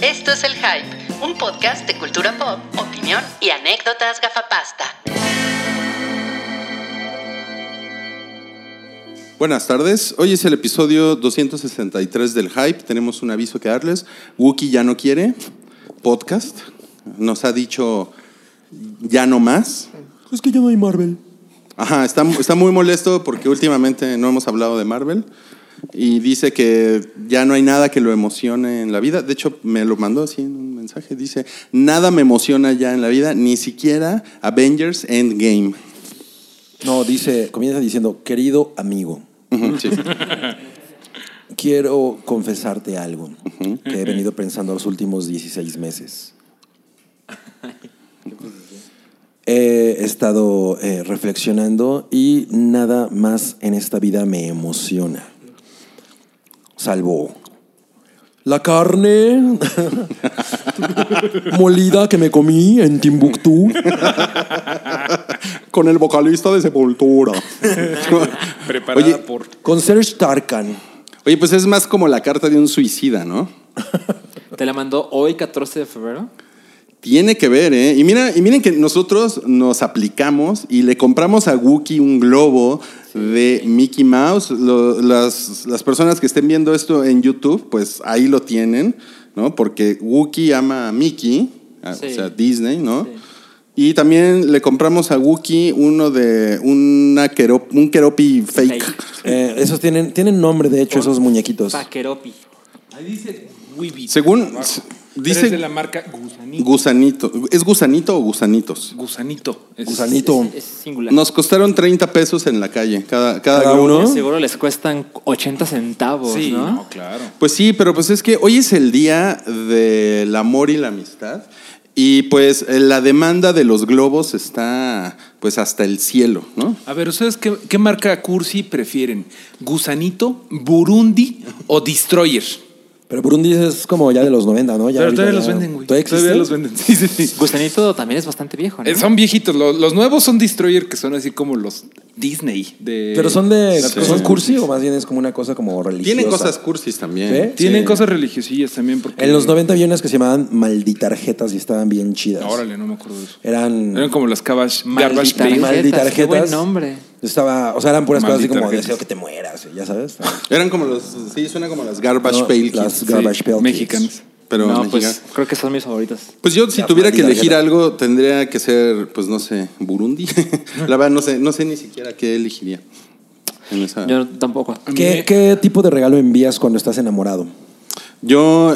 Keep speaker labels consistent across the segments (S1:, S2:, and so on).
S1: Esto es El Hype, un podcast de cultura pop, opinión y anécdotas gafapasta.
S2: Buenas tardes, hoy es el episodio 263 del Hype, tenemos un aviso que darles, Wookie ya no quiere podcast, nos ha dicho ya no más.
S3: Es que ya no hay Marvel.
S2: Ajá, está, está muy molesto porque últimamente no hemos hablado de Marvel y dice que ya no hay nada que lo emocione en la vida. De hecho, me lo mandó así en un mensaje. Dice, nada me emociona ya en la vida, ni siquiera Avengers Endgame.
S3: No, dice, comienza diciendo, querido amigo,
S2: Ujú, sí.
S3: quiero confesarte algo que he venido pensando los últimos 16 meses. He estado eh, reflexionando y nada más en esta vida me emociona. Salvo la carne molida que me comí en Timbuktu.
S2: Con el vocalista de Sepultura.
S4: Preparada
S2: Oye,
S4: por.
S3: Con Serge Tarkan.
S2: Oye, pues es más como la carta de un suicida, ¿no?
S5: Te la mandó hoy, 14 de febrero.
S2: Tiene que ver, ¿eh? Y, mira, y miren que nosotros nos aplicamos y le compramos a Wookie un globo de Mickey Mouse. Lo- las, las personas que estén viendo esto en YouTube, pues ahí lo tienen, ¿no? Porque Wookie ama a Mickey, a-
S5: Sí.
S2: o sea, Disney, ¿no? Y también le compramos a Wookie uno de una querop- un Keropi fake.
S5: Fake.
S3: Eh, esos tienen, tienen nombre, de hecho, esos muñequitos.
S5: Paqueropi.
S4: Ahí dice Weeby.
S2: Según
S4: abajo.
S2: s-
S4: Pero
S2: dice-
S4: Es de la marca Gusanito.
S2: Gusanito. ¿Es gusanito o gusanitos?
S4: Gusanito. Es-
S3: Gusanito.
S5: Es singular.
S2: Nos costaron 30 pesos en la calle, cada, cada,
S3: Cada
S2: globo.
S3: uno.
S5: Seguro les cuestan 80 centavos,
S4: Sí,
S5: ¿no?
S4: ¿no? claro.
S2: Pues sí, pero pues es que hoy es el día del amor y la amistad y pues eh, la demanda de los globos está pues hasta el cielo, ¿no?
S4: A ver, ¿ustedes qué, qué marca Cursi prefieren? ¿Gusanito, Burundi o Destroyer?
S3: Pero Burundi es como ya de los 90, ¿no? Ya
S4: Pero
S3: ahorita ya-
S4: todavía los venden, güey.
S3: ¿Todavía,
S4: Todavía
S3: existe?
S4: los venden. Sí, sí, sí.
S5: Gustanito también es bastante viejo, ¿no?
S4: Eh, Son viejitos. Lo- Los, nuevos son Destroyer, que son así como los Disney. De,
S3: Pero son de.
S4: las
S3: ¿Son
S4: cosas
S3: cursi o más bien es como una cosa como religiosa?
S2: Tienen cosas cursis también.
S3: ¿Sí?
S4: Tienen
S2: Sí.
S4: cosas religiosillas también. Porque
S3: En los 90 había unas que se llamaban malditarjetas y estaban bien chidas.
S4: Órale, no me acuerdo de eso.
S3: Eran.
S4: Eran como las Cabash. Garbage
S5: Malditarjetas.
S4: Pail.
S3: malditarjetas.
S5: Qué buen nombre.
S3: Estaba, o sea, eran puras cosas así como
S4: Malditarjetas.
S3: deseo que te mueras, ya sabes.
S2: Eran como los, sí, suena como las garbage
S3: No,
S2: pail
S3: las
S2: kids,
S3: garbage pail kids.
S4: mexicanas.
S2: pero
S5: no,
S2: mexicana.
S5: pues
S2: pues,
S5: creo que son mis favoritas.
S2: yo si
S3: Las
S2: tuviera que
S3: malditas,
S2: elegir
S3: ya.
S2: algo tendría que ser, pues no sé, Burundi. la verdad no sé, no sé ni siquiera qué elegiría. en esa- Yo,
S5: Yo tampoco.
S3: ¿Qué, ¿Qué tipo de regalo envías cuando estás enamorado?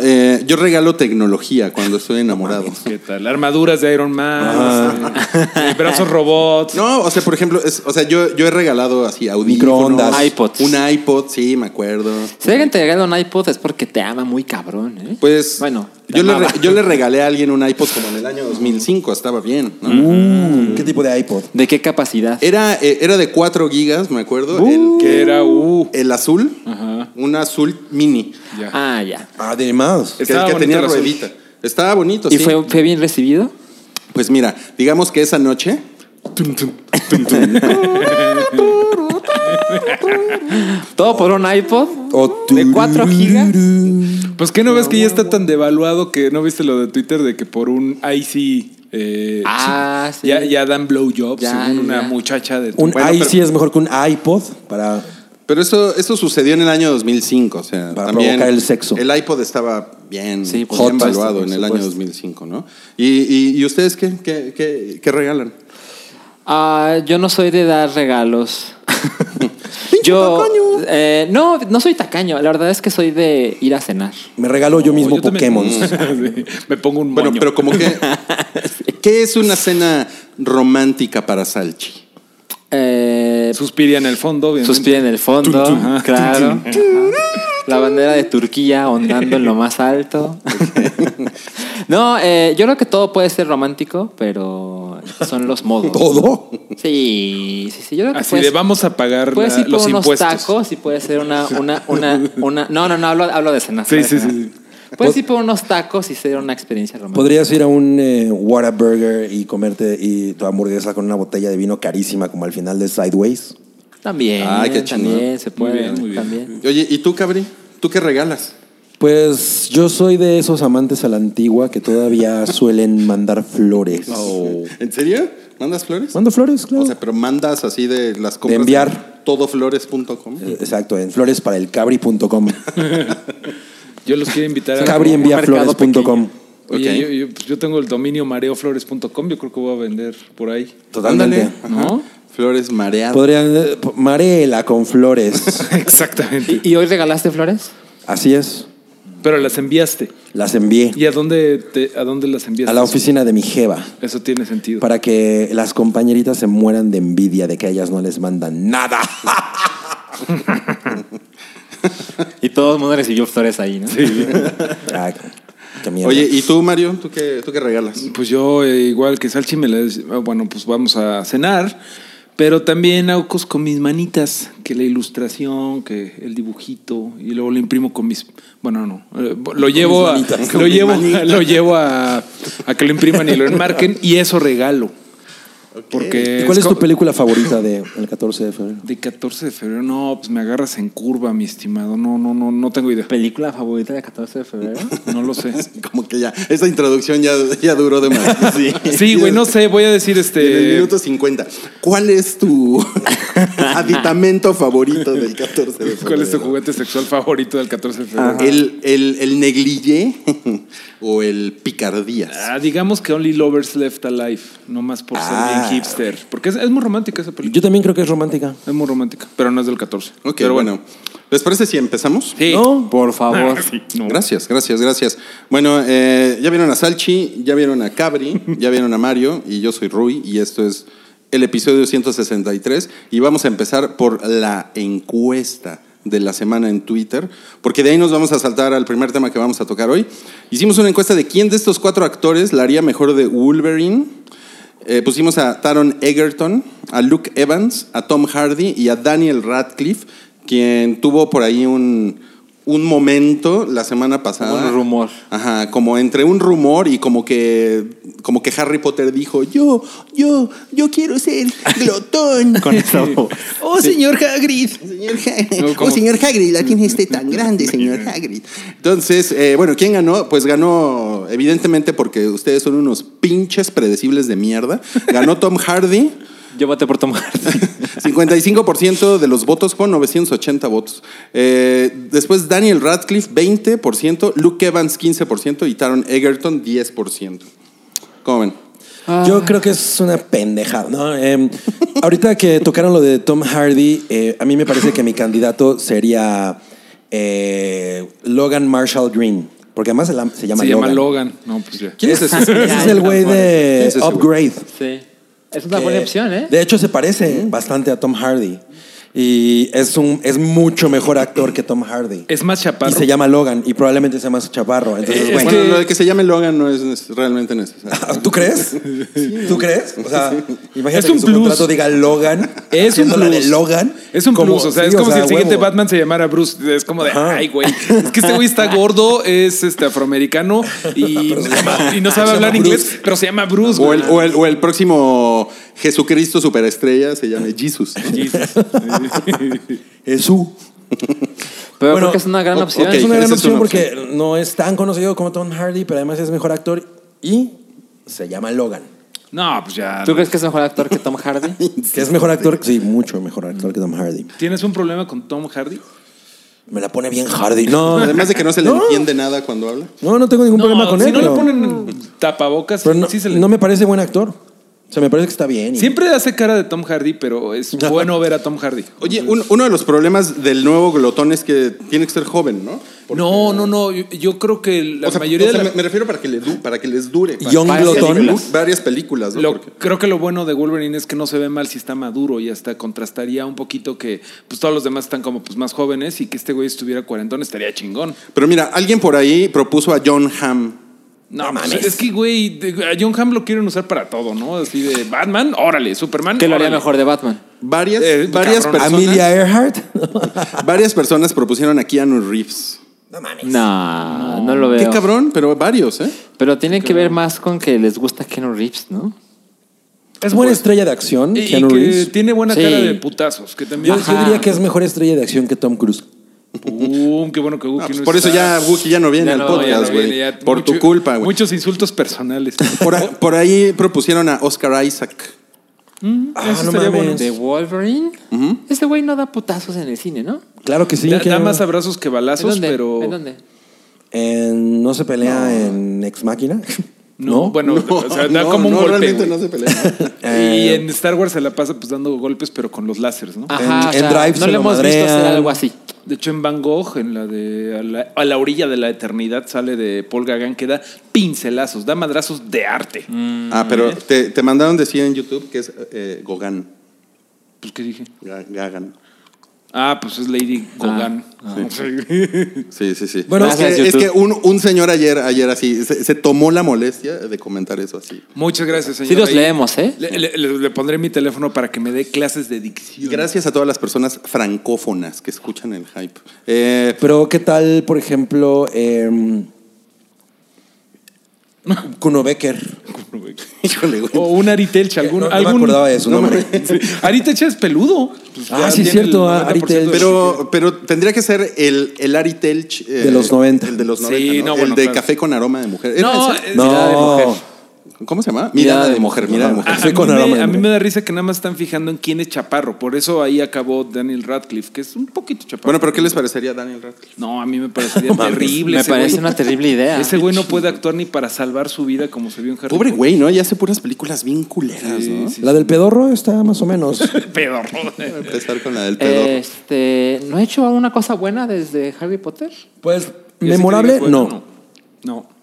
S2: eh, yo regalo tecnología cuando estoy enamorado.
S4: ¿Qué tal? Armaduras de Iron Man. eh, Brazos robots.
S2: No, o sea, por ejemplo, es- o sea, yo, yo he regalado así audífonos.
S3: Microondas.
S5: iPods.
S2: Un iPod, sí, me acuerdo.
S5: Si alguien te regala un iPod es porque te ama muy cabrón, ¿eh?
S2: Pues
S5: Bueno, te
S2: yo le,
S5: amaba.
S2: re- yo le regalé a alguien un iPod como en el año 2005, estaba bien. ¿no?
S4: Mm.
S3: ¿Qué tipo de iPod?
S5: ¿De qué capacidad?
S2: Era, eh, era de 4 gigas, me acuerdo. el,
S4: Que era uh,
S2: el azul,
S4: Ajá.
S2: un azul mini,
S4: ya.
S5: Ah, ya.
S3: Además.
S2: que es el
S4: Estaba
S2: que
S4: bonito
S2: tenía
S4: el azul.
S2: ruedita. Estaba bonito,
S5: ¿Y
S2: sí.
S5: fue, fue bien recibido?
S2: Pues mira, digamos que esa noche
S5: ¿Todo por un iPod? ¿De 4 gigas?
S4: Pues que no ves que ya está tan devaluado que no viste lo de Twitter de que por un IC eh,
S5: Ah, sí.
S4: ya, ya dan blowjobs
S5: Ya,
S4: según una
S5: ya.
S4: muchacha de tu-
S3: Un
S2: Bueno,
S3: i
S2: pero-
S3: sí es mejor que un iPod para.
S2: Pero eso, eso sucedió en el año 2005, o sea,
S3: Para
S2: también
S3: provocar el sexo.
S2: El iPod estaba bien,
S5: Sí, por
S2: bien
S5: supuesto,
S2: valuado
S5: por
S2: en el año
S5: supuesto.
S2: 2005, ¿no? ¿Y, y, y ustedes qué, qué, qué, qué regalan?
S5: Ah, yo no soy de dar regalos. yo eh, no, no soy tacaño. La verdad es que soy de ir a cenar.
S3: Me regalo yo mismo
S4: Yo también- Mm.
S3: Pokémon.
S4: Sí, Me pongo un
S2: Bueno,
S4: moño.
S2: pero como que... ¿Qué es una cena romántica para Salchi?
S5: Eh,
S4: Suspiria en el fondo, obviamente.
S5: suspira en el fondo,
S4: Tum, tum.
S5: claro. Ajá. La bandera de Turquía ondando en lo más alto. no, eh, yo creo que todo puede ser romántico, pero son los modos.
S3: ¿Todo?
S5: Sí, sí, sí. Yo creo que
S4: Así
S5: puedes-
S4: de vamos a pagar
S5: Puedes
S4: la-
S5: ir por
S4: los
S5: unos
S4: impuestos.
S5: tacos y puede ser una, una, una, una. No, no, no, hablo, hablo de cenas.
S4: Sí,
S5: hablo de
S4: sí, sí,
S5: cenas.
S4: sí.
S5: Puedes ir por Pues unos tacos y ser una experiencia romántica.
S3: Podrías ir a un eh, Whataburger y comerte y tu hamburguesa con una botella de vino carísima como al final de Sideways.
S5: También.
S2: Ay, qué chingón.
S5: También se
S4: Muy
S5: puede.
S4: bien, muy bien.
S5: También.
S2: Oye, ¿y tú, Cabri? ¿Tú qué regalas?
S3: Pues yo soy de esos amantes a la antigua que todavía suelen mandar flores.
S4: Oh.
S2: ¿En serio? ¿Mandas flores?
S3: Mando flores, claro.
S2: O sea, pero mandas así de las compras.
S3: enviar.
S2: Todoflores.com.
S3: Eh, Exacto, en floresparaelcabri.com.
S4: Yo los quiero invitar a.
S3: Cabrienviaflores.com.
S4: Oye,
S2: Ok.
S4: yo, yo- pues yo tengo el dominio mareoflores.com. Yo creo que voy a vender por ahí.
S3: Totalmente.
S2: Ándale, ajá.
S5: ¿No?
S2: Flores mareadas.
S3: Podrían. eh, po- Marela con flores.
S4: Exactamente.
S5: ¿Y, y hoy regalaste flores?
S3: Así es.
S4: Pero las enviaste.
S3: Las envié
S4: ¿Y a dónde, te- a dónde las enviaste?
S3: a la oficina de mi Jeva
S4: Eso tiene sentido.
S3: para que las compañeritas se mueran de envidia de que a ellas no les mandan nada.
S5: Y todo el mundo recibió flores ahí, ¿no?
S3: Ah, qué mierda.
S2: Oye, ¿y tú, Mario? ¿Tú qué, tú qué regalas?
S4: Pues yo, eh, igual que Salchi, me les, ah, bueno, pues vamos a cenar. Pero también hago cosas con mis manitas, que la ilustración, que el dibujito, y luego lo imprimo con mis. Bueno, no. eh, Lo llevo, a,
S2: manitas. Con
S4: lo
S2: mis
S4: llevo,
S2: manitas.
S4: lo llevo a, a que lo impriman y lo enmarquen, y eso regalo. Porque
S3: ¿Y ¿Cuál es tu
S4: co-
S3: película favorita del 14 de febrero?
S4: De 14 de febrero, no, pues me agarras en curva, mi estimado. No, no, no, no tengo idea.
S5: ¿Película favorita de 14 de febrero?
S4: No lo sé.
S2: Como que ya, esa introducción ya, ya duró de más. Sí,
S4: Sí, güey, no sé, voy a decir
S2: En el
S4: este.
S2: minuto 50. ¿Cuál es tu aditamento favorito del 14 de febrero?
S4: ¿Cuál es tu juguete sexual favorito del 14 de febrero?
S2: El, el, el negligé o el picardías.
S4: Ah, digamos que Only Lovers Left Alive, nomás por ser
S3: Ah.
S4: bien hipster. Porque es, es muy romántica esa película.
S3: Yo también creo que es romántica.
S4: Es muy romántica, pero no es del 14.
S2: Ok,
S4: pero
S2: bueno. ¿Les parece si empezamos?
S4: Sí. Ah,
S3: ¿No?
S5: Por favor.
S2: Gracias, gracias, gracias. Bueno, eh, ya vieron a Salchi, ya vieron a Cabri, ya vieron a Mario y yo soy Rui y esto es el episodio 163 y vamos a empezar por la encuesta de la semana en Twitter, porque de ahí nos vamos a saltar al primer tema que vamos a tocar hoy. Hicimos una encuesta de quién de estos cuatro actores la haría mejor de Wolverine. Eh, pusimos a Taron Egerton, a Luke Evans, a Tom Hardy y a Daniel Radcliffe, quien tuvo por ahí un, un momento la semana pasada.
S5: Un rumor.
S2: Ajá, como entre un rumor y como que, como que Harry Potter dijo, yo, yo, yo quiero ser glotón.
S5: Con esa voz.
S2: Oh, señor Hagrid. Señor Ha-
S4: No,
S2: oh,
S4: ¿cómo?
S2: señor Hagrid, la tiene este tan grande, señor Hagrid. Entonces, eh, bueno, ¿quién ganó? Pues ganó, evidentemente, porque ustedes son unos pinches predecibles de mierda. Ganó Tom Hardy.
S5: Yo voté por tomar.
S2: 55% de los votos con 980 votos. Eh, después Daniel Radcliffe, 20%, Luke Evans, 15% y Taron Egerton, 10%. ¿Cómo ven?
S3: Yo creo que es una pendejada. ¿no? Em, ahorita que tocaron lo de Tom Hardy, eh, a mí me parece que mi candidato sería eh, Logan Marshall Green. Porque además se, la- se llama
S4: Se
S3: Logan.
S4: llama Logan. No, pues ya.
S3: ¿Quién es ese?
S5: Ya,
S3: Ese es
S5: ya
S3: el
S5: me
S3: güey
S5: acuerdo.
S3: de
S2: Ese es ese
S3: Upgrade.
S5: Sí. Es una buena
S3: que,
S5: opción, ¿eh?
S3: De hecho, se parece bastante a Tom Hardy. Y es, un, es mucho mejor actor que Tom Hardy.
S4: Es más
S3: y
S4: chaparro.
S3: se llama Logan y probablemente sea más chaparro. Entonces, bueno.
S4: Eh,
S2: Pues bueno,
S4: que-
S2: lo de que se llame Logan no es neces- realmente necesario.
S3: ¿Tú crees? ¿Tú crees? O sea, imagínate
S4: Es un
S3: que su
S4: plus.
S3: contrato diga Logan.
S4: es un
S3: haciendo la
S4: plus.
S3: de Logan.
S4: Es un plus. O sea,
S3: sí,
S4: es
S3: o
S4: como
S3: sea,
S4: si el siguiente
S3: huevo. Ah,
S4: Batman se llamara Bruce. Es como de,
S3: Ajá.
S4: ay, güey. Es que este güey está gordo, es este afroamericano y, y no sabe
S3: se
S4: hablar
S3: llama
S4: inglés, pero se llama Bruce.
S2: O
S4: güey.
S2: el, o el- o el próximo Jesucristo superestrella se llame Jesus.
S4: Jesus.
S3: Jesús.
S5: Pero
S3: Bueno,
S5: creo que es una gran
S2: o-
S5: opción.
S2: ok.
S3: es una gran
S2: esa es
S3: opción
S2: una
S3: porque no es tan conocido como Tom Hardy, pero además es mejor actor y se llama Logan.
S4: No, pues ya.
S5: ¿Tú crees que es mejor actor que Tom Hardy?
S3: Que es mejor actor, sí, mucho mejor actor que Tom Hardy.
S4: ¿Tienes un problema con Tom Hardy?
S3: Me la pone bien Hardy. No,
S2: Además de que no se le
S3: No.
S2: entiende nada cuando habla.
S3: no, no tengo ningún problema con
S4: si
S3: él.
S4: no
S3: pero-
S4: le ponen tapabocas,
S3: pero no,
S4: sí se le-
S3: no me parece buen actor. O sea, me parece que está bien. y-
S4: Siempre hace cara de Tom Hardy, pero es bueno ver a Tom Hardy.
S2: Oye, un- uno de los problemas del nuevo glotón es que tiene que ser joven, ¿no? Porque-
S4: No, no, no. Yo, yo creo que la
S2: o sea,
S4: mayoría
S2: o sea,
S4: de la-
S2: me, me refiero para que, le du- para que les dure. para-
S3: Young
S2: varias
S3: glotón.
S2: películas. Varias películas, ¿no?
S4: lo-
S2: Porque-
S4: creo que lo bueno de Wolverine es que no se ve mal si está maduro y hasta contrastaría un poquito que pues todos los demás están como pues más jóvenes y que este güey estuviera cuarentón estaría chingón.
S2: Pero mira, alguien por ahí propuso a John Hamm.
S4: No, pues, es que güey, de- a John Hamm lo quieren usar para todo, ¿no? Así de Batman, órale, Superman,
S5: ¿Qué lo haría
S4: órale.
S5: mejor de Batman?
S2: Varias,
S4: Eh,
S2: varias,
S4: cabrón.
S2: personas,
S3: Amelia Earhart.
S2: varias personas propusieron a Keanu Reeves.
S3: No mames.
S5: No, no, lo veo.
S2: Qué cabrón, pero varios, ¿eh?
S5: Pero tiene que ver más con que les gusta Keanu Reeves, ¿no?
S3: Es buena estrella de acción,
S4: Pues, Y, y
S3: Keanu
S4: que
S3: Reeves.
S4: tiene buena
S5: Sí.
S4: cara de putazos, que también
S3: Yo, yo
S5: Ajá.
S3: diría que es mejor estrella de acción que Tom Cruise.
S4: Pum, qué bueno que Wookie
S2: Ah, pues
S4: no
S2: por eso
S4: está.
S2: ya Wookie ya no viene
S5: Ya
S2: al
S5: no, ya
S2: podcast,
S5: no
S2: güey.
S4: viene, ya-
S2: por tu
S4: mucho-
S2: culpa, güey.
S4: Muchos insultos personales.
S2: Por, a- por ahí propusieron a Oscar Isaac.
S3: Ah,
S4: Eso
S3: no
S4: estaría
S3: mames.
S4: bueno.
S5: ¿De Wolverine? Este güey no da putazos en el cine, ¿no?
S3: Claro que sí.
S4: Da,
S3: que-
S4: da más abrazos que
S5: ¿En
S4: balazos,
S5: dónde?
S4: pero.
S5: ¿En dónde?
S3: En- no se pelea en Ex Máquina.
S4: No, bueno, o sea, da
S2: no,
S4: como un
S2: no,
S4: golpe.
S2: realmente
S4: güey.
S2: no Eh. se pelea.
S4: Y en Star Wars se la pasa pues dando golpes, pero con los láseres, ¿no?
S5: Ajá,
S3: En-
S5: o
S3: en
S5: sea, no
S3: Drive se
S5: le
S3: lo
S5: hemos visto hacer
S3: madrean.
S5: algo así.
S4: De hecho, en Van Gogh, en la de a la, a la orilla de la eternidad, sale de Paul Gauguin que da pincelazos, da madrazos de arte.
S3: Mm.
S2: ah, pero te, te mandaron decir en YouTube que es eh, Gogán.
S4: Pues, ¿qué dije?
S2: Ga- Gagan.
S4: Ah, pues es Lady Gauguin.
S3: Ah,
S2: Sí, sí, sí.
S3: Bueno,
S2: es
S5: Gracias,
S2: que, es
S5: YouTube.
S2: que un, un señor ayer, ayer así, se, se tomó la molestia de comentar eso así.
S4: Muchas gracias,
S5: Sí
S4: señor.
S5: los leemos, ¿eh?
S4: Le, le- le- le pondré mi teléfono para que me dé clases de
S2: Y
S4: dicción.
S2: gracias a todas las personas francófonas que escuchan el hype. Eh,
S3: Pero, ¿qué tal, por ejemplo, em, Kuno Becker?
S2: híjole, güey.
S4: O un Aritech, algún.
S3: no me
S4: algún-
S3: acordaba de su nombre.
S4: sí. Aritech es peludo. Pues
S3: Ah,
S4: ya
S3: sí, es
S4: tiene
S3: cierto,
S4: el
S3: ah,
S4: 90% de-
S3: Aritel.
S2: Pero, pero tendría que ser el, el Ari Telch. eh,
S3: De los 90.
S2: El de los
S4: Sí,
S2: 90. ¿no?
S4: no,
S2: el
S4: bueno,
S2: de
S4: claro.
S2: café con aroma de mujer. ¿Era
S4: No,
S2: ese?
S4: eh,
S5: Mirada de
S3: No.
S5: mujer.
S2: ¿Cómo se llama?
S5: Mirada
S2: Mirada
S5: de
S2: de mujer,
S5: mujer,
S2: mirada de
S3: no,
S2: mujer.
S4: A,
S3: Café
S4: a
S3: con
S4: mí
S3: aroma
S4: me,
S3: de
S4: a mí
S3: mujer.
S4: me da risa que nada más están fijando en quién es chaparro. Por eso ahí acabó Daniel Radcliffe, que es un poquito chaparro.
S2: Bueno, pero ¿qué les parecería Daniel Radcliffe?
S4: No, a mí me parecería terrible.
S5: Me
S4: ese
S5: parece
S4: güey.
S5: una terrible idea.
S4: Ese güey no puede actuar ni para salvar su vida como se vio en Harry
S2: Pobre
S4: Potter.
S2: güey, ¿no? Y hace puras películas bien culeras, ¿no?
S3: La del pedorro está más o menos.
S4: Pedorro.
S2: Empezar con la del pedo.
S5: Este, ¿no ha hecho alguna cosa buena desde Harry Potter?
S3: Pues,
S4: Yo sí
S3: memorable,
S4: te digo,
S3: no.
S4: bueno, No.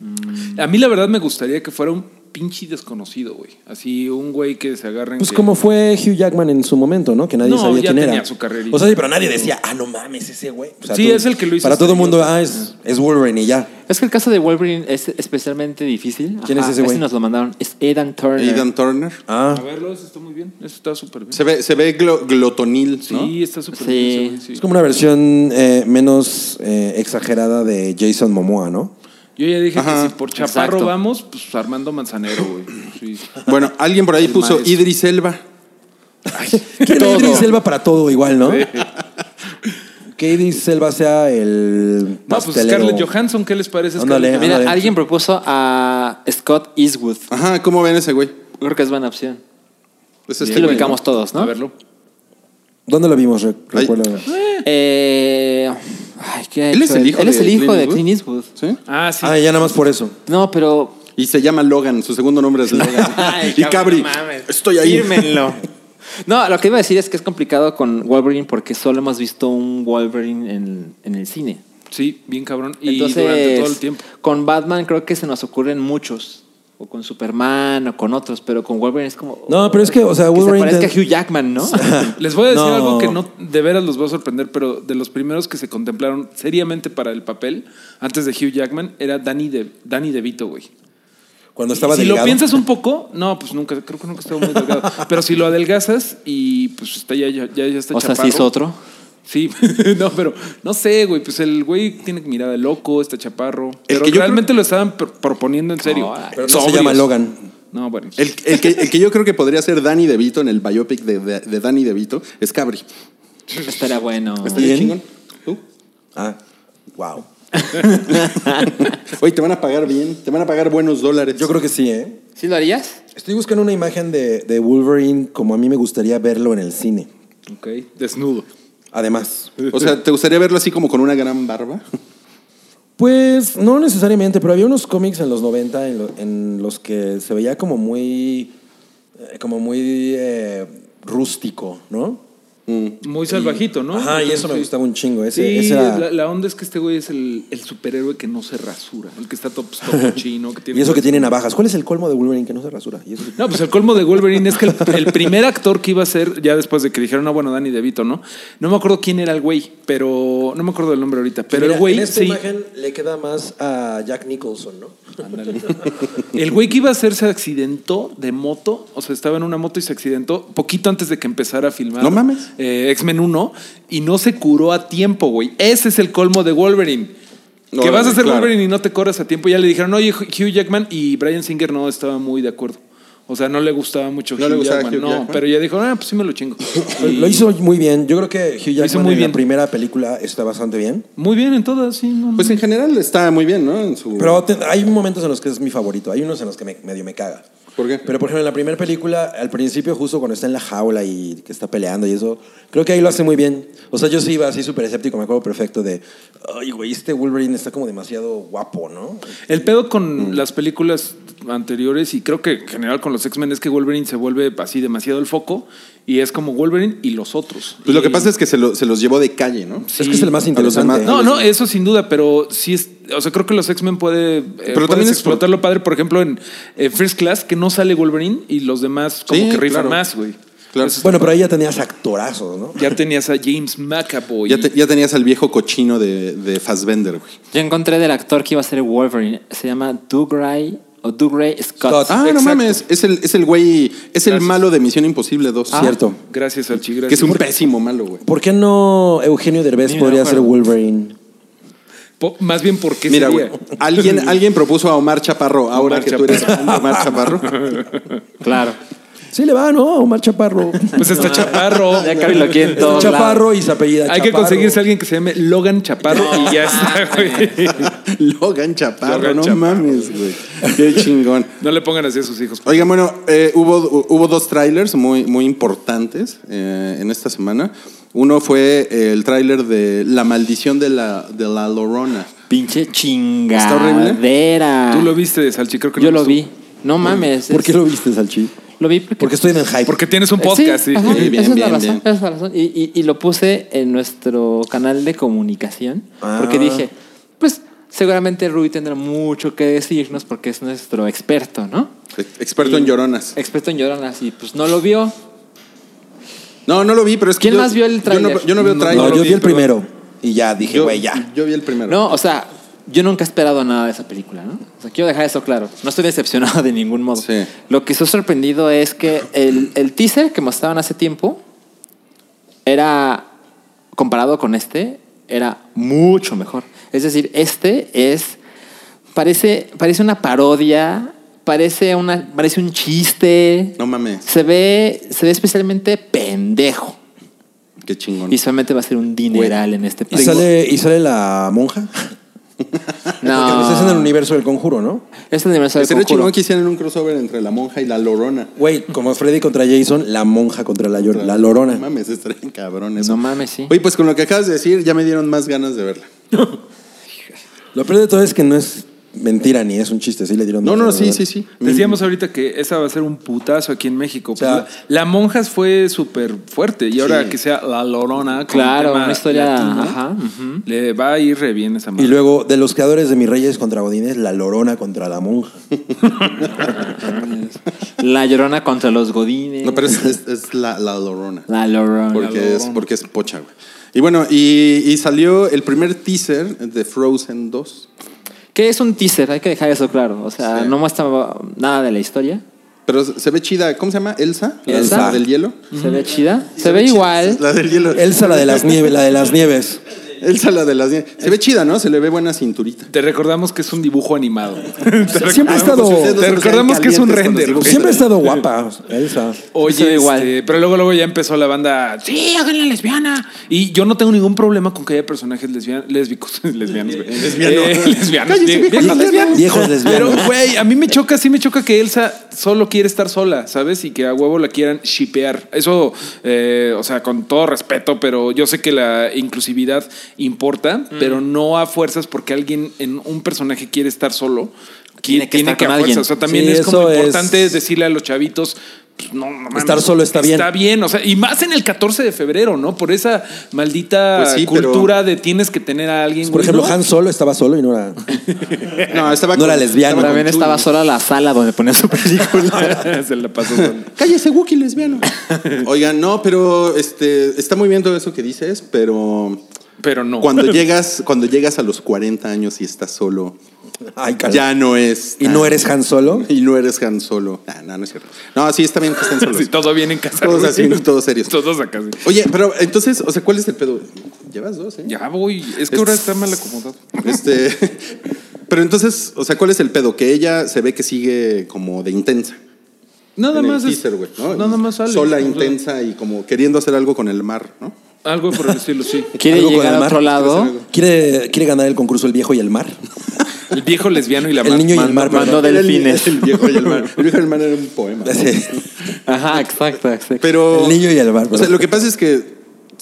S4: No. A mí la verdad me gustaría que fuera un pinche desconocido, güey. Así un güey que se agarren.
S3: Pues
S4: que-
S3: como fue Hugh Jackman en su momento, ¿no? Que nadie
S4: No,
S3: sabía
S4: ya
S3: quién
S4: tenía
S3: era.
S4: su carrerita.
S3: o sea, sí, pero nadie decía, ah, no mames, ese güey. O sea,
S4: Sí, es el que lo hizo
S3: Para todo el
S4: este
S3: mundo,
S4: idiota.
S3: ah, es, es Wolverine y ya.
S5: Es que el caso de Wolverine es especialmente difícil.
S3: ¿Quién es ese güey?
S5: nos lo mandaron. Es Aidan Turner.
S2: Aidan Turner.
S3: Ah,
S4: A verlo, eso está muy bien. Eso está súper bien.
S2: Se ve, se ve glo- glotonil, ¿no?
S4: Sí, está súper
S5: Sí.
S4: bien. ese güey, sí.
S3: es como una versión eh, menos eh, exagerada de Jason Momoa, ¿no?
S4: Yo ya dije
S2: Ajá,
S4: que si por chaparro
S5: exacto.
S4: vamos, pues Armando Manzanero, güey. Sí.
S2: Bueno, alguien por ahí puso
S4: maestro.
S2: Idris Elba.
S3: Que Idris Elba para todo igual, ¿no? Que Idris Elba sea el
S4: No, pues
S3: pastelero.
S4: Scarlett Johansson, ¿qué les parece?
S3: Ándale.
S4: Scarlett
S5: Mira,
S3: Ándale.
S5: alguien propuso a Scott Eastwood.
S2: Ajá, ¿cómo ven ese güey?
S5: Creo que es buena opción.
S2: Es este
S5: Sí, lo
S2: güey, ¿no?
S5: ubicamos todos,
S4: Johansson? A
S5: ¿no?
S4: verlo.
S3: ¿Dónde lo vimos? Re-
S2: Ay.
S4: Ah,
S3: Recuerdo.
S5: Eh, ay, ¿qué ha
S2: Él
S5: hecho
S2: es el
S5: él?
S2: hijo
S5: Él es
S2: de
S5: el hijo
S2: Clint
S5: de
S2: Eastwood.
S5: Clint Eastwood.
S2: ¿Sí?
S4: Ah, sí.
S3: Ah, ya nada más por eso.
S5: No, pero
S2: Y se llama Logan, su segundo nombre es Logan. y Cabri, estoy ahí.
S5: No, lo que iba a decir es que es complicado con Wolverine porque solo hemos visto un Wolverine en, en el cine.
S4: Sí, bien cabrón. Y
S5: Entonces,
S4: durante todo el tiempo.
S5: con Batman creo que se nos ocurren muchos. O con Superman o con otros, pero con Wolverine es como.
S3: No, pero es que, o sea, Wolverine
S5: Que se parezca
S3: ten-
S5: a Hugh Jackman, ¿no?
S4: Les voy a decir
S3: No.
S4: algo que no de veras los va a sorprender, pero de los primeros que se contemplaron seriamente para el papel, antes de Hugh Jackman, era Danny, de, Danny DeVito, güey.
S3: Cuando estaba
S4: si
S3: delgado.
S4: lo piensas un poco, no, pues nunca, creo que nunca estuvo muy delgado. pero si lo adelgazas y pues está ya, ya, ya está
S5: o sea, sí
S4: chaparro.
S5: es otro.
S4: Sí, no, pero no sé, güey. Pues el güey tiene mirada de loco, está chaparro. pero
S2: que yo
S4: realmente lo estaban pro- proponiendo en serio.
S5: Ay,
S3: Pero no se llama Logan.
S4: No, bueno.
S2: El, el que, el que yo creo que podría ser Danny DeVito en el biopic de, de, de Danny DeVito es Cabri.
S5: Estaría bueno.
S2: ¿Estaría chingón? ¿Tú?
S3: Ah, wow.
S2: Oye, te van a pagar bien, te van a pagar buenos dólares.
S3: Yo creo que sí, ¿eh?
S5: ¿Sí lo harías?
S3: Estoy buscando una imagen de, de Wolverine como a mí me gustaría verlo en el cine.
S4: Ok, desnudo.
S3: Además.
S2: O sea, ¿te gustaría verlo así como con una gran barba?
S3: Pues no necesariamente, pero había unos cómics en los 90 en, lo- en los que se veía como muy, eh, como muy eh, rústico, ¿no?
S4: Muy salvajito, ¿no?
S3: Ajá, y eso me
S4: Sí.
S3: gustaba un chingo. Ese,
S4: sí,
S3: ese era-
S4: la, la onda es que este güey es el, el superhéroe que no se rasura, el que está top, chino. Que tiene
S3: y eso que tiene navajas. ¿Cuál es el colmo de Wolverine que no se rasura? Y eso que-
S4: No, pues el colmo de Wolverine es que el, el primer actor que iba a ser, ya después de que dijeron, no, bueno, Danny DeVito, ¿no? No me acuerdo quién era el güey, pero no me acuerdo del nombre ahorita. Pero
S3: Mira,
S4: el güey,
S3: en esta
S4: sí.
S3: imagen le queda más a Jack Nicholson, ¿no?
S4: El güey que iba a hacer se accidentó de moto, o sea, estaba en una moto y se accidentó poquito antes de que empezara a filmar.
S2: No mames.
S4: eh, X-Men 1 y no se curó a tiempo, güey. Ese es el colmo de Wolverine. que
S2: Órale,
S4: vas a ser
S2: claro.
S4: Wolverine y no te corres a tiempo. Ya le dijeron, oye, Hugh Jackman y Brian Singer no estaba muy de acuerdo. O sea, no le gustaba mucho
S2: No
S4: Hugh
S2: le gustaba
S4: Jackman,
S2: Hugh
S4: no,
S2: Jackman.
S4: pero ya dijo, ah, pues sí me lo chingo.
S3: Lo-
S4: Y-
S3: Lo hizo muy bien. Yo creo que Hugh
S4: hizo
S3: Jackman
S4: muy
S3: en
S4: bien.
S3: la primera película está bastante bien.
S4: Muy bien en todas, sí. no, no.
S2: Pues en general está muy bien, ¿no? En su...
S3: Pero te- hay momentos en los que es mi favorito. Hay unos en los que me- medio me caga.
S2: ¿Por qué?
S3: Pero por ejemplo, en la primera película, al principio, justo cuando está en la jaula y que está peleando y eso, creo que ahí lo hace muy bien. O sea, yo sí iba así súper escéptico, me acuerdo perfecto de, ay, güey, este Wolverine está como demasiado guapo, ¿no?
S4: El pedo con
S2: Mm.
S4: las películas anteriores y creo que en general con los X-Men es que Wolverine se vuelve así demasiado el foco y es como Wolverine y los otros.
S2: Pues lo que
S4: Y-
S2: pasa es que se, lo- se los llevó de calle, ¿no?
S3: Es que es el más
S2: A los demás,
S3: interesante.
S4: No, no, eso sin duda, pero sí es. O sea, creo que los X-Men puede. pero
S2: también
S4: también
S2: es por-
S4: explotarlo padre, por ejemplo, en eh, First Class, que no sale Wolverine y los demás como
S2: Sí,
S4: que rifan
S2: claro.
S4: más, güey.
S2: Claro.
S4: Entonces,
S3: Bueno, pero ahí ya tenías actorazos, ¿no?
S4: ya tenías a James McAvoy.
S2: Ya, te- ya tenías al viejo cochino de, de Fassbender, güey.
S5: Yo encontré del actor que iba a ser Wolverine. Se llama Dougray o Dougray Scott.
S3: Scott.
S2: Ah, no
S4: Exacto.
S2: mames, es el, es el güey, es el
S4: Gracias.
S2: malo de Misión Imposible 2.
S3: Ah, Cierto.
S4: Gracias al Chigras.
S2: Que es un pésimo malo, güey.
S3: ¿Por qué no Eugenio Derbez
S5: Ni me
S3: podría ser
S5: acuerdo.
S3: Wolverine?
S4: Más bien porque
S2: Mira, güey, alguien, alguien propuso a Omar Chaparro, ahora
S4: Omar
S2: que tú eres fan de Omar Chaparro.
S5: Claro.
S3: Sí, le va, ¿no? Omar Chaparro.
S4: Pues está Chaparro.
S5: Ya Cavi lo quiere en todo.
S3: Chaparro y se apellida
S4: Hay que
S3: Chaparro.
S4: conseguirse a alguien que se llame Logan Chaparro y ya está, güey.
S2: Logan Chaparro,
S4: Logan
S2: no
S4: Chaparro.
S2: mames, güey. Qué chingón.
S4: No le pongan así a sus hijos.
S2: Oigan, bueno, eh, hubo, hubo dos trailers muy, muy importantes eh, en esta semana. Uno fue el tráiler de La maldición de la, de la Lorona.
S5: Pinche
S2: ¿Está
S5: chingadera.
S4: Tú lo viste, Salchi, creo que
S5: Yo
S4: no
S5: lo
S4: tú.
S5: vi. No mames.
S3: ¿Por
S5: es-
S3: qué lo viste, Salchi?
S5: Lo vi porque...
S3: Porque estoy en el hype.
S4: Porque tienes un podcast, sí.
S5: Eh, ajá,
S2: Sí, bien,
S5: esa es la
S2: bien,
S5: razón,
S2: bien.
S5: esa es la razón. Y, y- y lo puse en nuestro canal de comunicación
S3: Ah.
S5: porque dije, pues seguramente Rui tendrá mucho que decirnos porque es nuestro experto, ¿no?
S2: Ex- Experto en lloronas.
S5: Experto en lloronas y pues no lo vio.
S2: No, no lo vi, pero es que.
S5: ¿Quién
S2: yo-
S5: más vio el
S2: yo
S5: tráiler?
S2: no- Yo no, veo
S4: No,
S2: tráiler.
S3: no, yo vi el
S2: pero-
S3: primero y ya dije,
S2: yo-
S3: güey, ya.
S2: Yo vi el primero.
S5: No, o sea, yo nunca he esperado nada de esa película, ¿no? O sea, quiero dejar eso claro. No estoy decepcionado de ningún modo.
S2: Sí.
S5: Lo que estoy sorprendido es que el, el teaser que mostraban hace tiempo era, comparado con este, era mucho mejor. Es decir, este es, parece, parece una parodia, parece, una, parece un chiste.
S2: No mames,
S5: Se ve, se ve especialmente pendejo.
S2: qué chingón.
S5: Y solamente va a ser un dineral en este
S3: ¿Y sale, ¿Y sale la monja? Porque a veces en el universo del conjuro, ¿no?
S5: Es el universo del
S2: Sería
S5: conjuro.
S2: chingón que hicieran un crossover entre la monja y la lorona.
S3: Güey, como Freddy contra Jason, la monja contra la, llor- la
S2: No
S3: lorona.
S2: mames, estarían cabrón eso.
S5: No mames, sí.
S2: Oye, pues con lo que acabas de decir, ya me dieron más ganas de verla.
S3: Lo peor de todo es que no es mentira ni es un chiste, sí le dieron.
S2: No, no, sí, sí, sí.
S4: Decíamos ahorita que esa va a ser un putazo aquí en México. Pues
S3: sea,
S4: la, la Monjas fue súper fuerte y ahora
S2: Sí.
S4: que sea La Lorona, con
S5: Claro,
S4: un tema
S5: una historia,
S4: latino,
S5: ajá, ujú.
S4: le va a ir re bien esa madre.
S3: Y luego, de los creadores de Mis Reyes contra Godines, la lorona contra la monja.
S5: La llorona contra los godines.
S2: No, pero es, es- es la, la lorona.
S5: La llorona.
S2: Porque es, porque es pocha, güey. Y bueno, y, y salió el primer teaser de Frozen 2.
S5: Que es un teaser, hay que dejar eso claro. O sea,
S2: Sí.
S5: no muestra nada de la historia.
S2: Pero se ve chida, ¿cómo se llama? Elsa, la-
S5: Elsa.
S2: la del hielo.
S5: Se ve chida. Se ve igual.
S2: La del hielo.
S3: Ah, ¿eh? Elsa, la de las nieves, la de las nieves.
S2: Elsa, la de las nieves. Se ve chida, ¿no? Se le ve buena cinturita.
S4: Te recordamos que es un dibujo animado. Te
S3: Siempre ha
S4: recordamos-
S3: estado-
S4: Te recordamos que es un
S2: Calientes con
S4: render.
S2: los
S4: güey.
S3: Siempre ha estado guapa, Elsa.
S4: Oye,
S5: Se ve igual.
S4: este, pero luego, luego ya empezó la banda. Sí, háganle lesbiana. Y yo no tengo ningún problema con que haya personajes lesbian- lésbicos. Lesbianos, güey.
S2: Lesbiano.
S4: Eh, lesbianos.
S2: Cállense,
S4: vie-
S2: viejos
S4: viejos
S2: lesbianos.
S3: Viejos
S4: Pero,
S3: lesbianos.
S4: güey, a mí me choca, sí me choca que Elsa solo quiere estar sola, ¿sabes? Y que a huevo la quieran shipear. Eso, eh, o sea, con todo respeto, pero yo sé que la inclusividad importa,
S5: Mm.
S4: pero no a fuerzas porque alguien en un personaje quiere estar solo.
S5: Tiene que estar con
S4: a
S5: alguien.
S4: fuerzas. O sea, también
S3: Sí,
S4: es como
S3: eso es-
S4: importante decirle a los chavitos. pues, No, no mames,
S3: Estar solo está bien.
S4: Está bien, o sea, y más en el 14 de febrero, ¿no? Por esa maldita
S2: Pues sí, pero-
S4: cultura de tienes que tener a
S3: Pues,
S4: alguien.
S3: Por
S4: güey,
S3: ejemplo,
S4: ¿no?
S3: Han Solo estaba solo y no era.
S2: No, estaba
S3: No era lesbiana.
S2: con
S5: También
S2: Chuy.
S5: estaba sola la sala donde ponía su película.
S4: Se la pasó con-
S2: Cállese, Wookie lesbiano. Oigan, no, pero este está muy bien todo eso que dices, pero
S4: Pero no.
S2: cuando llegas, cuando llegas a los 40 años y estás solo,
S3: Ay, caray.
S2: ya no es.
S3: ¿Y no eres Han Solo?
S2: Y no eres Han Solo. Ah, no, no es cierto. No, sí, está bien que estén solos.
S4: Sí, todo bien en casa.
S2: Todos
S4: güey.
S2: así, ¿no? Todos serios.
S4: Todos acá. sí.
S2: Oye, pero entonces, o sea, ¿cuál es el pedo? Llevas dos, ¿eh?
S4: Ya voy. Es que ahora está mal acomodado.
S2: Este, pero entonces, o sea, ¿cuál es el pedo? Que ella se ve que sigue como de intensa.
S4: Nada
S2: en el
S4: más es-
S2: teaser, güey, ¿no?
S4: nada más sale.
S2: Sola,
S4: O sea.
S2: intensa y como queriendo hacer algo con el mar, ¿no?
S4: Algo por el estilo, sí.
S5: Quiere
S3: ¿Algo con
S5: llegar
S3: el
S5: a
S3: mar?
S5: otro lado.
S3: ¿Quiere, quiere ganar el concurso El Viejo y el Mar?
S4: El viejo lesbiano y la
S3: El
S4: mar-
S3: niño y el
S4: mando-
S3: mar, perdón.
S5: Mandó
S2: Era el-
S5: delfines.
S2: El, viejo y el mar. El viejo y el mar era un poema. ¿no?
S3: Sí.
S5: Ajá, exacto, exacto.
S2: Pero.
S3: El niño y el mar,
S2: O sea,
S3: perdón.
S2: lo que pasa es que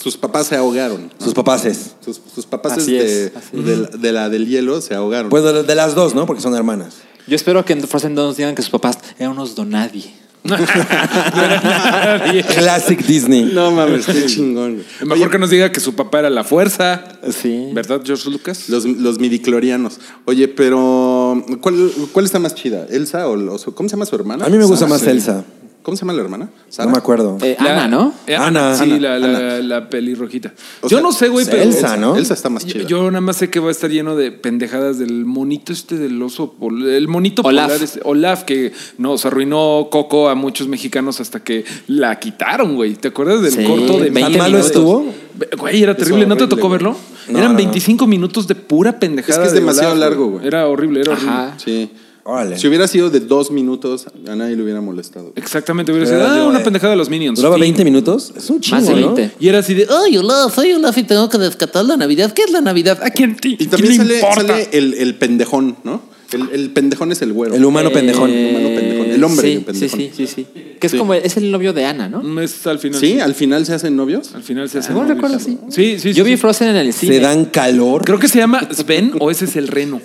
S2: sus papás se ahogaron.
S3: Sus papás es.
S2: Sus, sus papás
S5: Así
S2: de,
S5: es, así
S2: de la, de la del hielo se ahogaron.
S3: Pues de, de las dos, ¿no? Porque son hermanas.
S5: Yo espero que en Frozen 2 nos digan que sus papás eran unos donadie.
S3: Classic Disney.
S2: no mames, qué chingón. güey.
S4: Mejor que nos diga que su papá era la fuerza.
S5: Sí.
S4: ¿Verdad, George Lucas?
S2: Los, los midiclorianos. Oye, pero ¿cuál, cuál está más chida? ¿Elsa o, o su- cómo se llama su hermana?
S3: A mí me gusta
S2: Sara,
S3: más
S2: sí.
S3: Elsa.
S2: ¿Cómo se llama la hermana?
S3: No
S2: Sara.
S3: me acuerdo.
S5: Eh,
S4: La-
S5: Ana, ¿no?
S4: Eh,
S3: Ana,
S4: sí,
S3: Ana,
S4: la, la- la pelirrojita.
S2: O
S4: yo
S2: sea,
S4: no sé, güey,
S3: es
S4: pero.
S3: Elsa, ¿no?
S2: Elsa está más
S4: Yo-
S2: chida.
S4: Yo, nada más sé que va a estar lleno de pendejadas del monito este del oso pol- el monito
S5: Olaf.
S4: polar este, Olaf que nos arruinó Coco a muchos mexicanos hasta que la quitaron, güey. ¿Te acuerdas del
S5: Sí,
S4: corto de
S5: 20
S3: ¿Tan malo
S5: minutos.
S3: estuvo?
S4: Ve- Güey, era
S2: Es
S4: terrible. ¿No te
S2: horrible,
S4: tocó
S2: güey.
S4: verlo?
S3: No,
S4: Eran
S3: no, no.
S4: 25 minutos de pura pendejada.
S2: Es que es
S4: de
S2: demasiado
S4: Olaf,
S2: largo, güey.
S4: Era horrible, era horrible.
S5: Ajá.
S2: Sí.
S3: Órale.
S2: Si hubiera sido de dos minutos, a nadie le hubiera molestado.
S4: Exactamente, hubiera
S3: Pero
S4: sido ah,
S3: yo,
S4: una
S3: eh,
S4: pendejada de los Minions.
S3: ¿Duraba
S4: Fin.
S3: 20 minutos? Es un chingo,
S5: Más de
S3: ¿no?
S5: 20.
S4: Y era así de, "Ah, ay, Olaf, ay, Olaf, y tengo que
S6: rescatar la Navidad. ¿Qué es la Navidad?
S4: ¿A quién, ti-
S2: Y
S4: quién
S2: también
S4: le
S2: sale,
S4: importa?
S2: sale el, el pendejón, ¿no? El, el pendejón es el güero.
S3: El humano pendejón.
S5: Eh,
S2: humano pendejón. El hombre
S5: sí,
S2: pendejón.
S5: Sí, sí, sí, sí. Que es como, es el novio de Ana, ¿no?
S4: Mm, Es al final.
S2: Sí, al final se hacen novios.
S4: Al final se hace.
S5: Según
S4: novio.
S5: recuerdo, sí.
S4: Sí, sí,
S5: Yo
S4: sí,
S5: vi
S4: sí.
S5: Frozen en el
S3: Se
S5: cine.
S3: dan calor.
S4: Creo que se llama Sven o ese es el reno.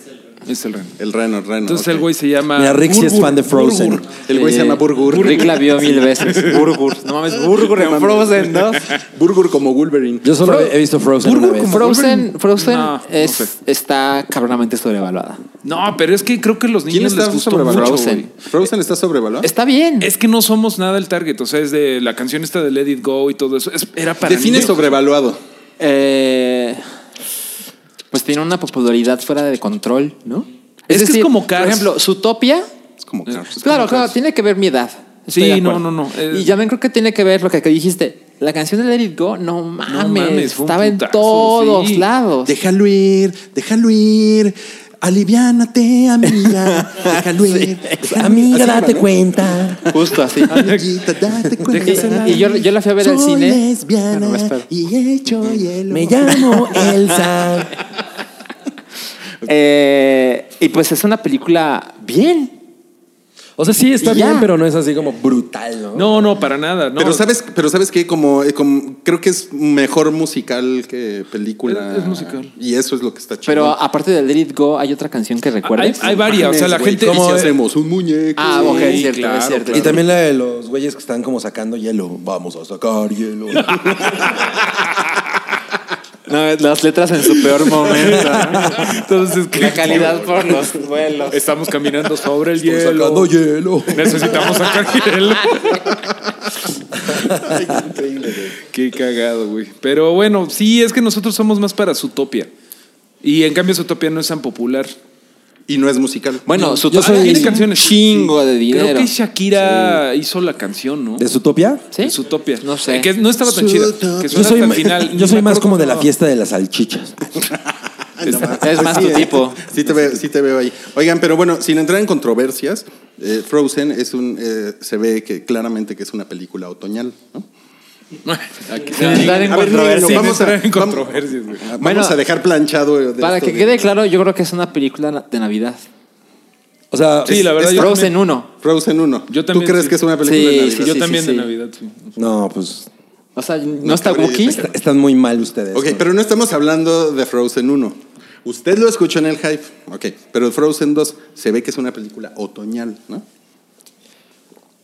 S4: Es el reno.
S2: El reno, el reno.
S4: Entonces
S2: ok.
S4: el güey se llama.
S3: Mira, Rick sí es
S4: Burgur,
S3: fan de Frozen.
S4: Burgur.
S2: El güey se
S5: Eh,
S2: llama Burgur.
S5: Rick la vio mil veces. Burgur. No mames, Burgur en Frozen 2.
S2: Burgur como Wolverine.
S3: Yo solo he visto Frozen
S4: Burgo
S3: una vez.
S4: como-
S5: Frozen,
S4: Burgur.
S5: Frozen
S4: No,
S5: es,
S4: no sé. Ah.
S5: está cabronamente sobrevaluada.
S4: No, pero es que creo que a los
S2: ¿Quién
S4: niños
S2: está
S4: les gustó mucho.
S2: sobrevalorado?
S5: Frozen.
S4: güey.
S2: Frozen está sobrevalorado.
S5: Está bien.
S4: Es que no somos nada el target. O sea, es de la canción esta de Let It Go y todo eso. Es- era para.
S2: Define
S4: niños.
S2: sobrevaluado.
S5: Eh, pues tiene una popularidad fuera de control, ¿no?
S4: Es que es como Cars.
S5: Por ejemplo, Zootopia.
S2: Es como Cars.
S5: claro, claro, tiene que ver mi edad. Estoy
S4: Sí,
S5: de acuerdo.
S4: no, no, no, eh.
S5: y ya ven, creo que tiene que ver lo que, que dijiste. La canción de Let It Go, no mames,
S4: mames, fue un
S5: estaba en
S4: putazo,
S5: todos
S4: sí.
S5: lados.
S2: Déjalo ir, déjalo ir. Aliviánate, amiga. Déjalo ir. déjalo ir.
S3: Amiga,
S2: Así,
S3: date
S2: ¿no?
S3: cuenta.
S5: Justo así.
S2: Amiguita, date cuenta.
S5: Y- y yo- yo la fui a ver al
S2: Soy
S5: cine.
S2: lesbiana
S5: Bueno, me espero.
S2: y he hecho hielo.
S3: Me llamo Elsa.
S5: Eh, y pues es una película bien.
S3: O sea, sí, está
S5: Y ya.
S3: bien, pero no es así como brutal, ¿no?
S4: No, no, para nada. No.
S2: Pero sabes, pero sabes que como, eh, como- creo que es mejor musical que película.
S4: Es- es musical.
S2: Y eso es lo que está chido.
S5: Pero aparte de Let It Go, hay otra canción que
S4: hay,
S5: recuerdes.
S4: hay varias. O sea, la gente.
S2: ¿Cómo hacemos un muñeco?
S5: ah, ok, es cierto,
S4: claro,
S5: es cierto.
S3: Y también la de los güeyes que están como sacando hielo. Vamos a sacar hielo.
S5: No, las letras en su peor momento.
S4: Entonces, ¿qué?
S5: La calidad por los vuelos.
S4: Estamos caminando sobre el
S3: Estamos
S4: hielo.
S3: sacando hielo.
S4: Necesitamos sacar hielo.
S2: Ay, qué increíble, güey.
S4: Qué cagado, güey. Pero bueno, sí, es que nosotros somos más para Zootopia. Y en cambio Zootopia no es tan popular.
S2: Y no es musical.
S5: Bueno, su
S3: Yo soy-
S5: tiene
S3: Tiene
S4: canciones.
S5: chingo de
S4: Creo
S5: dinero.
S4: que Shakira hizo la canción, ¿no?
S3: ¿De Zootopia?
S5: ¿Sí?
S4: Zootopia.
S5: No sé.
S4: Eh, Que no estaba tan chida. Que
S3: Yo
S4: suena
S3: soy,
S4: hasta
S3: ma-
S4: el final.
S3: yo
S4: Ni
S3: soy
S4: me
S3: más
S4: acuerdo
S3: como de la
S4: cómo-
S3: fiesta de las salchichas.
S5: Es más tu
S2: eh.
S5: tipo.
S2: Sí te, veo, sí te veo ahí. Oigan, pero bueno, sin entrar en controversias, eh, Frozen es un, eh, se ve que claramente que es una película otoñal. ¿no?
S4: Aquí-
S5: Sin entrar en
S2: A ver,
S5: controversia.
S2: Nino,
S4: Sin
S2: vamos
S4: entrar
S2: a-
S4: en
S2: vamos-
S4: controversias, güey.
S2: Vamos
S5: Bueno,
S2: a dejar planchado. de
S5: Para
S2: esto
S5: que
S2: de-
S5: quede claro, yo creo que es una película de Navidad.
S3: O sea,
S4: Sí, la verdad. yo
S5: Frozen
S4: también-
S5: 1.
S2: Frozen 1.
S4: Yo también,
S2: ¿Tú crees
S4: sí.
S2: que es una película
S5: Sí,
S2: de
S5: sí,
S2: Navidad?
S4: Yo
S5: sí,
S4: también
S5: sí.
S4: de Navidad, sí.
S3: no, pues
S5: O sea, no está
S2: cabrón,
S5: Wookiee.
S2: está-
S3: están muy mal ustedes.
S2: Ok,
S3: ¿no?
S2: pero no estamos hablando de Frozen 1. Usted lo escuchó en el hype, ok. Pero Frozen 2 se ve que es una película otoñal, ¿no?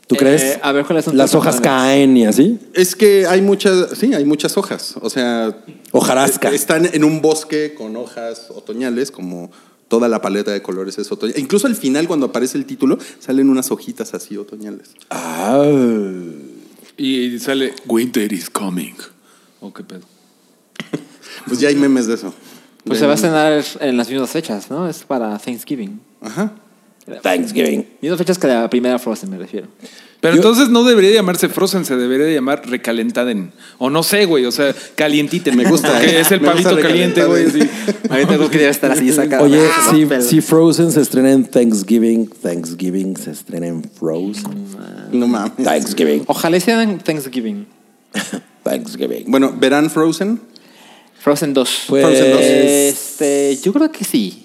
S3: ¿Tú
S5: Eh,
S3: crees?
S5: a ver, ¿cuáles son
S3: Las
S5: tus
S3: hojas
S5: razones?
S3: caen y así.
S2: Es que hay muchas, sí, hay muchas hojas. O sea,
S3: Hojarasca.
S2: e- están en un bosque con hojas otoñales, como toda la paleta de colores es otoñal. Incluso al final, cuando aparece el título, salen unas hojitas así otoñales.
S3: Ah,
S4: Y sale Winter is coming. ¿O qué pedo?
S2: Pues ya hay memes de eso.
S5: Pues se va a cenar en las mismas fechas, ¿no? Es para Thanksgiving.
S2: Ajá.
S3: Thanksgiving.
S5: Mismas fechas que la primera Frozen, me refiero.
S4: Pero
S3: Yo-
S4: entonces no debería llamarse Frozen, se debería llamar recalentaden. O no sé, güey, o sea, calientiten. Me
S2: gusta,
S4: Porque
S2: ¿eh?
S4: es el
S2: Me gusta
S4: pavito caliente, güey.
S2: Recalentaden.
S4: sí.
S5: Ahorita creo que debe estar así sacado.
S3: Oye, pues
S5: Ah,
S3: si,
S5: pelo.
S3: si Frozen se estrena en Thanksgiving, Thanksgiving se estrena en Frozen.
S2: No mames.
S3: Thanksgiving,
S5: Ojalá hicieran Thanksgiving.
S3: Thanksgiving.
S2: Bueno, ¿verán Frozen?
S5: Frozen 2.
S3: Pues-
S2: Frozen dos.
S5: Este, yo creo que sí.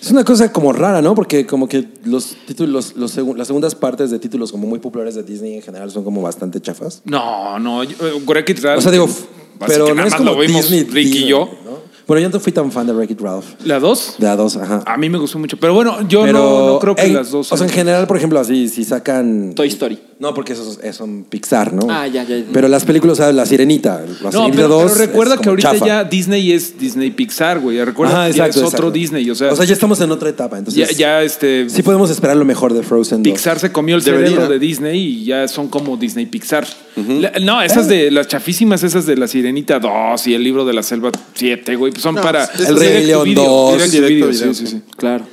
S3: Es una cosa como rara, ¿no? Porque como que los títulos, los segu- las segundas partes de títulos como muy populares de Disney en general son como bastante chafas.
S4: No, no, yo- eh, Wreck-It Ralph.
S3: O sea, digo,
S4: Así que
S3: pero no
S4: nada
S3: es
S4: más
S3: como
S4: lo vimos
S3: Disney,
S4: Ricky y
S3: Disney,
S4: yo.
S3: ¿no? Bueno, yo no fui tan fan de Wreck-It Ralph.
S4: ¿La dos?
S3: De a dos, ajá.
S4: A mí me gustó mucho. Pero bueno, yo
S3: Pero,
S4: Ah, no, no creo que
S3: ey,
S4: las dos.
S3: O sea, en general, por ejemplo, así, si sacan.
S5: Toy Story.
S3: No, porque eso es, eso es un Pixar, ¿no?
S5: Ah, ya, ya, ya.
S3: Pero las películas, ¿sabes? La Sirenita. La
S4: no,
S3: Sirenita
S4: pero,
S3: 2
S4: pero recuerda
S3: es
S4: que
S3: como
S4: ahorita
S3: chafa.
S4: ya Disney es Disney Pixar, güey. Ya Recuerda
S3: Ajá,
S4: que ya
S3: exacto,
S4: es otro
S3: exacto.
S4: Disney. O sea,
S3: ya estamos en otra etapa.
S4: ya,
S3: Entonces,
S4: ya, este.
S3: sí podemos esperar lo mejor de Frozen 2.
S4: Pixar se comió el
S2: Debería.
S4: cerebro de Disney y ya son como Disney Pixar. La- no, esas
S3: Eh.
S4: de las chafísimas, esas de La Sirenita 2 y El libro de la selva 7, güey, pues son
S2: No,
S4: para
S2: pues,
S3: El Rey
S4: direct to
S3: León
S4: video,
S3: 2,
S4: direct to
S2: directo
S4: video,
S2: video,
S4: sí, sí, sí.
S5: Claro.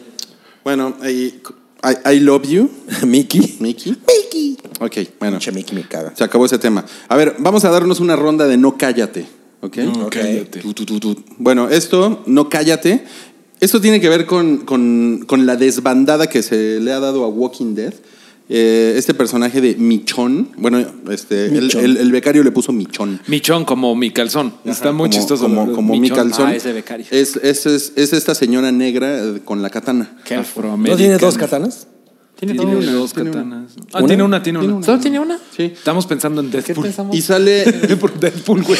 S2: Bueno, ahí- I, I love you,
S3: Mickey.
S2: Mickey. Mickey. Ok, bueno.
S3: Pinche Mickey me caga.
S2: Se acabó ese tema. A ver, vamos a darnos una ronda de no cállate. ¿Ok?
S3: Ok.
S4: cállate.
S2: Tu, tu, tu, tu. Bueno, esto, no cállate. Esto tiene que ver con, con- con la desbandada que se le ha dado a Walking Dead. Eh, este personaje de Michón. Bueno, este, el-
S3: Michón.
S2: El, el becario le puso Michón.
S4: Michón como mi calzón. Está muy
S2: Como-
S4: chistoso. la
S2: Como,
S4: verdad.
S2: como mi
S4: Michón.
S2: calzón.
S5: Ah, ese becario.
S2: Es, es- es- es esta señora negra eh, con la katana.
S5: Qué
S3: ¿No
S4: Afroamericano.
S3: tiene dos katanas?
S5: ¿Tiene
S4: Tiene
S5: todo?
S4: dos
S2: tiene una.
S4: katanas. Ah, tiene una, tiene una.
S5: ¿Solo tiene una?
S2: Sí.
S4: Estamos pensando en
S5: ¿Qué
S4: Deadpool.
S5: pensamos?
S2: Y sale,
S4: Por Deadpool, güey.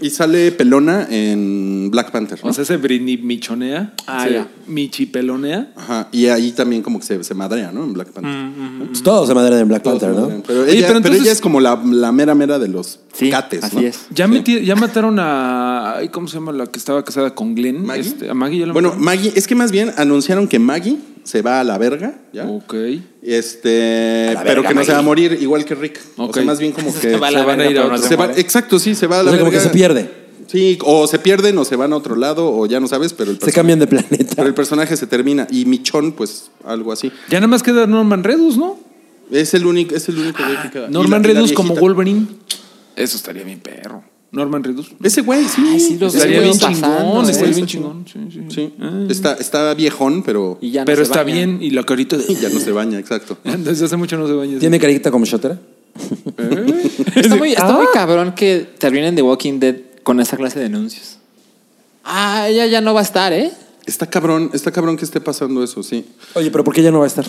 S2: y sale pelona en Black Panther. ¿no?
S4: O sea, ese Britney michonea.
S5: Ah,
S4: se
S5: ya.
S4: Michipelonea.
S2: Ajá, y ahí también como que se, se madrea, ¿no? En Black Panther.
S4: Mm.
S3: Pues Todos se madrean en Black
S2: Todos
S3: Panther,
S2: se
S3: ¿no?
S2: madrean. Pero,
S4: Oye,
S2: ella,
S4: pero
S2: pero
S4: entonces-
S2: ella es como la, la mera mera de los
S5: Sí,
S2: cates,
S5: así
S2: ¿no?
S5: es.
S4: Ya, meti- ya mataron a. ay, ¿Cómo se llama la que estaba casada con Glenn?
S2: ¿Maggie?
S4: Este, a Maggie ya la
S2: bueno,
S4: mataron.
S2: Maggie, es que más bien anunciaron que Maggie se va a la verga, ¿ya?
S4: Ok.
S2: Este,
S3: la
S2: pero
S3: verga,
S2: que no se va a
S3: Maggie.
S2: morir igual que Rick. O sea,
S4: Ok.
S2: más bien como que
S4: Se va a la verga, pero no se
S2: se va-
S4: muere.
S2: exacto, sí, se va a
S3: O
S2: la
S3: sea, como
S2: verga.
S3: que se pierde.
S2: Sí, o se pierden o se van a otro lado o ya no sabes, pero el
S3: Se
S2: personaje,
S3: cambian de planeta.
S2: pero el personaje se termina y Michón pues algo así.
S4: Ya nada más queda Norman Redus, ¿no?
S2: Es el único es el único güey que queda.
S4: Ah, Norman
S2: Y la- y la
S4: Redus como
S2: viejita.
S4: Wolverine. Eso estaría bien perro. Norman Redus.
S2: Ese güey, sí.
S5: sí, lo
S2: ese
S5: estaría
S4: Estaría
S2: güey
S4: bien
S2: está-
S5: veo pasando,
S4: chingón,
S5: ¿eh?
S4: estaría
S2: Sí,
S4: bien
S2: sí,
S4: chingón. Sí, sí.
S2: Sí.
S4: Ah.
S2: Está, está viejón, pero
S5: Y ya no
S4: Pero
S5: se
S4: está
S5: baña.
S4: bien y la carita de.
S2: ya no se baña, exacto.
S4: Desde hace mucho no se baña.
S3: ¿Tiene carita como shotera?
S5: Está muy, está muy cabrón que terminen de Walking Dead con esa clase de anuncios. Ah, ella ya no va a estar, ¿eh?
S2: Está cabrón, está cabrón que esté pasando eso, sí.
S3: Oye, pero ¿por qué ya no va a estar?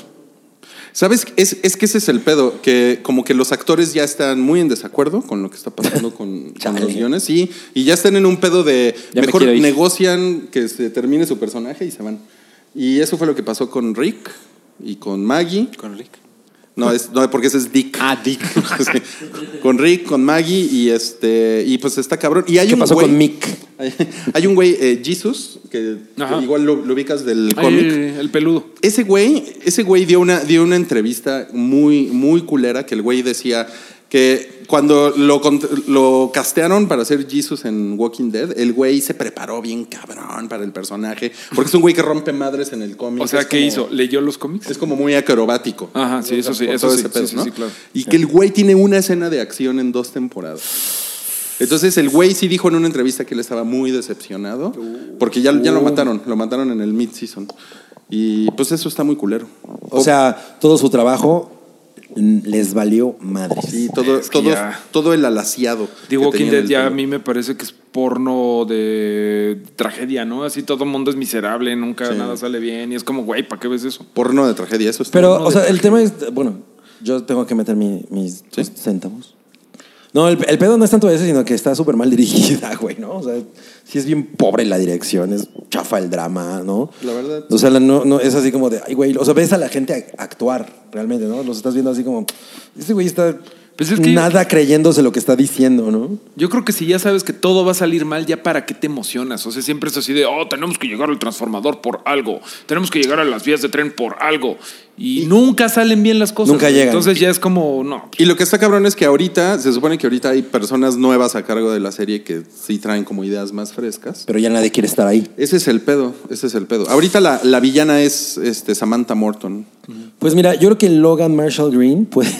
S2: ¿Sabes? Es, es que ese es el pedo, que como que los actores ya están muy en desacuerdo con lo que está pasando con, con los guiones y, y ya están en un pedo de
S5: Ya me
S2: mejor
S5: quiero ir.
S2: negocian que se termine su personaje y se van. Y eso fue lo que pasó con Rick y con Maggie.
S5: Con Rick.
S2: No, es, no porque ese es Dick.
S5: Ah, Dick.
S2: Sí. Con Rick, con Maggie y este y pues está cabrón. Y hay
S3: ¿Qué
S2: un
S3: pasó
S2: güey-
S3: con Mick?
S2: Hay, un güey, eh, Jesus, que, que
S4: Ajá.
S2: igual lo, lo ubicas del
S4: Ay,
S2: cómic.
S4: el peludo.
S2: Ese güey, ese güey dio una, dio una entrevista muy, muy culera que el güey decía que cuando lo, cont- lo castearon para hacer Jesus en Walking Dead, el güey se preparó bien cabrón para el personaje, porque es un güey que rompe madres en el cómic.
S4: O sea,
S2: es
S4: ¿qué
S2: como-
S4: hizo? ¿Leyó los cómics?
S2: Es como muy acrobático.
S4: Ajá, sí, eso sí,
S2: Por
S4: eso
S2: todo
S4: sí,
S2: ese pedo,
S4: sí, sí,
S2: ¿no?
S4: sí, claro.
S2: Y que el güey tiene una escena de acción en dos temporadas. Entonces el güey sí dijo en una entrevista que él estaba muy decepcionado porque ya,
S4: Uh.
S2: ya lo mataron, lo mataron en el mid-season. Y pues eso está muy culero.
S3: O sea, todo su trabajo mm, les valió madres.
S2: Sí, todo,
S4: Es que
S2: todo,
S4: ya.
S2: todo el alaciado.
S4: The
S2: que
S4: Walking
S2: tenía en
S4: Dead
S2: el
S4: ya a
S2: pelo.
S4: mí me parece que es porno de tragedia, ¿no? Así todo el mundo es miserable, nunca
S2: Sí.
S4: nada sale bien y es como, güey, ¿para qué ves eso?
S2: Porno de tragedia, eso está.
S3: Pero, o sea, el tema es, bueno, yo tengo que meter mi- mis dos centavos. No, el, el pedo no es tanto ese, sino que está súper mal dirigida, güey, ¿no? O sea, sí es bien pobre la dirección, es chafa el drama, ¿no?
S2: La verdad.
S3: O sea, la- no, no, es así como de, ay, güey, o sea, ves a la gente a- actuar realmente, ¿no? Los estás viendo así como, este güey está
S4: Pues es que yo-
S3: nada creyéndose lo que está diciendo, ¿no?
S4: Yo creo que si ya sabes que todo va a salir mal, ya para qué te emocionas. O sea, siempre es así de, oh, tenemos que llegar al transformador por algo, tenemos que llegar a las vías de tren por algo. Y, nunca salen bien las cosas.
S3: Nunca llegan.
S4: Entonces ya es como, no.
S2: Y lo que está cabrón es que ahorita, se supone que ahorita hay personas nuevas a cargo de la serie que sí traen como ideas más frescas.
S3: Pero ya nadie quiere estar ahí.
S2: Ese es el pedo, ese es el pedo. Ahorita la, la villana es este, Samantha Morton.
S3: Pues mira, yo creo que Logan Marshall Green, pues.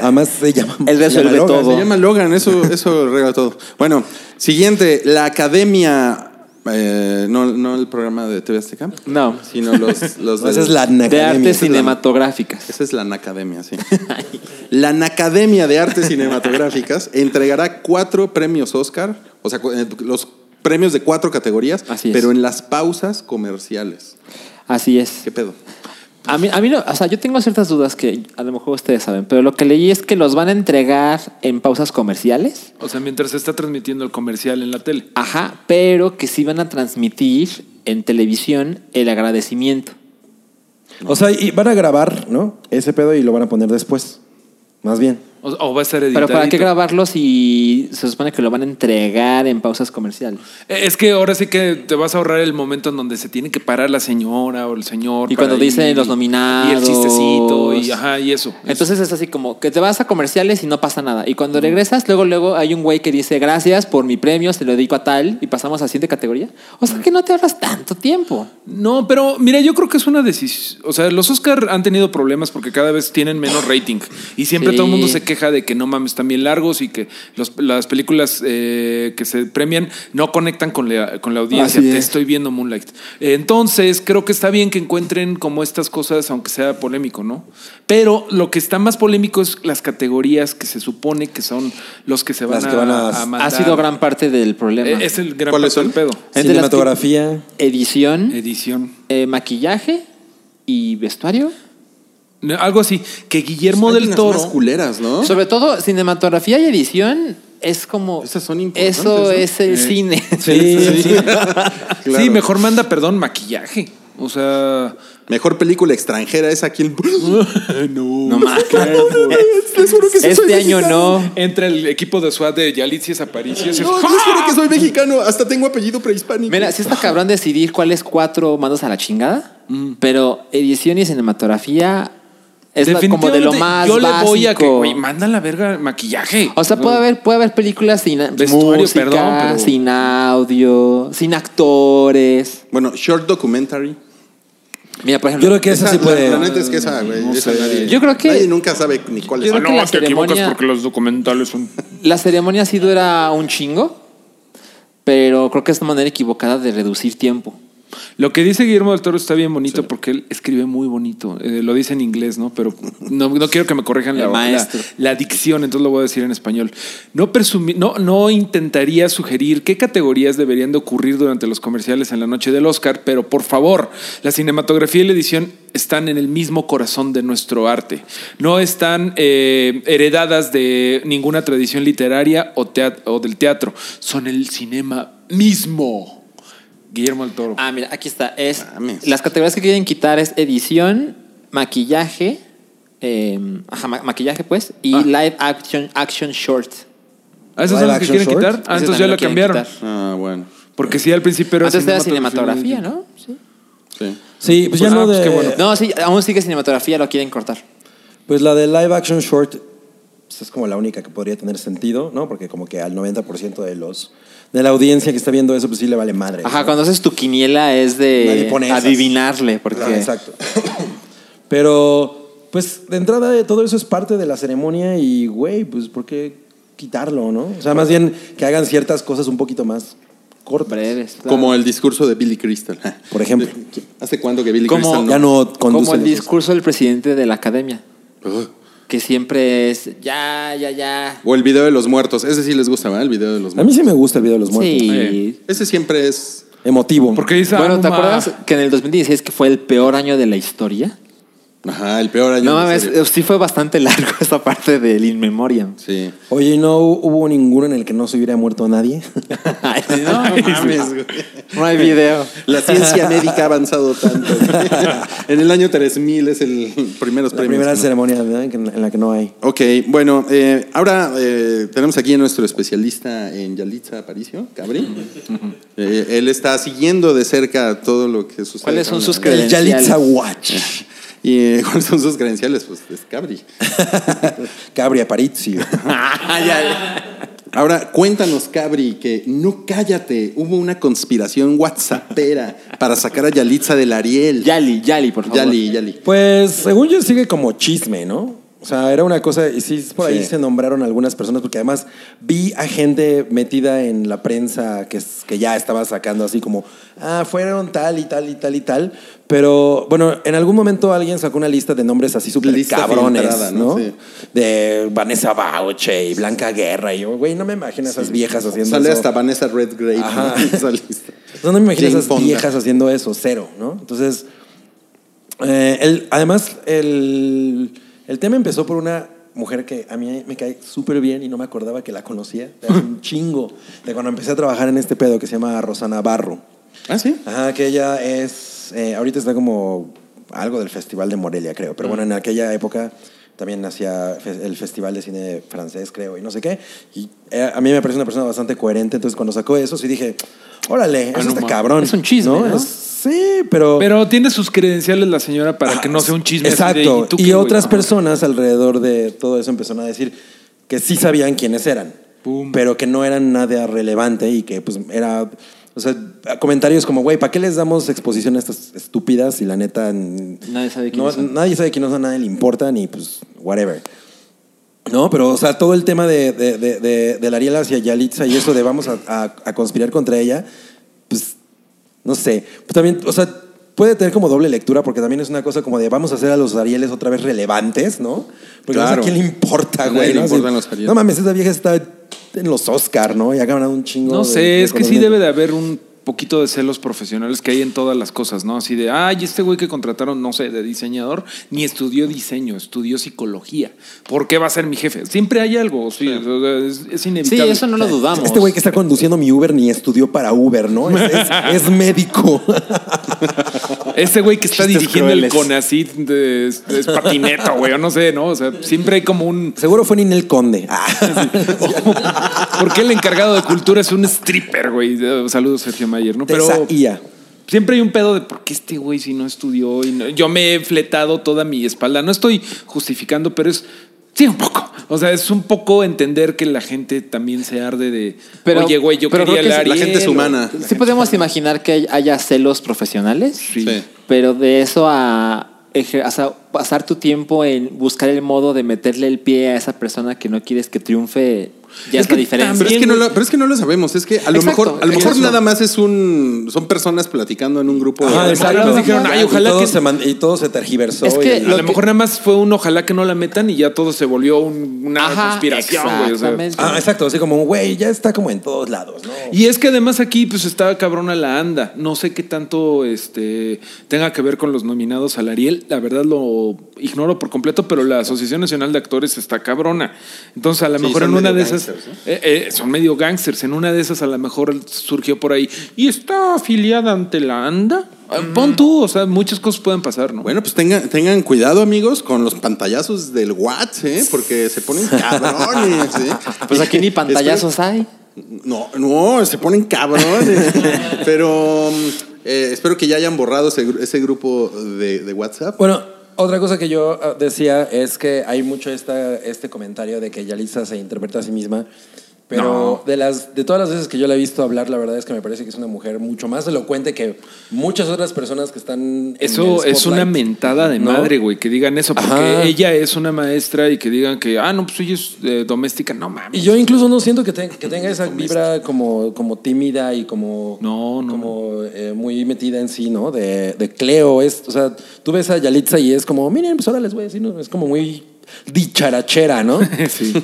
S3: además se llama.
S7: Él
S3: se llama
S7: resuelve
S3: Logan.
S7: todo.
S2: Se llama Logan, eso, eso regla todo. Bueno, siguiente, la academia. eh, no, no el programa de TV Azteca.
S5: No.
S2: Sino los. los
S3: No, esa es la
S5: De
S3: Academia.
S5: artes
S3: Esa es la-
S5: cinematográficas.
S2: Esa es la Academia, sí. La Academia de Artes Cinematográficas entregará cuatro premios Oscar, o sea, cu- eh, los premios de cuatro categorías,
S5: Así es.
S2: pero en las pausas comerciales.
S5: Así es.
S2: ¿Qué pedo?
S5: A mí, a mí no, o sea, yo tengo ciertas dudas que a lo mejor ustedes saben, pero lo que leí es que los van a entregar en pausas comerciales.
S4: O sea, mientras se está transmitiendo el comercial en la tele.
S5: Ajá, pero que sí van a transmitir en televisión el agradecimiento.
S3: O sea, y van a grabar, ¿no? Ese pedo y lo van a poner después. Más bien.
S4: O, o va a estar editado.
S5: Pero ¿para qué grabarlo si se supone que lo van a entregar en pausas comerciales?
S4: Eh, Es que ahora sí que te vas a ahorrar el momento en donde se tiene que parar la señora o el señor.
S5: Y
S4: para
S5: cuando
S4: ir,
S5: dicen los nominados.
S4: Y el chistecito, y ajá, y eso.
S5: Entonces es así como que te vas a comerciales y no pasa nada. Y cuando regresas, luego, luego hay un güey que dice gracias por mi premio, se lo dedico a tal y pasamos a siguiente categoría. O sea que no te ahorras tanto tiempo.
S4: No, pero mira, yo creo que es una decisión. O sea, los Oscar han tenido problemas porque cada vez tienen menos rating. Y siempre
S5: Sí.
S4: todo el mundo se queja de que no mames, están bien largos y que los- las películas eh, que se premian no conectan con la, con la audiencia.
S3: Así
S4: Te
S3: es.
S4: estoy viendo Moonlight. Entonces, creo que está bien que encuentren como estas cosas, aunque sea polémico, ¿no? Pero lo que está más polémico es las categorías que se supone que son los que se van,
S3: Las que van a-
S4: a,
S5: Ha
S4: mandar.
S5: sido gran parte del problema.
S4: Eh, Es el gran
S2: ¿Cuáles
S4: parte del pedo.
S5: Es de las que-
S3: Cinematografía.
S5: Edición,
S4: Edición.
S5: eh, maquillaje y vestuario.
S4: No, Algo así, que Guillermo
S2: Hay
S4: del
S2: unas
S4: Toro.
S2: más culeras, ¿no?
S5: Sobre todo cinematografía y edición es como...
S2: Esas son importantes,
S5: Eso
S2: ¿no?
S5: es el cine.
S3: Sí, sí.
S2: Claro.
S4: Sí, mejor manda, perdón, maquillaje. O sea,
S2: Mejor película extranjera es aquí en.
S5: No más. Este año no.
S4: entra el equipo de SWAT de Yalitzias Aparicio. ¡Ah!
S2: No, yo espero que soy mexicano, hasta tengo apellido prehispánico.
S5: Mira, si está cabrón decidir cuáles cuatro mandas a la chingada,
S4: Mm.
S5: pero edición y cinematografía es la- como de lo más
S4: Yo le voy a que,
S5: básico.
S4: güey, manda la verga maquillaje.
S5: o sea, puede haber, puede haber películas sin
S4: Vestuario,
S5: música,
S4: perdón, pero-
S5: sin audio, sin actores.
S2: Bueno, short documentary.
S5: Mira, por
S3: Yo
S5: ejemplo,
S3: creo que esa sí
S2: Esa-
S3: puede. Mm,
S2: La, la neta es que esa, güey. esa nadie-
S5: Yo creo que-
S2: Nadie nunca sabe ni cuál es.
S5: Yo creo que la ceremonia,
S4: los documentales son.
S5: la ceremonia sí dura un chingo, pero creo que es una manera equivocada de reducir tiempo.
S4: Lo que dice Guillermo del Toro está bien bonito porque él escribe muy bonito. Eh, lo dice en inglés, ¿no? Pero no, no quiero que me corrijan la,
S5: El
S4: la,
S5: maestro.
S4: la dicción, entonces lo voy a decir en español. No, presumi- no, no intentaría sugerir qué categorías deberían de ocurrir durante los comerciales en la noche del Oscar, pero por favor, la cinematografía y la edición están en el mismo corazón de nuestro arte. No están eh, heredadas de ninguna tradición literaria o, teat- o del teatro. Son el cinema mismo. Guillermo del Toro.
S5: Ah, mira, aquí está. Es,
S2: Mames.
S5: las categorías que quieren quitar es edición, maquillaje, em, ajá, ma- maquillaje pues, y
S4: Ah.
S5: live action, action short.
S4: ¿Ah,
S3: Live
S4: esos son los que
S3: action
S4: quieren
S3: short.
S4: quitar? Ah,
S5: Ese también
S4: entonces ya lo
S5: lo quieren
S4: cambiaron.
S5: quitar.
S2: Ah, bueno.
S4: Porque sí, al principio era
S5: Antes era cinematografía, ¿no? Sí.
S2: Sí.
S3: Sí, pues ya
S4: Pues, ah,
S3: no
S4: pues
S3: de.
S4: qué bueno.
S5: No, sí, aún sigue cinematografía, lo quieren cortar.
S3: Pues la de live action short pues es como la única que podría tener sentido, ¿no? Porque como que al 90% de los de la audiencia que está viendo eso pues sí le vale madre.
S5: Ajá,
S3: ¿no?
S5: cuando haces tu quiniela es
S3: Nadie
S5: de
S3: pone esas.
S5: adivinarle, porque
S3: Ah, exacto. Pero pues de entrada de todo eso es parte de la ceremonia y güey, pues por qué quitarlo, ¿no? O sea, más bien que hagan ciertas cosas un poquito más cortas.
S5: breves. claro.
S2: Como el discurso de Billy Crystal.
S3: Por ejemplo.
S2: ¿Hace cuándo que Billy
S5: Como-
S2: Crystal no?
S3: Ya no conduce.
S5: Como el
S3: los dos.
S5: discurso del presidente de la academia,
S2: Ugh.
S5: que siempre es ya, ya, ya.
S2: O el video de los muertos. Ese sí les gusta, ¿verdad? El video de los
S3: A mí
S2: muertos.
S3: sí me gusta el video de los muertos.
S5: Sí.
S2: Ese siempre es.
S3: Emotivo.
S4: Porque dice.
S5: Bueno, ¿te
S4: "Alma".
S5: acuerdas que en el 2016 que fue el peor año de la historia?
S2: Ajá, el peor año.
S5: No
S2: de la
S5: mames,
S2: serie.
S5: sí fue bastante largo esta parte del In Memoriam.
S2: Sí.
S3: Oye, ¿y ¿no hubo ninguno en el que no se hubiera muerto nadie?
S5: Ay, no, mames, no hay video.
S2: La ciencia médica ha avanzado tanto. en el año 3000 es el primeros
S3: La
S2: premios,
S3: primera
S2: ¿no?
S3: ceremonia ¿verdad? Que- en la que no hay.
S2: Ok, bueno, eh, ahora eh, tenemos aquí a nuestro especialista en Yalitza Aparicio, Cabri. Eh, él está siguiendo de cerca todo lo que sucede.
S5: ¿Cuáles son
S2: con
S5: sus
S2: la-
S3: El
S5: Credenciales.
S3: Yalitza Watch.
S2: ¿Y eh, cuáles son sus credenciales? Pues es Cabri.
S3: Cabri Aparicio.
S5: Ah,
S2: Ahora, cuéntanos, Cabri, que no cállate, hubo una conspiración whatsappera para sacar a Yalitza del Ariel.
S5: Yali, Yali, por favor.
S2: Yali, Yali.
S3: Pues según yo sigue como chisme, ¿no? O sea, era una cosa, y sí, por ahí
S2: Sí.
S3: se nombraron algunas personas, porque además vi a gente metida en la prensa que, es- que ya estaba sacando así como, ah, fueron tal y tal y tal y tal. Pero bueno, en algún momento alguien sacó una lista de nombres así súper
S2: Lista filtrada,
S3: cabrones,
S2: ¿no?
S3: ¿no?
S2: Sí.
S3: De Vanessa Bauche y Blanca Guerra. Y yo, güey, no me imagino a esas viejas haciendo
S2: Sale
S3: eso.
S2: hasta Vanessa Redgrave.
S3: Ajá.
S2: Sale-
S3: No, no me imagino
S2: Jane
S3: esas
S2: Fonda.
S3: viejas haciendo eso, cero, ¿no? Entonces, eh, el- además, el, el tema empezó por una mujer que a mí me cae súper bien y no me acordaba que la conocía. de hace un chingo de cuando empecé a trabajar en este pedo que se llama Rosana Barro.
S2: Ah, sí.
S3: Ajá, que ella es. eh, ahorita está como algo del Festival de Morelia, creo. Pero bueno,
S5: Mm.
S3: en aquella época también hacía fe- el Festival de Cine Francés, creo, y no sé qué. Y eh, a mí me parece una persona bastante coherente. Entonces, cuando sacó eso, sí dije, órale, eso
S4: no
S3: está
S4: mames.
S3: cabrón.
S5: Ah, Es un chisme, ¿no?
S3: Es- sí, pero.
S4: Pero tiene sus credenciales la señora para
S3: Ah,
S4: que no sea un chisme. así de,
S3: Exacto.
S4: tú
S3: y
S4: qué, güey?"
S3: otras
S4: Ajá.
S3: personas alrededor de todo eso empezaron a decir que sí sabían quiénes eran,
S4: Pum.
S3: pero que no eran nada relevante y que pues era... O sea, comentarios como, güey, ¿para qué les damos exposición a estas estúpidas si la neta... n-
S5: Nadie sabe quiénes
S3: no-
S5: son.
S3: Nadie sabe quiénes son, nadie le importa, ni pues, whatever. No, pero, o sea, todo el tema de, de, de, de- del Ariel hacia Yalitza y eso de vamos a, a- a conspirar contra ella, pues, no sé. Pues también, o sea, puede tener como doble lectura porque también es una cosa como de vamos a hacer a los Arieles otra vez relevantes, ¿no? Porque no sé
S2: Claro.
S3: a quién le importa,
S2: A nadie
S3: güey.
S2: le
S3: ¿no? Así,
S2: importan los Arieles.
S3: No mames, esa vieja está en los Oscar, ¿no? Y ha ganado un chingo.
S4: No
S3: de-
S4: sé,
S3: de
S4: es que sí
S3: reconocimiento.
S4: debe de haber un poquito de celos profesionales que hay en todas las cosas, ¿no? Así de, ay, este güey que contrataron, no sé, de diseñador, ni estudió diseño, estudió psicología. ¿Por qué va a ser mi jefe? Siempre hay algo, sí, o sea, es, es
S5: Sí,
S4: inevitable.
S5: eso no lo dudamos.
S3: Este güey que está conduciendo mi Uber ni estudió para Uber, ¿no? Es, es- es médico.
S4: Este güey que está
S5: Chistes
S4: dirigiendo
S5: crueles.
S4: el Conacyt de- es, es patineto, güey, o no sé, ¿no? O sea, siempre hay como un...
S3: Seguro fue Ninel Conde. Ah,
S4: ¿Por qué el encargado de cultura es un stripper, güey? Eh, Saludos, Sergio Mayer, ¿no?
S3: Tessa Ia.
S4: Siempre hay un pedo de por qué este güey si no estudió y no- yo me he fletado toda mi espalda. No estoy justificando, pero es sí un poco. O sea, es un poco entender que la gente también se arde de
S5: Pero-
S4: oye, güey, yo
S5: pero
S4: quería
S5: creo
S4: el
S5: que sí-
S2: La
S4: Ariel",
S2: gente es
S4: o-
S2: humana.
S5: Sí podemos imaginar que hay- haya celos profesionales,
S4: Sí.
S2: Sí.
S5: pero de eso a, ejer- o sea, pasar tu tiempo en buscar el modo de meterle el pie a esa persona que no quieres que triunfe, ya es,
S4: Es
S5: la
S4: que
S5: diferencia.
S2: Pero es,
S4: También,
S2: que no
S4: güey.
S2: lo, pero es que no lo sabemos, es que a lo
S5: Exacto,
S2: mejor, a lo mejor
S5: exacto.
S2: nada más es un son personas platicando en un grupo
S3: Ajá,
S2: de
S4: exacto.
S3: exacto.
S4: dijeron, "Ay,
S3: Pues, Y
S4: ojalá
S3: todo
S4: que-
S3: se man- y todo se tergiversó.
S5: Es
S3: y-
S5: que-
S4: A
S5: Lo
S4: lo mejor nada más fue un ojalá que no la metan y ya todo se volvió un- una
S5: Ajá,
S4: conspiración, güey. o sea.
S5: exactamente.
S3: Ah, exacto. Así como, güey, ya está como en todos lados, ¿no?
S4: Y es que además aquí pues está cabrona la anda. No sé qué tanto este tenga que ver con los nominados al Ariel. La verdad lo ignoro por completo, pero la Asociación Nacional de Actores está cabrona. Entonces a lo
S2: Sí,
S4: mejor
S2: son
S4: en una de
S2: medio
S4: esas
S2: gangsters,
S4: eh, eh, son medio gangsters. En una de esas a lo mejor surgió por ahí y está afiliada ante la anda. Ah, Pon tú, o sea, muchas cosas pueden pasar, ¿no?
S2: Bueno, pues tengan, tengan cuidado, amigos, con los pantallazos del WhatsApp, ¿eh? porque se ponen cabrones. ¿eh?
S5: Pues aquí ni pantallazos hay.
S2: No, no, se ponen cabrones. Pero mm, eh, espero que ya hayan borrado ese, gru- ese grupo de, de WhatsApp.
S3: Bueno, otra cosa que yo ah, decía es que hay mucho esta, este comentario de que Yalitza se interpreta a sí misma. Pero de, las, de todas las veces que yo la he visto hablar, la verdad es que me parece que es una mujer mucho más elocuente que muchas otras personas que están. en
S4: Eso
S3: el
S4: es una
S3: spotlight,
S4: mentada de
S3: ¿no?
S4: madre, güey, que digan eso, porque
S3: Ajá.
S4: ella es una maestra y que digan que, ah, no, pues ella es eh, doméstica, no
S3: Y
S4: mames.
S3: yo incluso no siento que, te- que tenga esa vibra como, como tímida y como,
S4: No, no,
S3: como eh, muy metida en sí, ¿no? De, de Cleo. Es, o sea, tú ves a Yalitza y es como, miren, pues ahora les voy a decir, ¿no? es como muy dicharachera, ¿no?
S4: sí.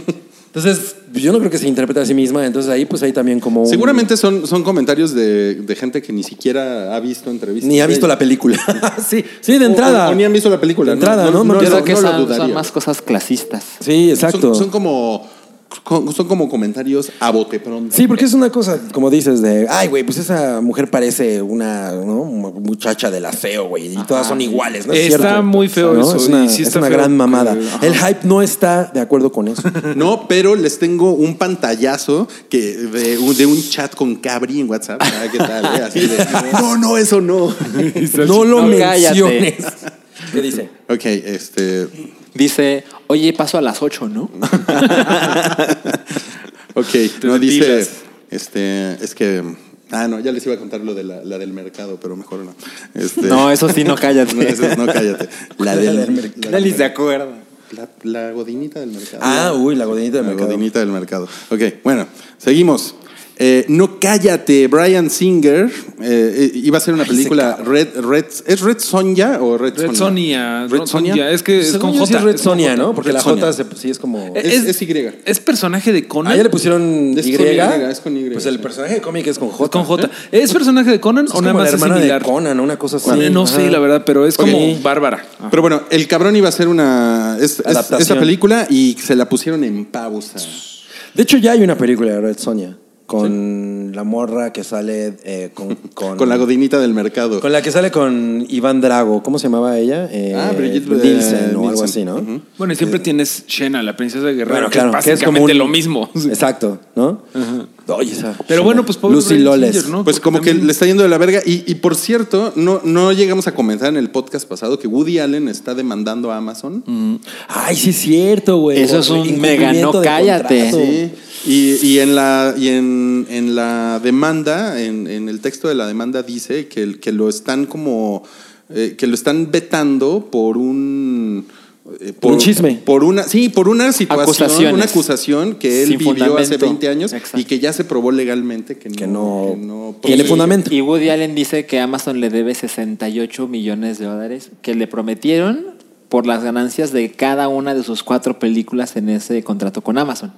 S3: Entonces, yo no creo que se interprete a sí misma. Entonces, ahí pues hay también como. un-
S2: Seguramente son, son comentarios de, de gente que ni siquiera ha visto entrevistas.
S3: Ni ha
S2: de
S3: visto la
S2: ella.
S3: película. sí, sí, de entrada.
S2: O, o ni han visto la película.
S3: De entrada, ¿no? No,
S2: no,
S3: yo
S2: lo-
S5: Creo que
S2: no lo
S5: son- son,
S2: dudaría.
S5: más cosas clasistas.
S3: Sí,
S2: Son-
S3: exacto.
S2: Son, como son como comentarios a bote pronto.
S3: Sí, porque es una cosa, como dices, de, ay, güey, pues esa mujer parece una ¿no? Mu- muchacha del aseo, güey, y todas son iguales, ¿no? Es
S4: Está
S3: cierto.
S4: muy feo
S3: ¿No?
S4: eso,
S3: Es una,
S4: y sí
S3: es
S4: está
S3: una
S4: feo
S3: gran
S4: que-
S3: mamada.
S4: ajá.
S3: El hype no está de acuerdo con eso.
S2: No, pero les tengo un pantallazo que de, un, de un chat con Cabri en WhatsApp. Ah, ¿Qué tal? eh? Así de, no, no, eso no.
S3: no lo
S5: No, cállate.
S3: menciones. ¿Qué dice?
S2: Ok, este.
S5: Dice, oye, paso a las 8, ¿no?
S2: Ok, no dice. Este, es que. Ah, no, ya les iba a contar lo de la, la del mercado, pero mejor no. Este,
S5: No, eso sí, no cállate.
S2: No, eso es no, cállate. La del, la,
S5: Nadie se acuerda.
S2: la- la godinita del mercado.
S3: Ah, uy, la godinita de
S2: La
S3: mercado.
S2: godinita del mercado. Ok, bueno, seguimos. Eh, no cállate, Brian Singer. eh, eh, iba a ser una película Red, Red. ¿Es Red Sonja o Red,
S4: Red Sonia.
S2: Red
S4: no,
S2: Sonja.
S4: Sonia, Es que es
S3: Según
S4: con
S3: yo sí
S4: J.
S3: es Red
S4: es con
S3: Sonia,
S4: J.
S3: ¿no? Porque
S2: Red
S3: la
S2: Sonia.
S3: J se- sí es como...
S4: Eh,
S2: Es- es Y.
S4: Es personaje de Conan.
S3: Ah, ya le pusieron
S2: Es
S3: Y.
S2: con Y, es con Y.
S3: Pues el personaje de cómic es con J.
S4: Es con J. Eh, ¿Es personaje de Conan
S3: Es
S4: o nada
S3: como
S4: más
S3: la
S4: es
S3: hermana
S4: similar?
S3: de Conan, una cosa así.
S4: Eh, no
S3: Ajá.
S4: sé, la verdad, pero es como
S3: Ok.
S4: Bárbara.
S2: Pero bueno, el cabrón iba a ser una. Es, es-
S3: Adaptación.
S2: esta película y se la pusieron en pausa.
S3: De hecho, ya hay una película de Red Sonia con la morra que sale eh, con, con,
S2: Con la godinita del mercado.
S3: con la que sale con Iván Drago. ¿Cómo se llamaba ella? Eh,
S2: Ah, Brigitte, eh,
S3: Nielsen o algo
S2: Nielsen.
S3: así, ¿no?
S2: Ujú.
S4: Bueno, y siempre tienes Shena, la princesa guerrera,
S3: Eh. Bueno,
S4: que es
S3: claro, que es como
S4: básicamente
S3: un-
S4: lo mismo.
S3: Exacto, ¿no? Oye, esa.
S4: Pero bueno, pues pobre
S3: Lucy
S4: Brian
S3: Loles.
S4: Singer, ¿no?
S2: Pues
S4: Porque
S2: como que
S4: también-
S2: le está yendo de la verga. Y, y por cierto, no, no llegamos a comentar en el podcast pasado que Woody Allen está demandando a Amazon.
S3: Ay, sí es cierto, güey.
S5: Eso es un
S3: Incumplimiento
S5: mega no
S3: de
S5: cállate.
S3: contrato.
S2: Sí. Y, y en la y en, en la demanda, en, en el texto de la demanda dice que, el- que lo están como eh, que lo están vetando por un eh,
S3: Por un chisme.
S2: Por una, sí, por una situación,
S5: Acusaciones.
S2: una acusación que él
S5: Sin
S2: vivió hace
S5: fundamento.
S2: 20 años
S5: Exacto.
S2: y que ya se probó legalmente que no,
S3: Que no
S2: que no
S3: tiene
S2: procede.
S3: fundamento.
S5: Y Woody Allen dice que Amazon le debe 68 millones de dólares que le prometieron por las ganancias de cada una de sus cuatro películas en ese contrato con Amazon.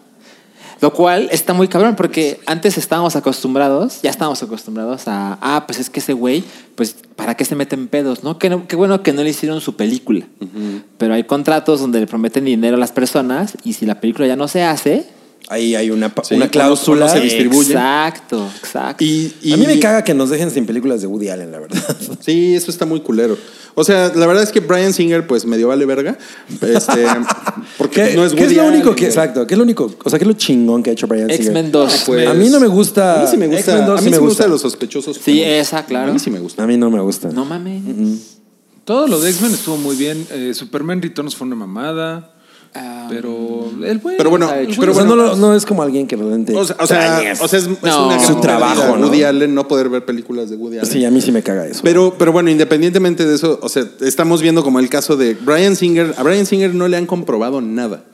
S5: Lo cual está muy cabrón porque antes estábamos acostumbrados, ya estábamos acostumbrados a, ah, pues es que ese güey, pues para qué se meten pedos, ¿no? Qué, no- qué bueno que no le hicieron su película. Pero hay contratos donde le prometen dinero a las personas y si la película ya no se hace,
S3: Ahí hay una, pa-
S2: Sí,
S3: una
S2: o no-
S3: cláusula.
S2: o no se distribuye.
S5: Exacto, exacto.
S2: Y- y-
S3: A mí me caga que nos dejen sin películas de Woody Allen, la verdad.
S2: Sí, eso está muy culero. O sea, la verdad es que Brian Singer, pues medio vale verga. Este, porque
S3: ¿Qué,
S2: no es
S3: qué es
S2: Woody
S3: lo
S2: Allen,
S3: único que,
S2: güey.
S3: exacto, qué es lo único, o sea, qué es lo chingón que ha hecho Brian Singer?
S5: X-Men 2.
S2: Pues,
S3: a mí no me gusta.
S2: A mí sí me
S3: X-Men
S2: gusta.
S3: 2
S2: a mí
S3: sí me gusta.
S2: los sospechosos.
S5: Sí, esa, claro.
S2: A mí sí me gusta.
S3: A mí no me gusta.
S5: No mames.
S4: Todo lo de X-Men estuvo muy bien. Eh, Superman Returns fue una mamada.
S5: Ah,
S4: pero el güey.
S2: Pero bueno,
S4: el güey-
S2: pero
S3: o sea,
S2: bueno,
S3: no, lo- no es como alguien que realmente.
S2: O sea, o sea,
S3: extrañas.
S2: o sea, es, es
S5: No.
S2: una gran
S3: Su trabajo,
S2: pérdida de
S3: ¿no?
S2: Woody Allen no poder ver películas de Woody Allen.
S3: Pues sí, a mí sí me caga eso.
S2: Pero, pero bueno, independientemente de eso, o sea, estamos viendo como el caso de Brian Singer. A Brian Singer no le han comprobado nada.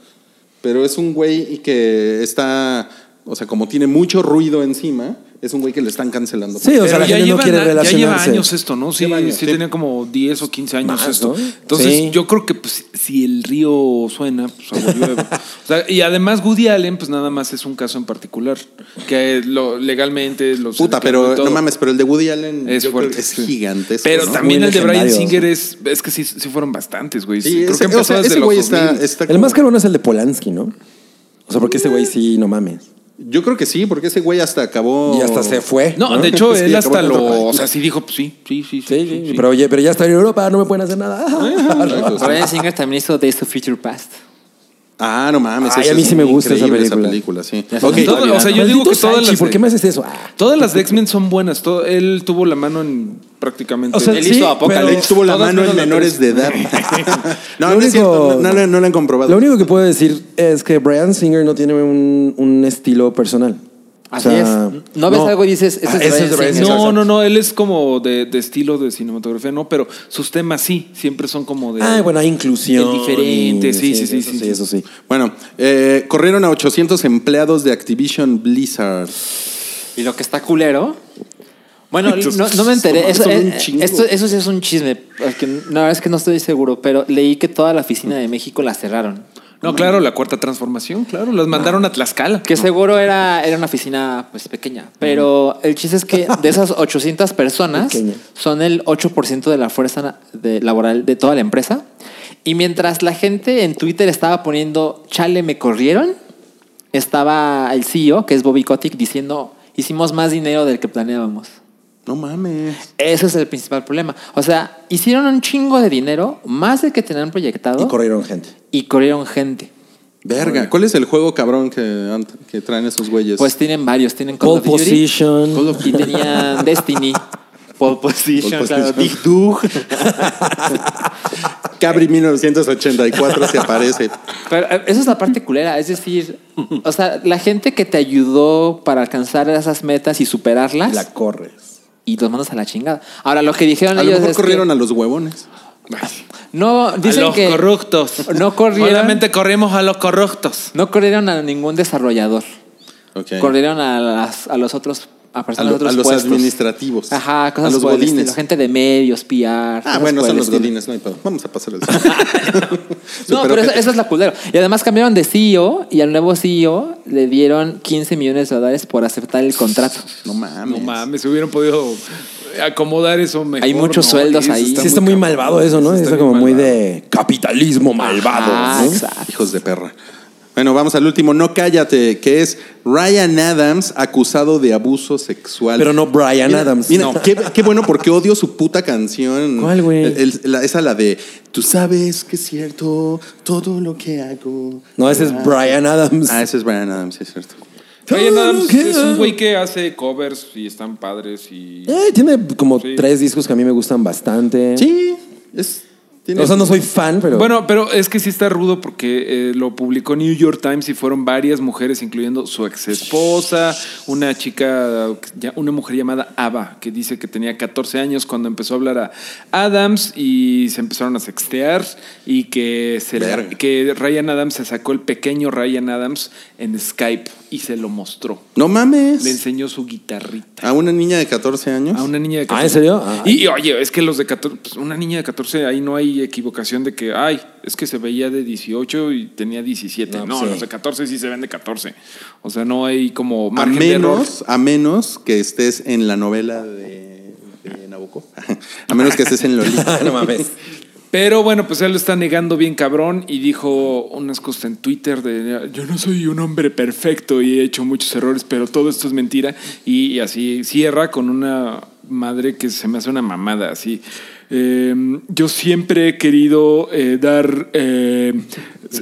S2: Pero es un güey que está, o sea, como tiene mucho ruido encima, es un güey que le están cancelando.
S3: sí, o sea,
S4: Pero
S3: la
S4: ya,
S3: gente no
S4: lleva,
S3: quiere
S4: na- ya
S3: relacionarse.
S4: lleva años esto, ¿no? Sí,
S2: Lleva años,
S4: sí
S2: sí.
S4: tenía como 10 o 15 años
S3: Más,
S4: esto.
S3: ¿no?
S4: Entonces,
S3: Sí.
S4: yo creo que pues, si el río suena, pues agua llueve. O sea, y además Woody Allen, pues nada más es un caso en particular. Que lo, legalmente los
S2: Puta, pero no mames, pero el de Woody Allen
S4: Es
S2: yo creo
S4: fuerte.
S2: que es gigantesco.
S4: Pero
S2: ¿no?
S4: también
S3: Muy
S4: el de Brian
S3: legendario.
S4: Singer es. Es que sí, sí fueron bastantes, güey.
S2: Sí,
S4: Sí, creo
S2: ese,
S4: que empezó
S2: o sea,
S4: desde
S2: ese
S4: los
S2: güey está,
S4: 2000.
S2: está
S3: El
S2: como-
S3: más cabrón es el de Polanski, ¿no? O sea, porque ese güey sí, no mames.
S2: Yo creo que sí, porque ese güey hasta acabó.
S3: Y hasta se fue.
S4: No, de hecho,
S2: Sí,
S4: él
S2: acabó
S4: hasta
S2: en otro
S4: lo.
S2: país.
S4: O sea, sí dijo, pues sí, sí, sí. Ah,
S3: Sí, sí, Pero oye, pero ya está en Europa, no me pueden hacer nada.
S2: Exacto, o sea,
S5: Brian Singer también hizo Days of Future Past.
S2: Ah, no mames.
S3: Ay,
S2: eso
S3: a mí
S2: es
S3: sí me gusta esa
S2: increíble
S3: película.
S2: sí.
S5: Ya se
S2: Ok,
S5: me
S4: Todo- o sea, yo
S3: Maldito
S4: digo que todas
S3: Sanchi,
S4: las.
S3: ¿Por qué me haces eso? Ah.
S4: Todas las de X-Men son buenas. Todo- él tuvo la mano en prácticamente.
S3: O sea,
S4: él
S3: sí,
S4: hizo
S2: Él
S4: Apocalipsis.
S2: tuvo la
S4: Todas
S2: mano en
S4: menos la
S2: menores
S4: tres.
S2: de edad. no,
S3: Lo
S2: no es cierto,
S3: único-
S2: no, no, no le han comprobado.
S3: Lo único que puedo decir es que Brian Singer no tiene un, un estilo personal. O
S5: Así
S3: sea,
S5: es. No ves algo y dices, "Ese es
S3: ese
S5: Bryan Singer".
S4: No, no, no, él es como de, de estilo de cinematografía, no, pero sus temas sí, siempre son como de.
S3: Ah, bueno, hay inclusión.
S4: El diferente, sí, sí, sí,
S3: eso
S4: sí,
S3: sí, eso sí.
S2: Bueno, eh, corrieron a 800 empleados de Activision Blizzard.
S5: Y lo que está culero. Bueno, no, no me enteré. Eso,
S2: son un
S5: eh,
S2: chingo.
S5: esto- eso sí es un chisme. porque La verdad es que no estoy seguro, pero leí que toda la oficina de México la cerraron.
S4: No, claro, la cuarta transformación, claro, las mandaron a Tlaxcala.
S5: Que seguro era, era una oficina pues pequeña. Pero el chiste es que de esas 800 personas
S3: Pequeña.
S5: son el 8% de la fuerza na- de- laboral de toda la empresa. Y mientras la gente en Twitter estaba poniendo, chale, me corrieron, estaba el CEO, que es Bobby Kotick, diciendo, hicimos más dinero del que planeábamos.
S2: No mames.
S5: Ese es el principal problema. O sea, hicieron un chingo de dinero, más del que tenían proyectado,
S3: Y corrieron gente.
S5: y corrieron gente.
S2: Verga. ¿Cuál es el juego cabrón que, han- que traen esos güeyes?
S5: Pues tienen varios, tienen Call
S3: Pole
S5: of Duty.
S3: position.
S2: Call of
S5: y tenían Destiny. Pole Position,
S2: Pole
S5: claro.
S2: Position.
S5: Dig Dug.
S2: Cabri 1984 se aparece.
S5: Pero eh, esa es la parte culera. Es decir, o sea, la gente que te ayudó para alcanzar esas metas y superarlas
S3: La corres.
S5: y los mandas a la chingada. Ahora, lo que dijeron
S2: A lo
S5: ellos
S2: mejor
S5: es que
S2: corrieron a los huevones.
S5: no, dicen
S4: a los
S5: que
S4: corruptos.
S5: no corrieron-
S4: Solamente corrimos a los corruptos.
S5: no corrieron a ningún desarrollador.
S2: Ok.
S5: Corrieron a, las- a los otros a,
S2: A,
S5: personas
S2: lo-
S5: de otros
S2: a los
S5: puestos.
S2: administrativos.
S5: Ajá, cosas
S2: a los
S5: por el
S2: godines.
S5: estilo. Gente de medios, PR.
S2: Ah,
S5: cosas
S2: bueno,
S5: por
S2: son
S5: el
S2: los
S5: estilo.
S2: godines, no hay pedo. Vamos a pasar el
S5: No, pero eso, eso es la culera. Y además cambiaron de CEO y al nuevo CEO le dieron 15 millones de dólares por aceptar el contrato.
S2: No
S4: No
S2: mames.
S4: mames, hubieran podido acomodar eso mejor.
S5: Hay muchos
S4: ¿no?
S5: sueldos
S4: eso
S5: ahí.
S3: sí, está muy
S4: cabrón.
S3: malvado eso, ¿no? Está,
S4: Eso está
S3: como
S4: bien
S3: muy
S4: malvado.
S3: de capitalismo malvado.
S5: Ah,
S3: ¿no?
S5: exacto.
S2: Hijos de perra. Bueno, vamos al último. No cállate, que es Ryan Adams acusado de abuso sexual.
S3: Pero no Brian
S2: Mira,
S3: Adams.
S2: Mira,
S3: No.
S2: qué, qué bueno porque odio su puta canción.
S3: ¿Cuál, güey?
S2: El- el- la- Esa la de Tú sabes que es cierto todo lo que hago.
S3: No, ese es
S2: Ah,
S3: Brian Adams.
S2: Ah, ese es Brian Adams, sí, es cierto.
S4: Ryan Adams
S3: ¿Qué?
S4: es un güey que hace covers y están padres y.
S3: Eh, tiene como
S4: Sí.
S3: tres discos que a mí me gustan bastante.
S2: Sí, es. tiene-
S3: O sea, no soy fan, pero.
S4: Bueno, pero es que sí está rudo porque eh, lo publicó New York Times y fueron varias mujeres, incluyendo su ex esposa, una chica, ya- una mujer llamada Ava, que dice que tenía 14 años cuando empezó a hablar a Adams y se empezaron a sextear y que, se la-
S2: Verga.
S4: que Ryan Adams se sacó el pequeño Ryan Adams en Skype y se lo mostró.
S2: No
S4: Le
S2: mames.
S4: enseñó su guitarrita.
S2: A una niña de 14 años.
S4: A una niña de
S3: Ah,
S4: 14.
S3: ¿en serio? Ah.
S4: Y, y, oye, es que los de 14, pues, una niña de 14, ahí no hay equivocación de que, ay, es que se veía de 18 y tenía 17.
S3: No,
S4: No,
S3: sí.
S4: los de 14 sí se ven de 14. O sea, no hay como
S2: a
S4: margen de error.
S2: menos, a menos que estés en la novela de, de Nabucco. a menos que estés en Lolita.
S3: Ah, no mames.
S4: Pero bueno, pues él lo está negando bien cabrón y dijo unas cosas en Twitter de yo no soy un hombre perfecto y he hecho muchos errores, pero todo esto es mentira. Y, y así cierra con una madre que se me hace una mamada así. Eh, yo siempre he querido eh, dar eh,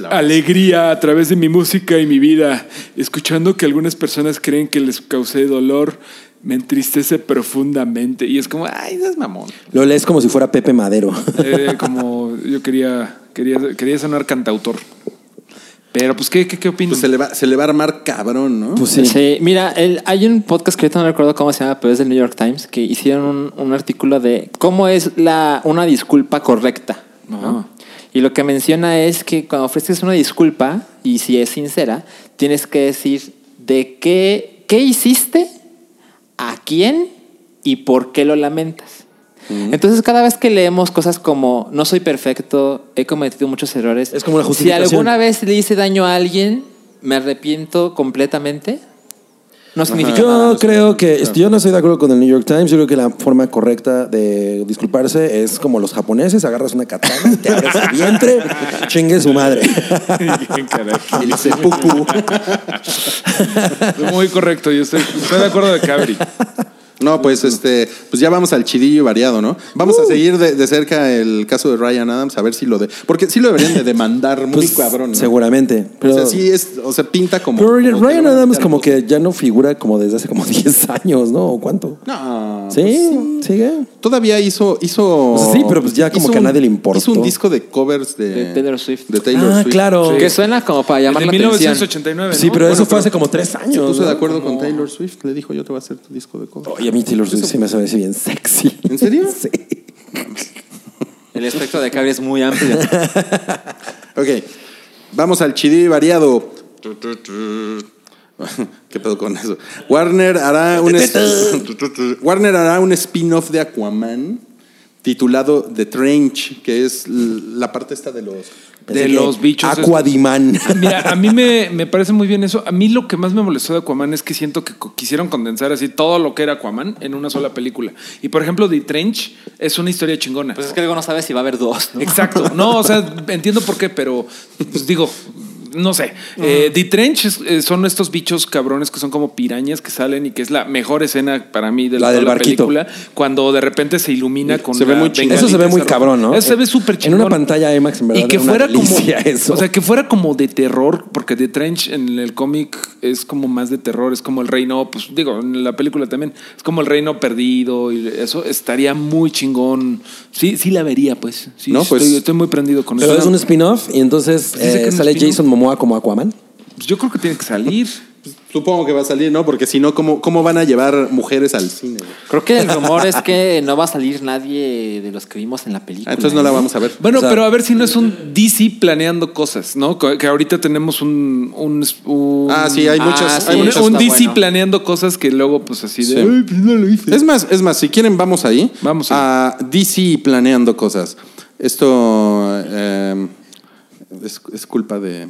S4: alegría a través de mi música y mi vida, escuchando que algunas personas creen que les causé dolor. Me entristece profundamente y es como, ay, no es mamón.
S3: Lo lees como si fuera Pepe Madero.
S4: Eh, como yo quería, quería, quería sonar cantautor. Pero pues, ¿qué, qué, qué opinas?
S2: Pues se le, va, se le va a armar cabrón, ¿no?
S3: Pues
S5: Sí.
S3: sí.
S5: mira, el- hay un podcast que ahorita no recuerdo cómo se llama, pero es del New York Times, que hicieron un, un artículo de cómo es la, una disculpa correcta. ¿no?
S4: Ajá.
S5: Y lo que menciona es que cuando ofreces una disculpa, y si es sincera, tienes que decir de qué, qué hiciste, a quién y por qué lo lamentas. Entonces cada vez que leemos cosas como no soy perfecto, he cometido muchos errores,
S3: Es como una
S5: si
S3: justificación.
S5: alguna vez le hice daño a alguien, me arrepiento completamente. No significa nada.
S3: Yo creo que yo no estoy de acuerdo con el New York Times. Yo creo que la forma correcta de disculparse es como los japoneses: agarras una katana, te abres el vientre, chingue su madre.
S4: Carajo.
S2: El seppuku.
S4: Muy correcto, yo estoy, estoy de acuerdo de Cabri.
S2: No, pues este, pues ya vamos al chidillo y variado, ¿no?
S3: Uh.
S2: Vamos a seguir de, de cerca el caso de Ryan Adams, a ver si lo de. Porque sí lo deberían de demandar muy
S3: Pues,
S2: cabrón. ¿no?
S3: Seguramente. Pero,
S2: o sea, sí es, o sea, pinta como.
S3: pero
S2: como que
S3: Ryan
S2: lo van a
S3: Adams,
S2: meter
S3: como
S2: a-
S3: que ya no figura como desde hace como 10 años, ¿no? ¿O cuánto?
S2: Ah, No.
S3: Sí, sigue.
S2: Todavía hizo, hizo.
S3: O sea, sí, pero pues ya como
S2: hizo
S3: que a
S2: un-
S3: nadie le importó.
S2: Hizo un disco de covers de,
S5: De Taylor Swift.
S2: De Taylor
S3: ah,
S2: Swift.
S3: claro.
S5: Que suena como para llamar
S4: Desde
S5: la atención.
S4: 1989.
S3: Sí,
S4: ¿no?
S3: pero eso
S4: Bueno,
S3: fue hace como tres años.
S2: Se puso
S3: ¿no?
S2: de acuerdo con Taylor Swift, le dijo yo te voy a hacer tu disco de cover.
S3: Oye, a mí Taylor Swift sí me hace bien sexy.
S2: ¿En serio?
S3: Sí.
S5: El espectro de Cabri es muy amplio.
S2: Oh, Ok, vamos al chidillo y variado. ¿Qué pedo con eso? Warner hará un es- Warner hará un spin-off de Aquaman titulado The Trench, que es l- la parte esta de los...
S3: Pensé
S4: de
S3: que
S4: los bichos estos.
S3: Aquadimán.
S4: Mira, a mí me, me parece muy bien eso. A mí lo que más me molestó de Aquaman es que siento que co- quisieron condensar así todo lo que era Aquaman en una sola película. Y por ejemplo, The Trench es una historia chingona.
S5: Pues es que luego no sabes si va a haber dos. ¿no?
S4: Exacto. No, o sea, entiendo por qué, pero pues, digo, no sé. Eh, The Trench es- eh, son estos bichos cabrones que son como pirañas que salen y que es la mejor escena para mí de
S3: La
S4: toda
S3: del
S4: la
S3: barquito.
S4: película. Cuando de repente se ilumina con
S2: Se ve
S4: la
S2: muy chingón.
S4: bengalita
S3: Eso se ve muy
S4: esa roja.
S3: cabrón, ¿no?
S4: Eso se ve súper
S3: En
S4: chingón.
S3: una pantalla IMAX, en verdad,
S4: Y que
S3: era una
S4: fuera como.
S3: delicia eso.
S4: O sea, que fuera como de terror, porque The Trench en el cómic es como más de terror, es como el reino, pues digo, en la película también, es como el reino perdido y eso estaría muy chingón. Sí, sí la vería, pues. Sí,
S2: No, pues-
S4: estoy, estoy muy prendido con
S3: Pero es
S4: eso.
S3: un spin-off y entonces
S4: Pues dice
S3: eh,
S4: que es un
S3: sale
S4: spin-off.
S3: Jason Momoa como Aquaman.
S4: Pues yo creo que tiene que salir.
S2: Supongo que va a salir, ¿no? Porque si no, ¿cómo, cómo van a llevar mujeres al cine? güey?
S5: Creo que el rumor es que no va a salir nadie de los que vimos en la película.
S2: Ah, entonces no la vamos a ver.
S4: Bueno,
S3: O sea-
S4: pero a ver si no es un DC planeando cosas, ¿no? Que que ahorita tenemos un. un, un-
S2: Ah, sí, hay
S5: Ah,
S2: muchas.
S5: sí,
S2: hay
S4: un,
S2: muchas
S4: un
S5: está
S4: DC
S5: bueno.
S4: planeando cosas que luego, pues así de.
S2: Sí.
S4: "Ay, pues, no lo hice".
S2: Es más, es más, si quieren, vamos ahí.
S4: Vamos ahí.
S2: a DC planeando cosas. Esto eh, es, es culpa de,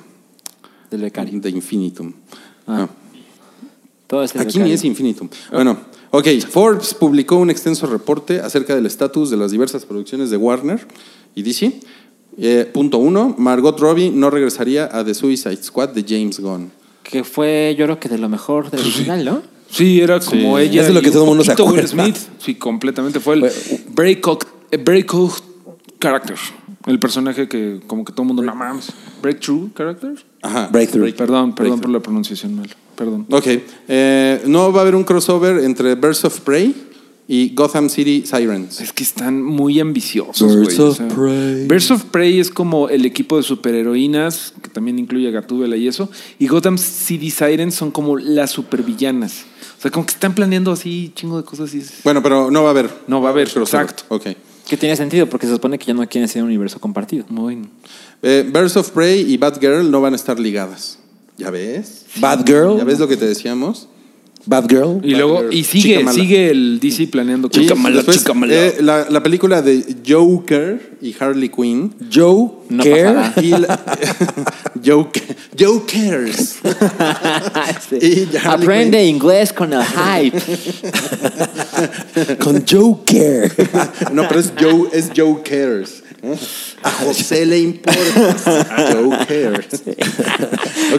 S5: Del becario.
S2: de Infinitum. No.
S5: Todo es el
S2: Aquí
S5: becario.
S2: ni es Infinitum. Bueno, ok. Forbes publicó un extenso reporte acerca del estatus de las diversas producciones de Warner y DC. Eh, punto uno, Margot Robbie no regresaría a The Suicide Squad de James Gunn.
S5: Que fue, yo creo que de lo mejor del original, ¿no?
S4: Sí, era como ella.
S3: Es de lo
S4: y
S3: que
S4: un
S3: todo el mundo se
S4: poquito Will
S3: acuerda.
S4: Smith. Sí, completamente. Fue el breakout, eh, breakout character. El personaje que como que todo el mundo no mames. Breakthrough character. Ah,
S2: Ajá.
S3: Breakthrough.
S4: Perdón, perdón por la pronunciación mal. Perdón.
S2: Ok. eh, no va a haber un crossover entre Birds of Prey y Gotham City Sirens.
S4: Es que están muy ambiciosos.
S3: Birds
S4: güey,
S3: of Prey.
S4: Birds of Prey es como el equipo de superheroínas, que también incluye a Gatúbela y eso. Y Gotham City Sirens son como las supervillanas. O sea, como que están planeando así chingo de cosas y es-
S2: Bueno, pero no va a haber.
S4: No va a haber,
S2: crossover.
S4: exacto.
S2: Ok.
S5: Que tiene sentido porque se supone que ya no quieren ser un universo compartido.
S4: Muy.
S2: Eh, Birds of Prey y Batgirl no van a estar ligadas. ¿Ya ves?
S3: Bad
S4: Oh.
S2: ¿Ya ves
S3: Girl.
S2: lo que te decíamos?
S3: Bad Girl.
S4: Y luego, y
S2: Chica
S4: sigue,
S2: mala.
S4: sigue el DC planeando
S2: Y
S4: cosas.
S2: después, eh, la, la película de Joker y Harley Quinn.
S3: Joe
S5: No
S3: Care.
S4: Ah.
S5: pasará.
S2: Y la- Joker, Jokers.
S5: Sí.
S2: Y ya, Harley
S5: Aprende inglés con el hype.
S3: Con Joe Care.
S2: No, pero es Joe, es Jokers. A José le importa. Jokers.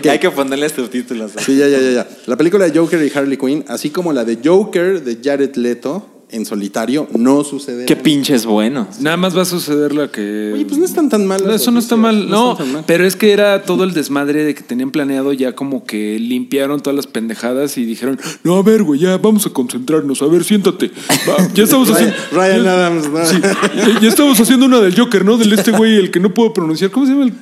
S5: Hay que ponerle subtítulos.
S2: Sí, ya, ya, ya, ya. La película de Joker y Harley Quinn, así como la de Joker de Jared Leto en solitario, no sucede.
S5: Qué pinches buenos.
S4: Nada más va a suceder la que.
S2: Oye, pues no están tan mal.
S4: No,
S2: las
S4: eso no está
S2: noticias,
S4: mal, no,
S2: están tan mal.
S4: pero es que era todo el desmadre de que tenían planeado ya como que limpiaron todas las pendejadas y dijeron, no, a ver, güey, ya vamos a concentrarnos, a ver, siéntate, Va, ya estamos
S2: Ryan,
S4: haciendo...
S2: Ryan
S4: ya-
S2: Adams, ¿no?
S4: sí, eh, ya, ya estamos haciendo una del Joker, ¿no? Del este güey, el que no puedo pronunciar, ¿cómo se llama? El,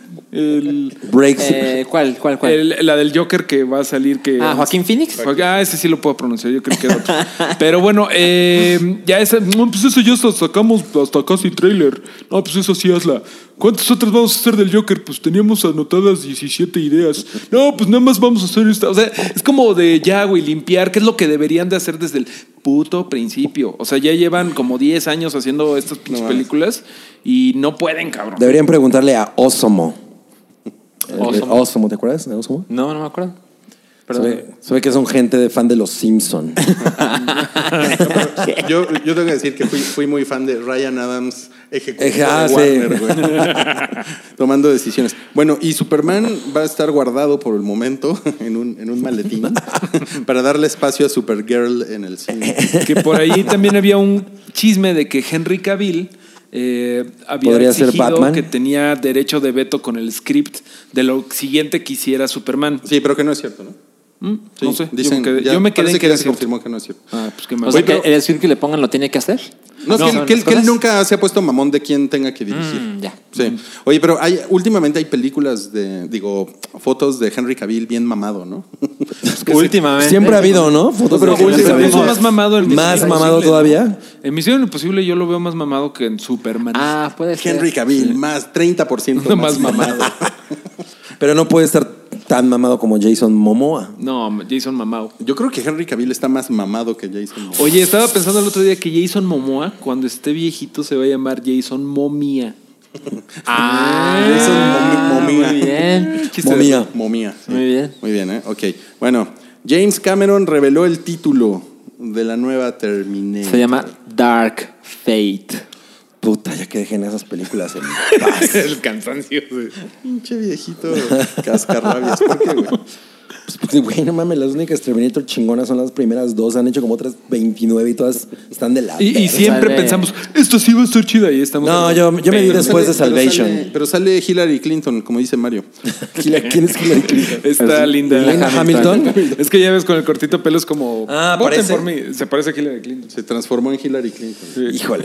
S4: el-
S3: Breakthrough.
S5: Eh, ¿Cuál, cuál, cuál?
S4: el- la del Joker que va a salir que...
S5: ah, Joaquín Phoenix.
S4: Joaquín- Ah, ese sí lo puedo pronunciar, yo creo que era otro. Pero bueno, eh, ya ese, no, pues eso ya hasta sacamos hasta casi trailer. No, pues eso sí hazla. ¿Cuántas otras vamos a hacer del Joker? Pues teníamos anotadas 17 ideas. No, pues nada más vamos a hacer esta. O sea, es como de ya, güey, limpiar, que es lo que deberían de hacer desde el puto principio. O sea, ya llevan como 10 años haciendo estas pinches películas y no pueden, cabrón.
S3: Deberían preguntarle a Osomo.
S5: Osomo.
S3: Osomo. Osomo, ¿te acuerdas de Osomo?
S5: No, no me acuerdo.
S3: Se ve, se ve que son gente de fan de los Simpson.
S2: Yo, yo tengo que decir que fui, fui muy fan de Ryan Adams ejecutivo
S3: Eje- ah,
S2: de
S3: sí.
S2: Warner, güey. tomando decisiones. Bueno, y Superman va a estar guardado por el momento en un, en un maletín para darle espacio a Supergirl en el cine.
S4: Que por ahí también había un chisme de que Henry Cavill eh, había
S3: ¿Podría ser
S4: exigido
S3: Batman?
S4: que tenía derecho de veto con el script de lo siguiente que hiciera Superman.
S2: Sí, pero que no es cierto, ¿no?
S4: Mm,
S2: Sí,
S4: no sé,
S2: dicen-
S4: yo me quedé,
S2: ya
S4: yo me quedé
S2: parece que
S4: en que
S2: ya
S4: era
S2: se
S4: cierto.
S2: confirmó que no es cierto.
S4: Ah, pues qué
S5: O
S4: mal.
S5: sea
S2: Oye, pero-
S5: que el script que le pongan lo tiene que hacer.
S2: No,
S4: Ah, No, Mm,
S2: es que,
S4: son
S2: él- que él-
S4: las
S2: que él
S4: cosas.
S2: nunca se ha puesto mamón de quién tenga que dirigir.
S5: Mm, ya.
S2: Sí. Oye, pero hay, últimamente hay películas de, digo, fotos de Henry Cavill bien mamado, ¿no? pues,
S5: Últimamente.
S3: Siempre ha habido, ¿no? Fotos
S2: Pero
S3: de los
S2: últimamente
S3: Simpson.
S4: Incluso más mamado en
S3: Más
S4: Misión
S3: mamado
S4: Imposible,
S3: todavía.
S4: ¿no? En Misión Imposible yo lo veo más mamado que en Superman.
S5: Ah, puede ser.
S2: Henry Cavill, más 30%
S4: más
S2: más
S4: mamado.
S2: mamado.
S3: Pero no puede estar tan mamado como Jason Momoa.
S4: No, Jason Mamao.
S2: Yo creo que Henry Cavill está más mamado que Jason. Momoa.
S4: Oye, estaba pensando el otro día que Jason Momoa, cuando esté viejito, se va a llamar Jason Momia. Ah,
S2: Ah, Jason Momi- Momia.
S5: Ah, Muy bien.
S4: Chiste de-
S3: Momia.
S2: Momia. sí.
S5: Muy bien.
S2: Muy bien, ¿eh? Ok. Bueno, James Cameron reveló el título de la nueva Terminator.
S5: Se llama Dark Fate.
S3: Puta, ya que dejen esas películas en paz.
S4: El cansancio. güey.
S2: Pinche viejito cascarrabias. ¿Por qué, güey?
S3: Pues, porque, güey, no mames, las únicas Terminator chingonas son las primeras dos. Han hecho como otras 29 y todas están de la.
S4: Y, y
S3: verga.
S4: siempre
S5: Sale.
S4: pensamos, esto sí va a estar chido. Y estamos.
S3: No, yo, yo me di
S4: Pero
S3: después de
S2: Sale- pero
S3: Salvation.
S2: sale- Pero sale, Hillary Clinton, como dice Mario.
S3: Hila- ¿Quién es Hillary Clinton?
S4: Está
S5: Es-
S4: linda.
S3: Linda Hamilton.
S4: Es que ya ves con el cortito pelo es como.
S3: Ah,
S4: voten
S3: parece-
S4: por mí. Se parece a Hillary Clinton.
S2: Se transformó en Hillary Clinton.
S3: Híjole.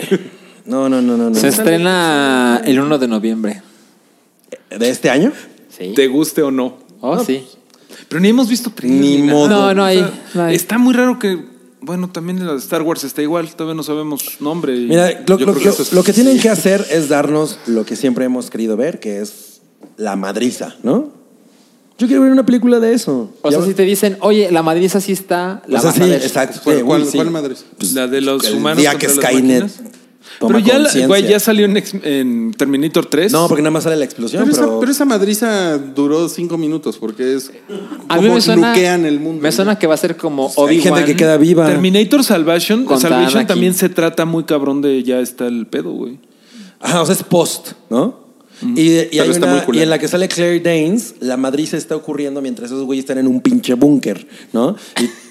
S3: No, no, no, no. no.
S5: Se estrena el 1 de noviembre.
S3: ¿De este año?
S5: Sí.
S4: Te guste o no.
S5: Oh, sí.
S4: Pero ni hemos visto trailer
S3: Ni
S4: nada.
S3: modo.
S5: No, no hay- no hay.
S4: Está muy raro que. Bueno, también la de Star Wars está igual. Todavía no sabemos nombre. y-
S3: Mira, lo,
S2: Yo
S3: lo-
S2: creo que
S3: lo-
S2: eso es-
S3: lo que tienen que hacer es darnos lo que siempre hemos querido ver, que es la madriza, ¿no? Yo quiero ver una película de eso.
S5: O
S3: Oh, Ya-
S5: sea, si te dicen, oye, la madriza sí está, la
S3: o sea,
S5: vas a
S3: sí,
S5: ver.
S3: exacto.
S2: ¿Cuál,
S3: Sí,
S2: cuál-
S3: uy, sí.
S2: cuál madre?
S4: la de los
S3: El
S4: humanos.
S3: día que
S4: contra las
S3: Skynet
S4: máquinas.
S3: toma
S4: Pero ya, la-
S3: conciencia.
S4: güey, ya salió en, Ex- en Terminator 3.
S3: No, porque nada más sale la explosión,
S2: Pero,
S3: pero...
S2: esa, pero esa madriza duró cinco minutos porque es
S5: A mí
S2: como
S5: me suena,
S2: nuquean el mundo.
S5: me suena que va a ser como
S3: hay
S5: Obi-Wan.
S3: gente que queda viva.
S4: Terminator Salvation.
S5: Contra
S4: Salvation
S5: Anakin.
S4: también se trata muy cabrón de ya está el pedo, güey.
S3: Ajá, o sea, es post, ¿no? Y, y hay
S2: está
S3: una-
S2: muy culero.
S3: y en la que sale Claire Danes, la madriza está ocurriendo mientras esos güeyes están en un pinche búnker, ¿no?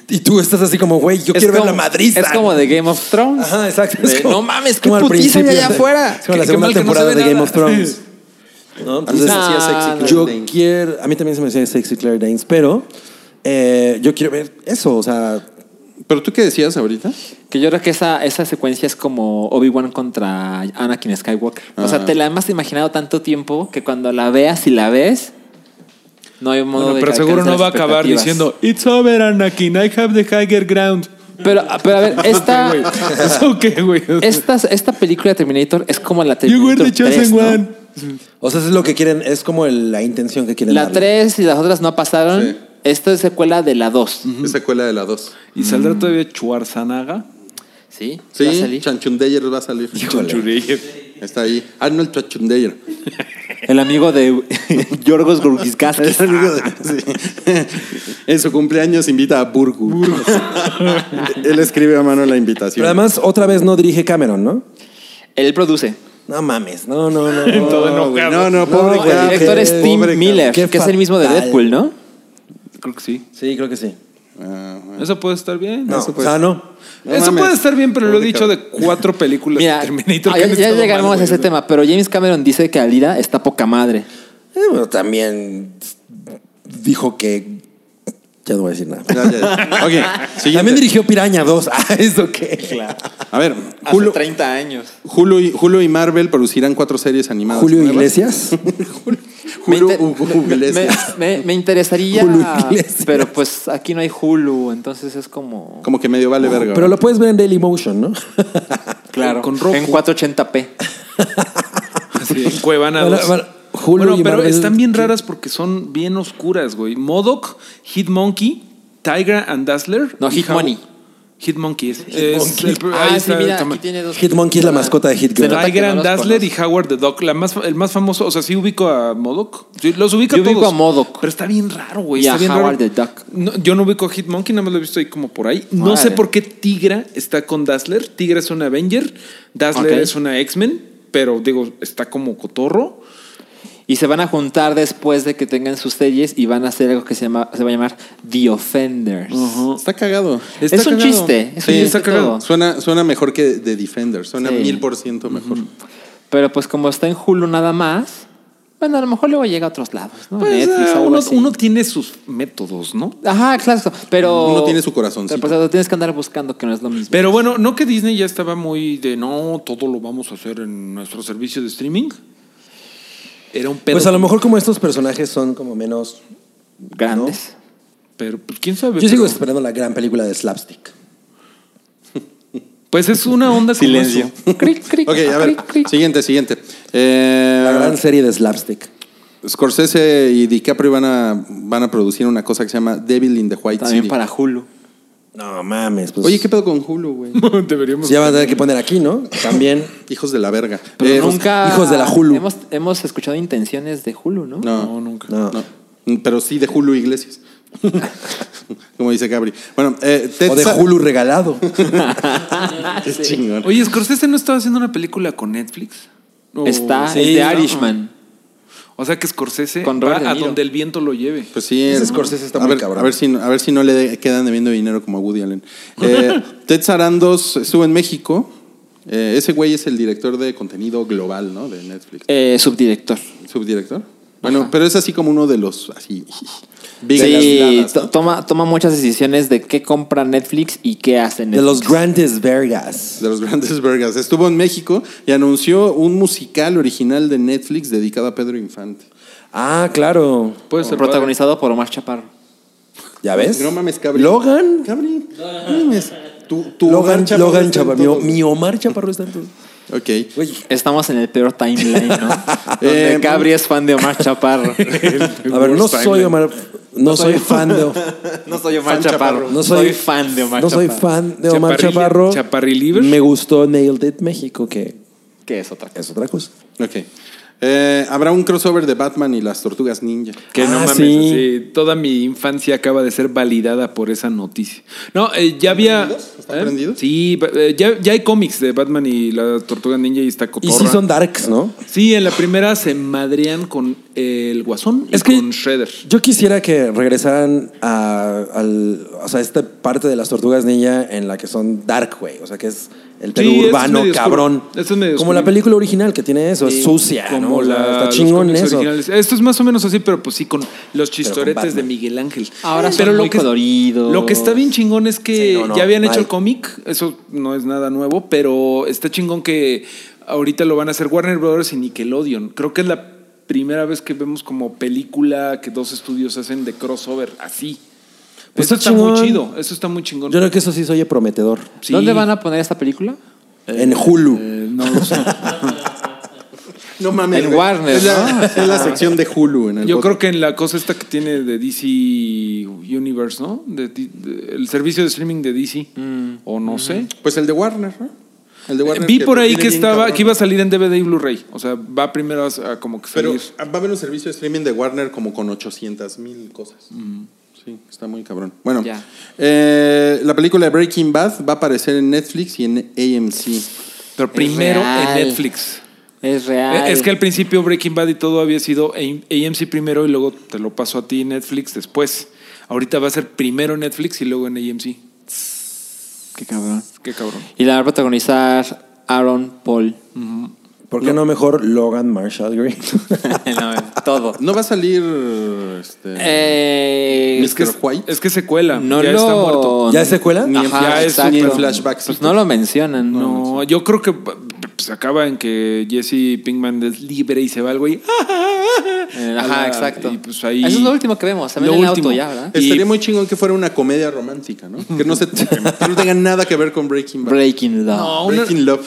S3: Y, y tú estás así como, güey, yo
S5: Es
S3: quiero
S5: como-
S3: ver la madriza.
S5: Es como de Game of Thrones.
S3: Ajá, exacto.
S5: De,
S3: Es como-
S5: no mames,
S3: es
S5: qué
S3: como al
S5: putiza hay allá
S3: principio.
S5: afuera.
S3: Es como la
S4: Qué- qué
S3: segunda
S4: mal que no se
S3: temporada
S4: ve
S3: de Game
S4: nada.
S3: of Thrones. ¿no?
S2: A mí se
S3: Entonces,
S2: me hacía
S5: No,
S2: sexy
S5: no,
S2: Claire
S3: yo
S2: Danes.
S3: quiero. A mí también se me hacía sexy Claire Danes, pero eh, yo quiero ver eso, o sea.
S2: ¿Pero tú qué decías ahorita?
S5: Que yo creo que esa, esa secuencia es como Obi-Wan contra Anakin Skywalker. O sea,
S2: Ah.
S5: te la hemos imaginado tanto tiempo que cuando la veas y la ves, no hay modo
S4: Bueno,
S5: de
S4: pero
S5: que
S4: seguro
S5: alcances
S4: no va a
S5: las
S4: acabar
S5: expectativas.
S4: diciendo It's over, Anakin. I have the higher ground.
S5: Pero, pero a ver, esta,
S4: Güey, ¿Eso qué, güey?
S5: esta, esta película de Terminator es como la
S4: You
S5: Terminator
S4: were the
S5: 3,
S4: chosen
S5: ¿no?
S4: one.
S3: O sea, eso es lo que quieren, es como el- la intención que quieren
S5: La
S3: darle.
S5: 3 y las otras no pasaron.
S2: Sí.
S5: Esto es secuela de la 2.
S2: Es secuela de la 2.
S4: ¿Y saldrá todavía Schwarzenegger?
S5: ¿Sí? ¿Va a
S2: Sí,
S5: salir?
S2: Chanchundeyer va a salir. Está ahí. Arnold Chanchundeyer.
S5: El amigo de Yorgos Gurkizkazkis.
S2: Es amigo de- sí. En su cumpleaños invita a Burgu. Él escribe a mano la invitación.
S3: Pero además, otra vez no dirige Cameron, ¿no?
S5: Él produce.
S3: No mames, no, no, no.
S4: Todo enojado.
S2: güey, no, no,
S3: No,
S2: pobre
S3: el
S2: Cameron,
S5: El director
S3: qué-
S5: es Tim
S2: pobre
S5: Miller,
S3: qué
S5: que es el mismo de
S3: fatal.
S5: Deadpool, ¿no?
S4: Creo que sí.
S3: Sí, creo que sí.
S2: Cameron. Ah, bueno.
S4: Eso puede estar bien.
S3: No,
S4: Eso
S3: o sea, no.
S2: No
S4: Eso
S2: mames.
S4: puede estar bien, pero lo he
S2: Pobre
S4: dicho de cuatro películas
S5: Mira,
S4: de Terminator.
S5: ah,
S4: que
S5: ya,
S4: han
S5: ya
S4: estado
S5: llegaremos
S4: mal,
S5: a
S4: güey.
S5: ese tema, pero James Cameron dice que Alida está poca madre.
S3: Eh, pero también dijo que. Ya no voy a decir nada.
S2: Ya, ya. Ok, siguiente.
S3: También dirigió Piraña 2. Ah, ¿eso qué?
S2: A ver, Julio,
S5: 30 años.
S2: Julio y, Julio y Marvel producirán cuatro series animadas.
S3: Julio
S2: nuevas.
S3: Iglesias.
S2: Julio Hugo Iglesias.
S5: Me, me- me interesaría,
S3: Hulu Iglesias.
S5: pero pues aquí no hay Hulu, entonces es como...
S2: Como que medio vale verga.
S3: Pero lo puedes ver en Daily Motion, ¿no?
S5: Claro,
S4: con Roku.
S5: en 480p.
S4: Sí, en Cuevana
S3: Bueno,
S4: 2.
S3: bueno, Julio
S4: Bueno,
S3: y
S4: pero
S3: Marvel-
S4: están bien raras porque son bien oscuras, güey. Modoc, Hitmonkey, Tiger and Dazzler.
S5: No,
S4: y
S5: Hitmoney.
S4: How- Hitmonkey es. es el pr- ahí
S5: Ah, sí,
S4: está el
S5: mira,
S4: tama-
S5: aquí tiene dos...
S3: Hitmonkey es la mascota de Hit
S5: Se
S3: Girl.
S5: nota que
S4: Tiger
S5: no
S4: and
S5: los
S4: Dazzler
S5: conoce.
S4: y Howard the Duck. La más, el más famoso, o sea, sí ubico a Modoc. Sí, los ubico
S5: Yo
S4: a todos.
S5: ubico a Modoc.
S4: Pero está bien raro, güey.
S5: Y
S4: está
S5: a
S4: bien
S5: Howard
S4: raro.
S5: the Duck.
S4: No, yo no ubico a Hitmonkey, nada más lo he visto ahí como por ahí. No
S5: Órale.
S4: sé por qué Tigra está con Dazzler. Tigra es una Avenger, Dazzler
S5: Ok.
S4: es una X-Men, pero digo, está como cotorro.
S5: Ah, Y se van a juntar después de que tengan sus series y van a hacer algo que se, llama, se va a llamar The Offenders.
S2: Está cagado.
S4: Está
S5: Es un
S4: cagado.
S5: chiste, es un
S4: Sí,
S5: chiste
S4: está cagado.
S5: todo.
S2: Suena, suena mejor que The Defender. Suena
S5: Sí.
S2: mil por ciento mejor.
S5: Pero pues como está en Hulu nada más, bueno, a lo mejor luego llega a otros lados, ¿no?
S4: Pues,
S5: Netflix,
S4: ah,
S5: algo
S4: uno,
S5: así.
S4: uno tiene sus métodos, ¿no?
S5: Ajá, claro, pero...
S2: Uno tiene su corazoncito.
S5: Pero pues lo tienes que andar buscando, que no es lo mismo.
S4: Pero bueno, ¿no que Disney ya estaba muy de no, todo lo vamos a hacer en nuestro servicio de streaming? Era un pedo.
S3: Pues a lo mejor como estos personajes son como menos...
S5: Grandes.
S4: Pero pues, quién sabe.
S3: Yo sigo
S4: Pero,
S3: esperando la gran película de Slapstick.
S4: Pues es una onda como eso.
S5: Cric, cric,
S4: Ah,
S2: Ok, a ver.
S5: cric, cric.
S3: Ah.
S2: Siguiente, siguiente. Eh,
S3: La gran serie de Slapstick.
S2: Scorsese y DiCaprio van a, van a producir una cosa que se llama Devil in the White
S5: También
S2: City.
S5: para Hulu.
S3: No mames. Pues,
S2: Oye, ¿qué pedo con Hulu, güey?
S4: Deberíamos.
S3: Ya van a tener que poner aquí, ¿no? También.
S2: Hijos de la verga.
S5: Pero
S2: Eh,
S5: nunca.
S3: hijos de la Hulu.
S5: Hemos, hemos escuchado intenciones de Hulu, ¿no?
S2: No,
S4: No, nunca.
S3: No.
S2: no. Mm, Pero sí de Hulu Iglesias. Como dice Gabri. Bueno, eh, Ted
S3: O de
S2: Sa- Ah,
S3: Hulu regalado.
S2: Qué chingón.
S4: Oye, Scorsese no estaba haciendo una película con Netflix. O-
S5: Está
S3: Sí,
S5: el
S3: no.
S5: de Irishman.
S4: O sea que Scorsese
S5: Con
S4: va
S5: Robert De
S4: a
S5: Niro.
S4: donde el viento lo lleve.
S2: Pues sí,
S3: Ese
S2: ¿no?
S3: Scorsese está
S2: a
S3: muy
S2: ver,
S3: cabrón.
S2: A ver si, no- a ver si no le quedan debiendo dinero como a Woody Allen. Eh, Ted Sarandos estuvo en México. Eh, ese güey es el director de contenido global, ¿no? De Netflix.
S5: Eh, subdirector.
S2: Subdirector. Bueno, pero es así como uno de los así. Big de
S5: Sí,
S2: las ladas,
S5: to-
S2: ¿no?
S5: toma, toma muchas decisiones de qué compra Netflix y qué hace
S3: De
S5: Netflix.
S3: los grandes vergas.
S2: de los grandes vergas. Estuvo en México y anunció un musical original de Netflix dedicado a Pedro Infante.
S3: Ah, claro.
S4: Puede ser
S5: protagonizado por Omar Chaparro.
S3: ¿Ya ves?
S2: No mames, Cabri.
S3: Logan.
S2: Cabri, no mames. Tu, tu
S3: Logan,
S2: Omar Chaparro
S3: Logan
S2: está en
S3: Chaparro.
S2: todo.
S3: Mi, mi Omar Chaparro está en todo.
S2: Ok.
S3: Oye,
S5: Estamos en el peor timeline, ¿no? Donde
S2: Eh,
S5: Gabri es fan de Omar Chaparro.
S3: a ver, no soy Omar. No soy fan de.
S5: no soy Omar
S2: Fan
S5: Chaparro.
S2: Chaparro.
S3: No soy,
S5: soy, fan de Omar
S3: No
S5: Chaparro.
S3: soy fan de Omar
S4: Chaparril-
S3: Chaparro.
S4: Chaparriliver.
S3: Me gustó Nailed It México, que
S5: ¿Qué es otra cosa?
S3: es otra cosa.
S2: Ok. Eh, habrá un crossover de Batman y las tortugas ninja.
S4: Que no
S3: Ah,
S4: mames,
S3: sí.
S4: así, toda mi infancia acaba de ser validada por esa noticia. No, eh, ya había.
S2: prendidos? ¿Están
S4: ¿Eh?
S2: prendidos?
S4: Sí, ba- eh, ya, ya hay cómics de Batman y la Tortuga Ninja y está
S3: Y
S4: cotorra.
S3: sí son darks, ¿no?
S4: Sí, en la primera se madrean con el Guasón y
S3: Es que-
S4: con Shredder.
S3: Yo quisiera que regresaran a, al, o sea, esta parte de las tortugas ninja en la que son dark, güey. O sea, que es el pedo
S4: Sí, eso es
S3: urbano,
S4: medio oscuro.
S3: cabrón.
S4: Eso es medio
S3: como
S4: oscuro.
S3: la película original que tiene eso, es sucia, ¿no? O sea, está
S4: los
S3: chingón
S4: cómics
S3: eso.
S4: originales. Esto es más o menos así, pero pues sí, con los chistoretes
S3: Batman.
S4: de Miguel Ángel.
S5: Ahora son
S4: pero
S5: muy coloridos.
S4: Lo que está bien chingón es que
S3: Sí, no, no,
S4: ya habían
S3: bye.
S4: hecho el cómic, eso no es nada nuevo, pero está chingón que ahorita lo van a hacer Warner Brothers y Nickelodeon. Creo que es la primera vez que vemos como película que dos estudios hacen de crossover así.
S3: Pues
S4: eso
S3: está
S4: está muy
S3: chingón.
S4: chido, eso está muy chingón.
S3: Yo creo que eso sí se oye prometedor.
S4: Sí.
S5: ¿Dónde van a poner esta película?
S3: en Hulu.
S4: Eh, no lo sé.
S2: No mames.
S5: En
S2: güey.
S5: Warner,
S2: Es la,
S5: ¿no?
S2: es la sección de Hulu en el
S4: Yo
S2: podcast.
S4: creo que en la cosa esta que tiene de DC Universe, ¿no? De- de- el servicio de streaming de DC. O no sé. Eh,
S2: Pues el Mm. de Warner, ¿no? El de Warner
S4: Vi
S2: que
S4: por ahí
S2: tiene
S4: que
S2: bien
S4: estaba,
S2: cabrón.
S4: que iba a salir en DVD y Blu-ray. O sea, va primero a, a como que
S2: Pero
S4: salir.
S2: va a haber un servicio de streaming de Warner como con 800 mil cosas.
S4: Mm.
S2: Sí, está muy cabrón. Bueno,
S5: Ya.
S2: eh, la película de Breaking Bad va a aparecer en Netflix y en AMC.
S4: Pero
S5: Es
S4: primero en
S5: real.
S4: Netflix. Eh,
S5: Es real.
S4: Es que al principio Breaking Bad y todo había sido AM- AMC primero y luego te lo paso a ti Netflix después. Ahorita va a ser primero en Netflix y luego en AMC.
S5: Qué cabrón.
S4: Qué cabrón.
S5: Y la va a protagonizar Aaron Paul.
S3: ¿Por qué no, mejor Logan Marshall Green?
S5: No, eh, todo.
S2: No va a salir este,
S5: Eh,
S2: Mr.
S4: que es,
S2: White.
S4: es que es secuela.
S5: no
S4: ya
S5: lo...
S4: está muerto.
S3: ¿Ya es secuela?
S2: Ni en
S5: Ajá,
S2: flash-
S5: exacto.
S2: ni en flashbacks.
S5: Pues no lo mencionan.
S4: No, yo creo que se acaba en que Jesse Pinkman es libre y se va el güey.
S5: Eh, Ajá,
S4: Ah,
S5: exacto.
S4: y pues ahí-
S5: Eso es lo último que vemos. Se ven
S4: Lo
S5: en el
S4: último.
S5: auto ya, ¿verdad?
S4: Y-
S2: Estaría muy chingón que fuera una comedia romántica, ¿no? Que no, se, que no tenga nada que ver con Breaking Bad.
S5: Breaking Law.
S4: No, una-
S2: Breaking Love.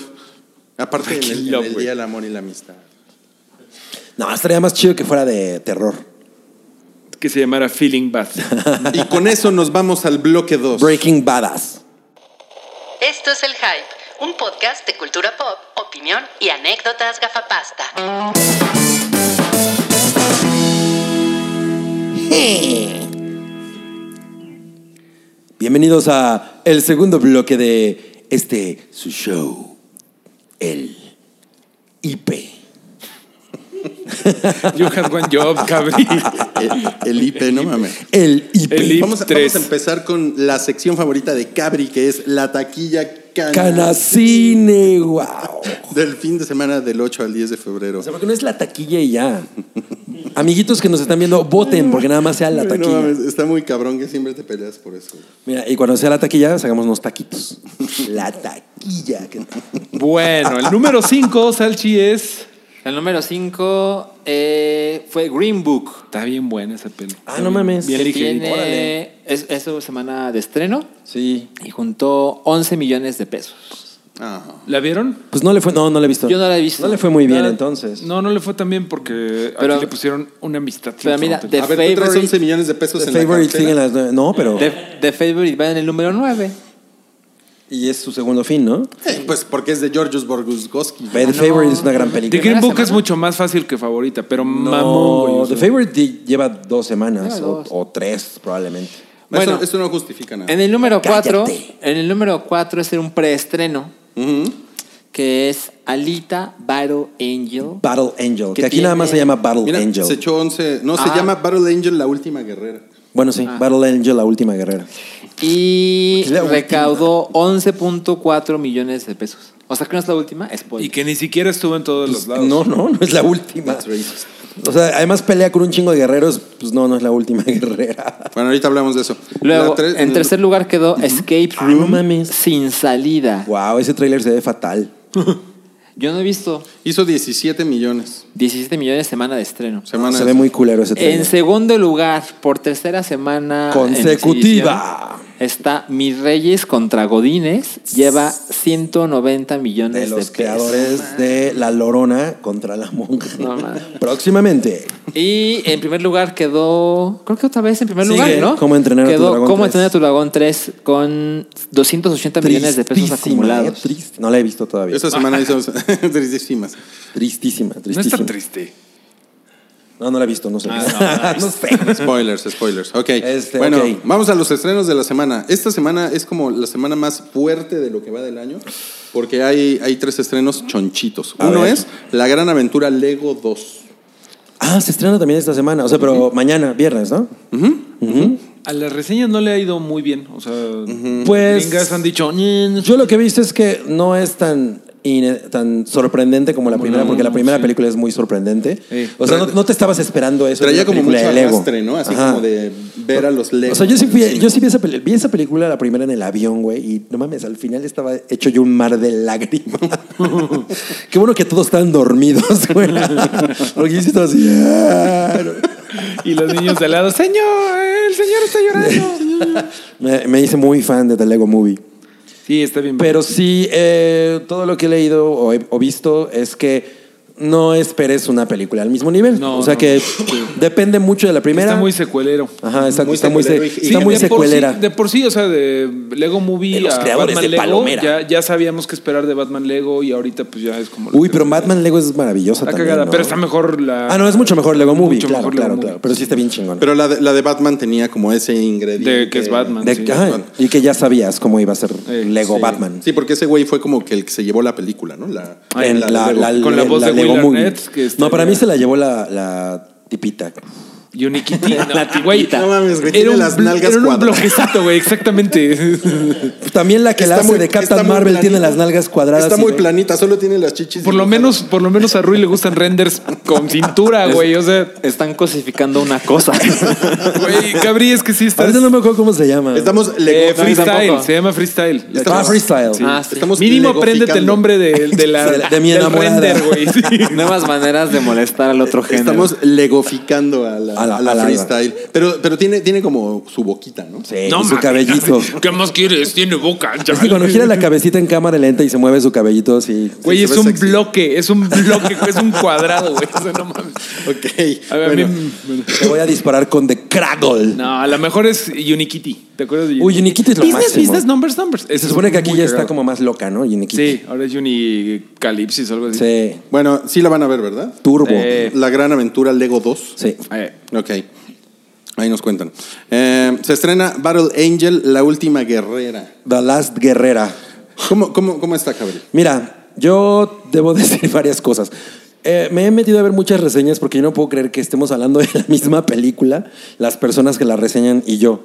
S2: Aparte en
S4: Breaking
S2: el, en
S4: Love,
S2: el
S4: güey.
S2: Día del Amor y la Amistad.
S3: No, estaría más chido que fuera de terror.
S4: que se llamara Feeling Bad.
S2: Y con eso nos vamos al bloque 2.
S3: Breaking Badass.
S1: Esto es El Hype, un podcast de cultura pop, opinión y anécdotas gafapasta.
S3: Bienvenidos a el segundo bloque de este su show, el IP.
S4: You had one job, cabri.
S2: Eh, El, el IP, no mames.
S3: El IP.
S4: El IP.
S2: Vamos a,
S4: Tres.
S2: vamos a empezar con la sección favorita de Cabri, que es la taquilla cana,
S3: Canacine, wow.
S2: del fin de semana del 8 al 10 de febrero.
S3: O sea, porque no es la taquilla y ya. Amiguitos que nos están viendo, voten porque nada más sea la
S2: Ay, no
S3: taquilla.
S2: mames, está muy cabrón que siempre te peleas por eso.
S3: Mira, y cuando sea la taquilla, sacamos unos taquitos. La taquilla. que-
S4: bueno, el número 5, Salchi, es.
S5: El número 5 fue Green Book.
S4: Está bien buena esa peli.
S3: Ah, no mames.
S4: Bien
S5: que
S4: ligerita.
S5: tiene, es, es su semana de estreno
S3: Sí.
S5: y juntó 11 millones de pesos.
S2: Ah.
S4: ¿La vieron?
S3: Pues no le fue, no, no la he visto.
S5: Yo no la he visto.
S3: No le fue muy bien
S4: Ah,
S3: entonces.
S4: No, no le fue tan bien porque
S5: Pero-
S4: aquí le pusieron una amistad. sin
S5: Pero mira,
S4: fronteras.
S2: A ver, tú traes
S5: Favorite-
S2: 11 millones de pesos
S3: The
S2: en la
S3: Favorite sigue en
S2: cartera.
S3: las nueve- No,
S4: Oh.
S3: pero.
S5: The, The Favorite va en el número 9.
S3: Y es su segundo fin, ¿no?
S2: Eh, Pues porque es de Georgios Borguskowski.
S3: The Favorite es una gran película.
S4: The Green
S5: primera
S4: Book es
S5: semana.
S4: mucho más fácil que favorita, pero
S3: No,
S4: mamón, güey. o
S3: The
S4: sea.
S3: Favorite di- lleva dos semanas
S5: Lleva
S3: o-
S5: dos.
S3: O, tres, probablemente.
S5: Bueno.
S2: eso, eso no justifica nada.
S5: En el número 4,
S3: Cállate.
S5: en el número 4 es un preestreno que es Alita Battle Angel.
S3: Battle Angel, que
S5: Que
S3: aquí nada más se
S5: tiene-
S3: llama Battle
S2: Mira,
S3: Angel.
S2: se echó 11. No, se
S5: Ah.
S2: llama Battle Angel la última guerrera.
S3: Bueno, sí, Battle Angel, la última guerrera.
S5: y
S3: Es la última.
S5: recaudó 11.4 millones de pesos. O sea, que no es la última, spoiler.
S4: Y que ni siquiera estuvo en todos los lados.
S3: Pues, No, no, no es la última.
S2: That's racist.
S3: O sea, además pelea con un chingo de guerreros, pues no, no es la última guerrera.
S2: Bueno, ahorita hablamos de eso.
S5: Luego,
S2: La tre-
S5: en tercer lugar quedó Escape
S3: Ah, no
S5: Room
S3: mames.
S5: sin salida.
S3: Wow, ese tráiler se ve fatal.
S5: Yo no he visto
S2: Hizo 17 millones.
S5: 17 millones semana de estreno.
S2: Semana
S3: se ve muy culero ese
S5: En
S3: tráiler.
S5: segundo lugar, por tercera semana en
S3: Consecutiva.
S5: exhibición, está Mis Reyes contra Godines. Lleva 190 millones
S3: De
S5: de,
S3: los
S5: pesos.
S3: creadores de La Lorona contra la monja.
S5: No, mames.
S3: Próximamente.
S5: Y en primer lugar quedó, creo que otra vez en primer
S3: Sigue,
S5: lugar, ¿no?
S3: Cómo entrenar a tu
S5: Quedó
S3: dragón
S5: Cómo
S3: 3.
S5: entrenar a tu dragón 3 con 280 millones de pesos
S3: Tristísima,
S5: acumulados.
S3: eh, triste. No la he visto todavía.
S2: Esa semana hizo tristísimas.
S3: Tristísima,
S4: No
S3: tristísima.
S4: está triste.
S3: No, no la he visto, no sé.
S2: Ah,
S3: no sé.
S2: Spoilers, spoilers. Ok.
S3: Este,
S2: bueno,
S3: ok.
S2: vamos a los estrenos de la semana. Esta semana es como la semana más fuerte de lo que va del año, porque hay, hay tres estrenos chonchitos.
S3: A
S2: Uno
S3: ver.
S2: es La Gran Aventura Lego 2.
S3: Ah, se estrena también esta semana, o sea, pero mañana, viernes, ¿no?
S4: A las reseñas no le ha ido muy bien. O sea,
S3: Pues-
S4: gringas han dicho. "Nye, no".
S3: Yo lo que he visto es que no es tan, ine- tan sorprendente como la primera, porque la primera película es muy sorprendente.
S4: Sí.
S3: O sea, no, no te estabas esperando eso. de
S2: Traía
S3: una
S2: como
S3: película
S2: mucho
S3: de Lego.
S2: arrastre, ¿no? Así
S3: Ajá.
S2: como de ver a los Lego.
S3: O sea, yo sí, fui-
S2: en el
S3: yo
S2: cine.
S3: sí vi, esa peli- vi esa película, la primera en el avión, güey, y no mames, al final estaba hecho yo un mar de lágrimas. Qué bueno que todos estaban dormidos, güey. Porque yo sí estaba así. "Ah".
S4: Y los niños de al lado, señor, el señor está llorando.
S3: Me, me hice muy fan de The Lego Movie.
S4: sí, está bien.
S3: Pero sí, eh, todo lo que he leído o, he- o visto es que no esperes una película al mismo nivel.
S4: No,
S3: o sea
S4: no.
S3: que depende mucho de la primera.
S4: está muy secuelero.
S3: Ajá, está
S2: Muy
S3: muy, está muy, se-
S2: secuelero y-
S3: está
S2: y
S3: muy
S4: de por
S3: secuelera.
S4: sí- de por sí, o sea, de Lego Movie
S3: De los
S4: a
S3: creadores
S4: Batman
S3: de
S4: Lego,
S3: Palomera.
S4: Ya, ya sabíamos qué esperar de Batman Lego y ahorita pues ya es como... lo
S3: Uy,
S4: que-
S3: pero Batman Lego es maravillosa
S4: Está
S3: también,
S4: cagada,
S3: ¿no?
S4: pero está mejor la...
S3: Ah, no, es mucho mejor Lego Movie,
S4: Mucho
S3: claro,
S4: mejor Lego
S3: claro,
S4: Movie.
S3: claro. Pero sí está bien chingón.
S2: Pero la de, la de Batman tenía como ese ingrediente.
S4: De que es Batman.
S3: De-
S4: sí.
S3: ajá, y que ya sabías cómo iba a ser
S4: Eh,
S3: Lego
S2: Sí.
S3: Batman.
S2: Sí, porque ese güey fue como que el que se llevó la película, ¿no? La,
S4: Ah,
S3: En
S2: la-
S3: la-
S2: Lego.
S3: la-
S4: Con la voz de
S3: Lego
S4: Will
S3: Movie.
S4: Arnett, que está-
S3: No, para mí se la llevó la, la tipita.
S4: Unikitty. No, güey,
S2: No mames, güey, tiene
S4: un
S2: las
S4: blo-
S2: nalgas
S4: Era un
S2: cuadradas.
S4: bloquecito, güey, exactamente.
S3: También la que la
S2: Está
S3: hace
S2: muy-
S3: de
S2: está
S3: Captain
S2: muy
S3: Marvel tiene
S2: planita.
S3: las nalgas cuadradas.
S2: Está
S3: y
S2: muy
S3: ve-
S2: planita, solo tiene las chichis.
S4: Por lo
S2: dibujadas.
S4: menos, por lo menos a Rui le gustan renders con cintura, güey. O sea,
S5: Están cosificando una cosa.
S4: güey, Gabri, es que sí está...
S3: Ahorita no me acuerdo cómo se llama.
S2: Estamos Lego.
S4: Eh, freestyle,
S5: tampoco.
S4: se llama freestyle.
S2: Está-
S3: Ah, freestyle.
S4: Sí.
S5: Ah, sí.
S2: Estamos
S4: Mínimo
S2: legoficando.
S4: apréndete el nombre de, de la
S3: De- de mi
S4: del
S3: enamorada.
S4: render, güey. sí.
S5: Nuevas maneras de molestar al otro género.
S2: Estamos legoficando a la,
S3: A la-
S2: a la
S3: a la-
S2: freestyle. Pero, pero tiene, tiene como su boquita, ¿no?
S3: Sí,
S4: No
S3: y su
S4: mames.
S3: cabellito.
S4: ¿Qué más quieres? Tiene boca.
S3: Es que cuando gira la cabecita en cámara lenta y se mueve su cabellito así.
S4: Güey,
S2: Sí, se
S4: es
S2: ve
S4: un
S2: sexy.
S4: bloque, es un bloque, es un cuadrado, güey. O sea, no mames.
S2: Ok.
S4: A ver, a
S2: bueno,
S4: mí-
S3: Te voy a disparar con The Craggle.
S4: no, a lo mejor es Unikitty. ¿Te acuerdas de
S3: Uy, Unikitty es lo
S4: business,
S3: máximo.
S4: Business, numbers, numbers.
S3: Se supone que aquí ya está
S4: como
S3: como más loca, ¿no? Unikitty.
S4: Sí, ahora es Unicalipsis o algo así.
S3: Sí.
S2: bueno, sí la van a ver, ¿verdad? Eh,
S3: Turbo.
S4: Sí.
S2: La gran aventura Lego 2.
S3: Sí.
S4: Eh,
S2: Ok. Ahí nos cuentan. Eh, se estrena Battle Angel, la última guerrera.
S3: The Last Guerrera.
S2: ¿Cómo, cómo, cómo está, Gabriel?
S3: Mira, yo debo decir varias cosas. Eh, me he metido a ver muchas reseñas porque yo no puedo creer que estemos hablando de la misma película, las personas que la reseñan y yo.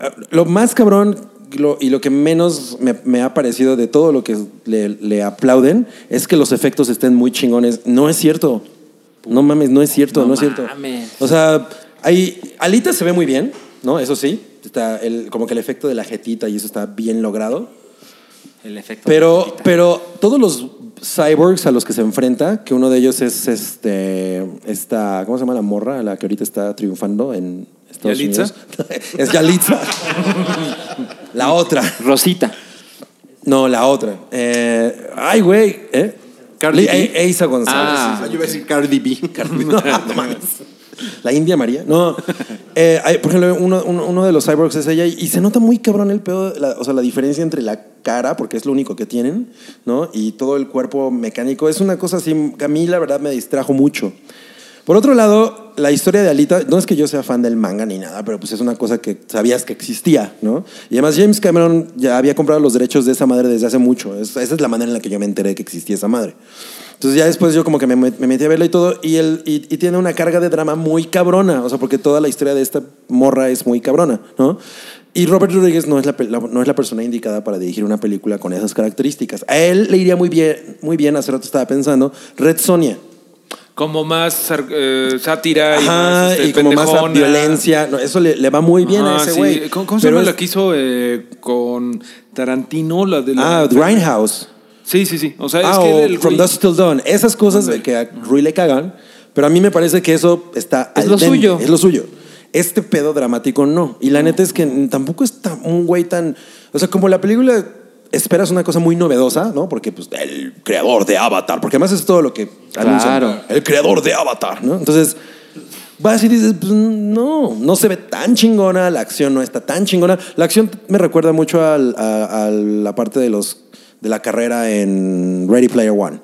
S3: Eh, Lo más cabrón lo- y lo que menos me, me ha parecido de todo lo que le, le aplauden es que los efectos estén muy chingones. No es cierto. No mames, no es cierto, no, es cierto.
S5: mames.
S3: O sea, hay, Alita se ve muy bien, ¿no? Eso sí. Está el- como que el efecto de la jetita y eso está bien logrado.
S5: El efecto.
S3: Pero, pero todos los cyborgs a los que se enfrenta, que uno de ellos es este esta, ¿cómo se llama la morra? La que ahorita está triunfando en Estados
S4: ¿Yalitza?
S3: Unidos. es Yalitza. la otra.
S5: Rosita.
S3: No, la otra. Eh, ay, güey. ¿Eh?
S2: Cardi
S3: Li-
S2: B.
S3: E- Eiza González.
S5: Ah.
S2: Ah, yo iba a decir Cardi B.
S3: No, no mames. La India María. No. Eh, hay, por ejemplo, uno, uno- uno de los cyborgs es ella y, y se nota muy cabrón el pedo, la- o sea, la diferencia entre la cara, porque es lo único que tienen, ¿no? Y todo el cuerpo mecánico. Es una cosa así que a mí la verdad me distrajo mucho. Por otro lado, la historia de Alita, no es que yo sea fan del manga ni nada, pero pues es una cosa que sabías que existía, ¿no? Y además James Cameron ya había comprado los derechos de esa madre desde hace mucho. Es- esa es la manera en la que yo me enteré que existía esa madre. Entonces ya después yo como que me, met- me metí a verla y todo, y, el, y, y tiene una carga de drama muy cabrona, o sea, porque toda la historia de esta morra es muy cabrona, ¿no? Y Robert Rodríguez no es, la, pe- la- no es la persona indicada para dirigir una película con esas características. A él le iría muy bien, muy bien, hace rato estaba pensando, Red Sonia.
S4: Como más sar- eh, sátira y,
S3: Ajá,
S4: más, este,
S3: y como más a
S4: pendejona.
S3: violencia. No, eso le, le va muy bien
S4: Ajá,
S3: a ese
S4: Ah, sí.
S3: güey.
S4: ¿Cómo, cómo se
S3: Pero
S4: llama
S3: es-
S4: la que hizo eh, con Tarantino? La de la-
S3: Ah, Grindhouse.
S4: Sí, sí, sí. O sea, es
S3: Ah,
S4: que
S3: o
S4: el
S3: From
S4: güey-
S3: Dusk Till Dawn. Esas cosas de que a Rui le cagan. Pero a mí me parece que eso está.
S5: Es
S3: al
S5: lo
S3: dente,
S5: suyo.
S3: Es lo suyo. Este pedo dramático no. Y la neta es que tampoco es tan- un güey tan. O sea, como la película esperas una cosa muy novedosa, ¿no? Porque pues el creador de Avatar. Porque además es todo lo que anuncian.
S5: Claro.
S3: El creador de Avatar, ¿no? Entonces. Vas y dices, pues, no, no se ve tan chingona, la acción no está tan chingona. La acción me recuerda mucho al- a, a la parte de, los, de la carrera en Ready Player One.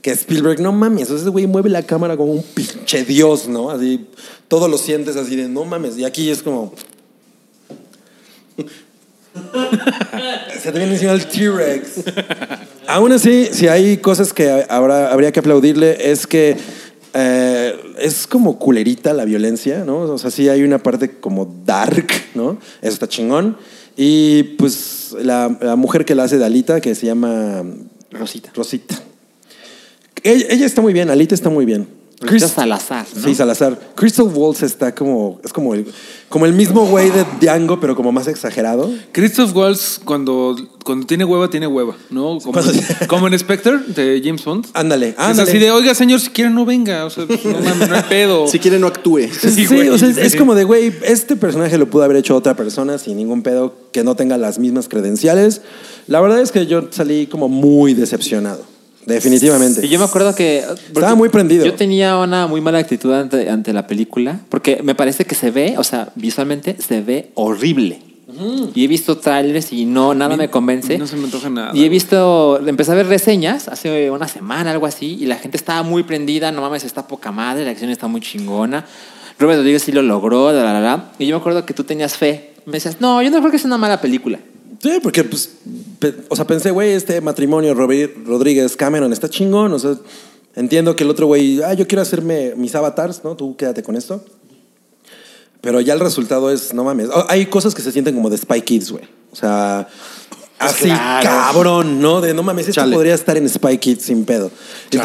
S3: Que Spielberg, no mames, ese güey mueve la cámara como un pinche dios, ¿no? Así, todo lo sientes así de, no mames. Y aquí es como... se te viene encima el T-Rex. Aún así, si hay cosas que habrá, habría que aplaudirle, es que eh, es como culerita la violencia, ¿no? O sea, sí hay una parte como dark, ¿no? Eso está chingón. Y pues la, la mujer que la hace de Alita, que se llama
S5: Rosita.
S3: Rosita. Ella, ella está muy bien, Alita está muy bien.
S5: Rosita
S3: Chris-
S5: Salazar, Pues ¿no?
S3: Sí, Salazar. Crystal Waltz está como, es como el, como el mismo güey de Django, pero como más exagerado.
S4: Christoph Waltz, cuando, cuando tiene hueva, tiene hueva, ¿no? Como, como en Spectre de James Bond.
S3: Ándale,
S4: Es
S3: ándale.
S4: así de, oiga, señor, si quiere no venga. O sea, pues, no mames, no hay pedo.
S2: Si quiere, no actúe.
S4: Sí,
S3: Sí,
S4: güey.
S3: o sea, es, es como de, güey, este personaje lo pudo haber hecho otra persona sin ningún pedo que no tenga las mismas credenciales. La verdad es que yo salí como muy decepcionado, definitivamente.
S5: Y yo me acuerdo que. porque
S3: muy prendido.
S5: Yo tenía una muy mala actitud ante, ante la película, porque me parece que se ve, o sea, visualmente se ve horrible. Y he visto trailers y no, nada me convence.
S4: no se me antoja nada,
S5: Y he visto, empecé a ver reseñas hace una semana, algo así, y la gente estaba muy prendida, no mames, está poca madre, la acción está muy chingona. Robert Rodríguez sí lo logró, la, la, la. Y yo me acuerdo que tú tenías fe. Me decías, no, yo no creo que sea una mala película.
S3: Sí, porque, pues, pe- o sea, pensé, güey, este matrimonio Robert Rodríguez Cameron está chingón. O sea, entiendo que el otro güey, ah, yo quiero hacerme mis avatars, ¿no? Tú quédate con esto. Pero ya el resultado es, no mames. Oh, hay cosas que se sienten como de Spy Kids, güey. O sea, así
S5: claro.
S3: cabrón, ¿no? De no mames, esto
S2: Chale.
S3: podría estar en Spy Kids sin pedo.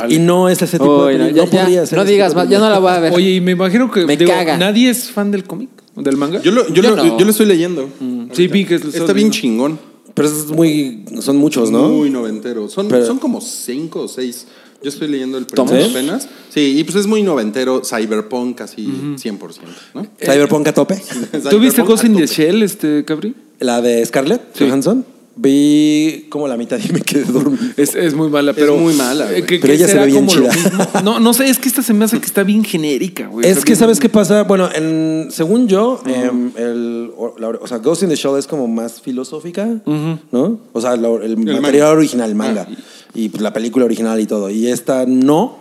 S3: Y, y no es ese Este tipo
S5: Uy,
S3: de
S5: no, ya-
S3: peli- no
S5: ya,
S3: podría ser
S5: no
S3: ese
S5: digas
S3: tipo de
S5: más, yo no la voy a ver.
S4: Oye, y me imagino que
S5: Me
S4: digo,
S5: caga.
S4: nadie es fan del cómic, del manga.
S2: Yo lo, yo
S5: Yo
S2: lo-
S5: no.
S2: yo lo estoy leyendo.
S4: sí, vi que lo
S2: Está
S4: estás
S2: bien
S4: viendo.
S2: chingón.
S3: Pero es muy, son muchos, ¿no?
S2: Muy noventero. Son,
S3: Pero-
S2: son como cinco o seis. Yo estoy leyendo el
S5: ¿Tomos?
S2: primero
S3: ¿Sí?
S2: apenas. Sí, y pues es muy noventero, cyberpunk casi 100%, ¿no?
S5: eh,
S3: Cyberpunk a tope.
S4: ¿Tú viste
S2: Cyberpunk
S4: Ghost
S2: a
S4: in the
S2: tope.
S4: Shell, este, Cabri?
S3: La de Scarlett
S4: Sí.
S3: Johansson. Vi como la mitad y me quedé dormido.
S4: Es, es muy mala, pero. eh,
S2: muy mala, güey.
S4: que-
S3: Pero
S4: que
S3: ella se
S4: será
S3: ve bien
S4: como lo
S3: chida.
S4: mismo. No, no sé, es que esta se me hace que está bien genérica, güey.
S3: Es
S4: Está
S3: que,
S4: bien-
S3: ¿sabes qué pasa? Bueno, en- según yo, em, el, o, la- o sea, Ghost in the Shell es como más filosófica, ¿no? O sea, lo- el, material original, el manga, Ah, y pues, la película original y todo. Y esta no,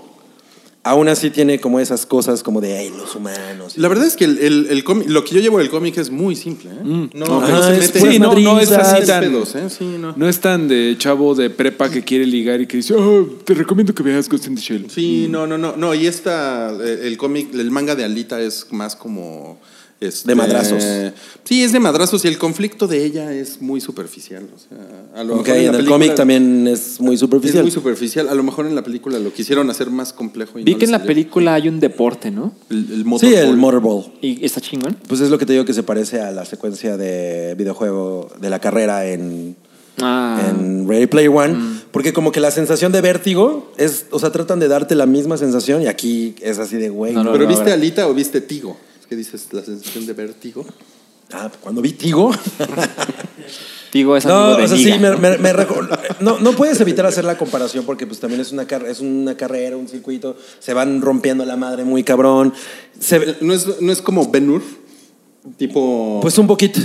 S3: aún así tiene como esas cosas como de, ay, los humanos.
S2: La verdad es que el, el- el cómic- lo que yo llevo del cómic es muy simple. ¿eh?
S4: Mm.
S2: No,
S3: Ajá,
S2: no se
S3: es
S2: mete
S3: puras
S4: Sí, no, no es
S3: madrizas.
S4: así
S2: en
S4: tan.
S2: pedos, ¿eh? Sí, no.
S4: No es tan de chavo de prepa que quiere ligar y que dice, oh, te recomiendo que veas Ghost in the Shell.
S2: Sí,
S3: Mm.
S2: no, no, no, no. Y esta, eh, el cómic, el manga de Alita es más como. este,
S3: De madrazos.
S2: Sí, es de madrazos y el conflicto de ella es muy superficial. O sea, a lo
S3: Ok,
S2: mejor
S3: en
S2: la
S3: el
S2: película
S3: cómic también es muy
S2: Es
S3: superficial.
S2: muy superficial. A lo mejor en la película lo quisieron hacer más complejo. y
S5: Vi
S2: no
S5: que
S2: les
S5: en la
S2: salió.
S5: película hay un deporte, ¿no?
S2: El, el motor
S3: sí, el
S2: ball.
S3: Motorball.
S5: Y está chingón.
S3: Pues es lo que te digo que se parece a la secuencia de videojuego de la carrera en,
S5: Ah.
S3: en Ready Player One,
S2: Mm.
S3: porque como que la sensación de vértigo es, o sea, tratan de darte la misma sensación y aquí es así de güey.
S5: No, no,
S2: ¿Pero
S5: no,
S2: viste
S5: ahora.
S2: Alita o viste Tigo? Es que dices la sensación de vértigo.
S3: Ah, cuando vi Tigo.
S5: Digo, es
S3: No,
S5: amigo de
S3: o sea,
S5: Niga.
S3: sí, me- me- me reco- no, no puedes evitar hacer la comparación porque pues también es una, car- es una carrera, un circuito, se van rompiendo la madre muy cabrón. Se-
S2: Eh, No es, no es como Ben Hur, tipo.
S3: pues un poquito,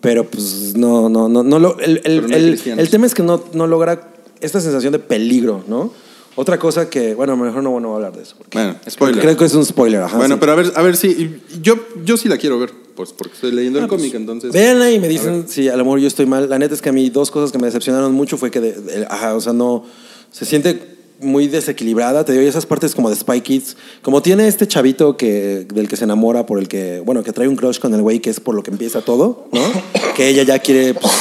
S3: pero pues no, no, no, no lo- el, el-
S2: Pero no hay
S3: el-
S2: cristianos.
S3: el tema es que no, no logra esta sensación de peligro, ¿no? Otra cosa que, bueno, mejor no, no voy a hablar de eso. porque
S2: bueno, spoiler.
S3: Creo que es un spoiler, ajá.
S2: bueno,
S3: sí.
S2: pero a ver, a ver si. Yo, yo sí la quiero ver, pues porque estoy leyendo el cómic, entonces.
S3: Ah, pues, Véanla y me
S2: A
S3: dicen si a lo mejor yo estoy mal. La neta es que a mí dos cosas que me decepcionaron mucho fue que, de- de- ajá, o sea, no, se siente muy desequilibrada. Te digo, y esas partes como de Spy Kids, como tiene este chavito que, del que se enamora, por el que, bueno, que trae un crush con el güey, que es por lo que empieza todo, ¿no? que ella ya quiere pues,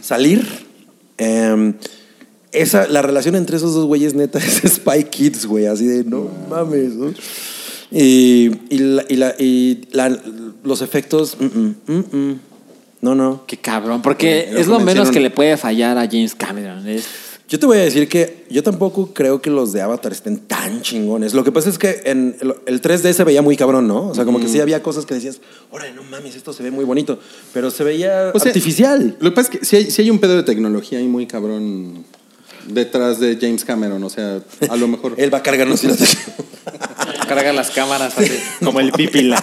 S3: salir. Em, esa, la relación entre esos dos güeyes, neta, es Spy Kids, güey, así de no mames, ¿no? Y, y la- y la- y la- los efectos, mm, mm, mm, mm. no, no.
S5: Qué cabrón, porque
S3: Eh,
S2: Lo
S5: es lo menos
S2: convencieron.
S5: que le puede fallar a James Cameron. Es-
S3: Yo te voy a decir que yo tampoco creo que los de Avatar estén tan chingones. Lo que pasa es que en el, el 3D se veía muy cabrón, ¿no? O sea, como que sí había cosas que decías, órale, no mames, esto se ve muy bonito, pero se veía
S2: O sea,
S3: artificial.
S2: Lo que pasa es que si hay, sí hay un pedo de tecnología ahí muy cabrón detrás de James Cameron, o sea, a lo mejor.
S3: Él va a cargarnos y las-
S5: Carga las cámaras así.
S7: Como el pipila.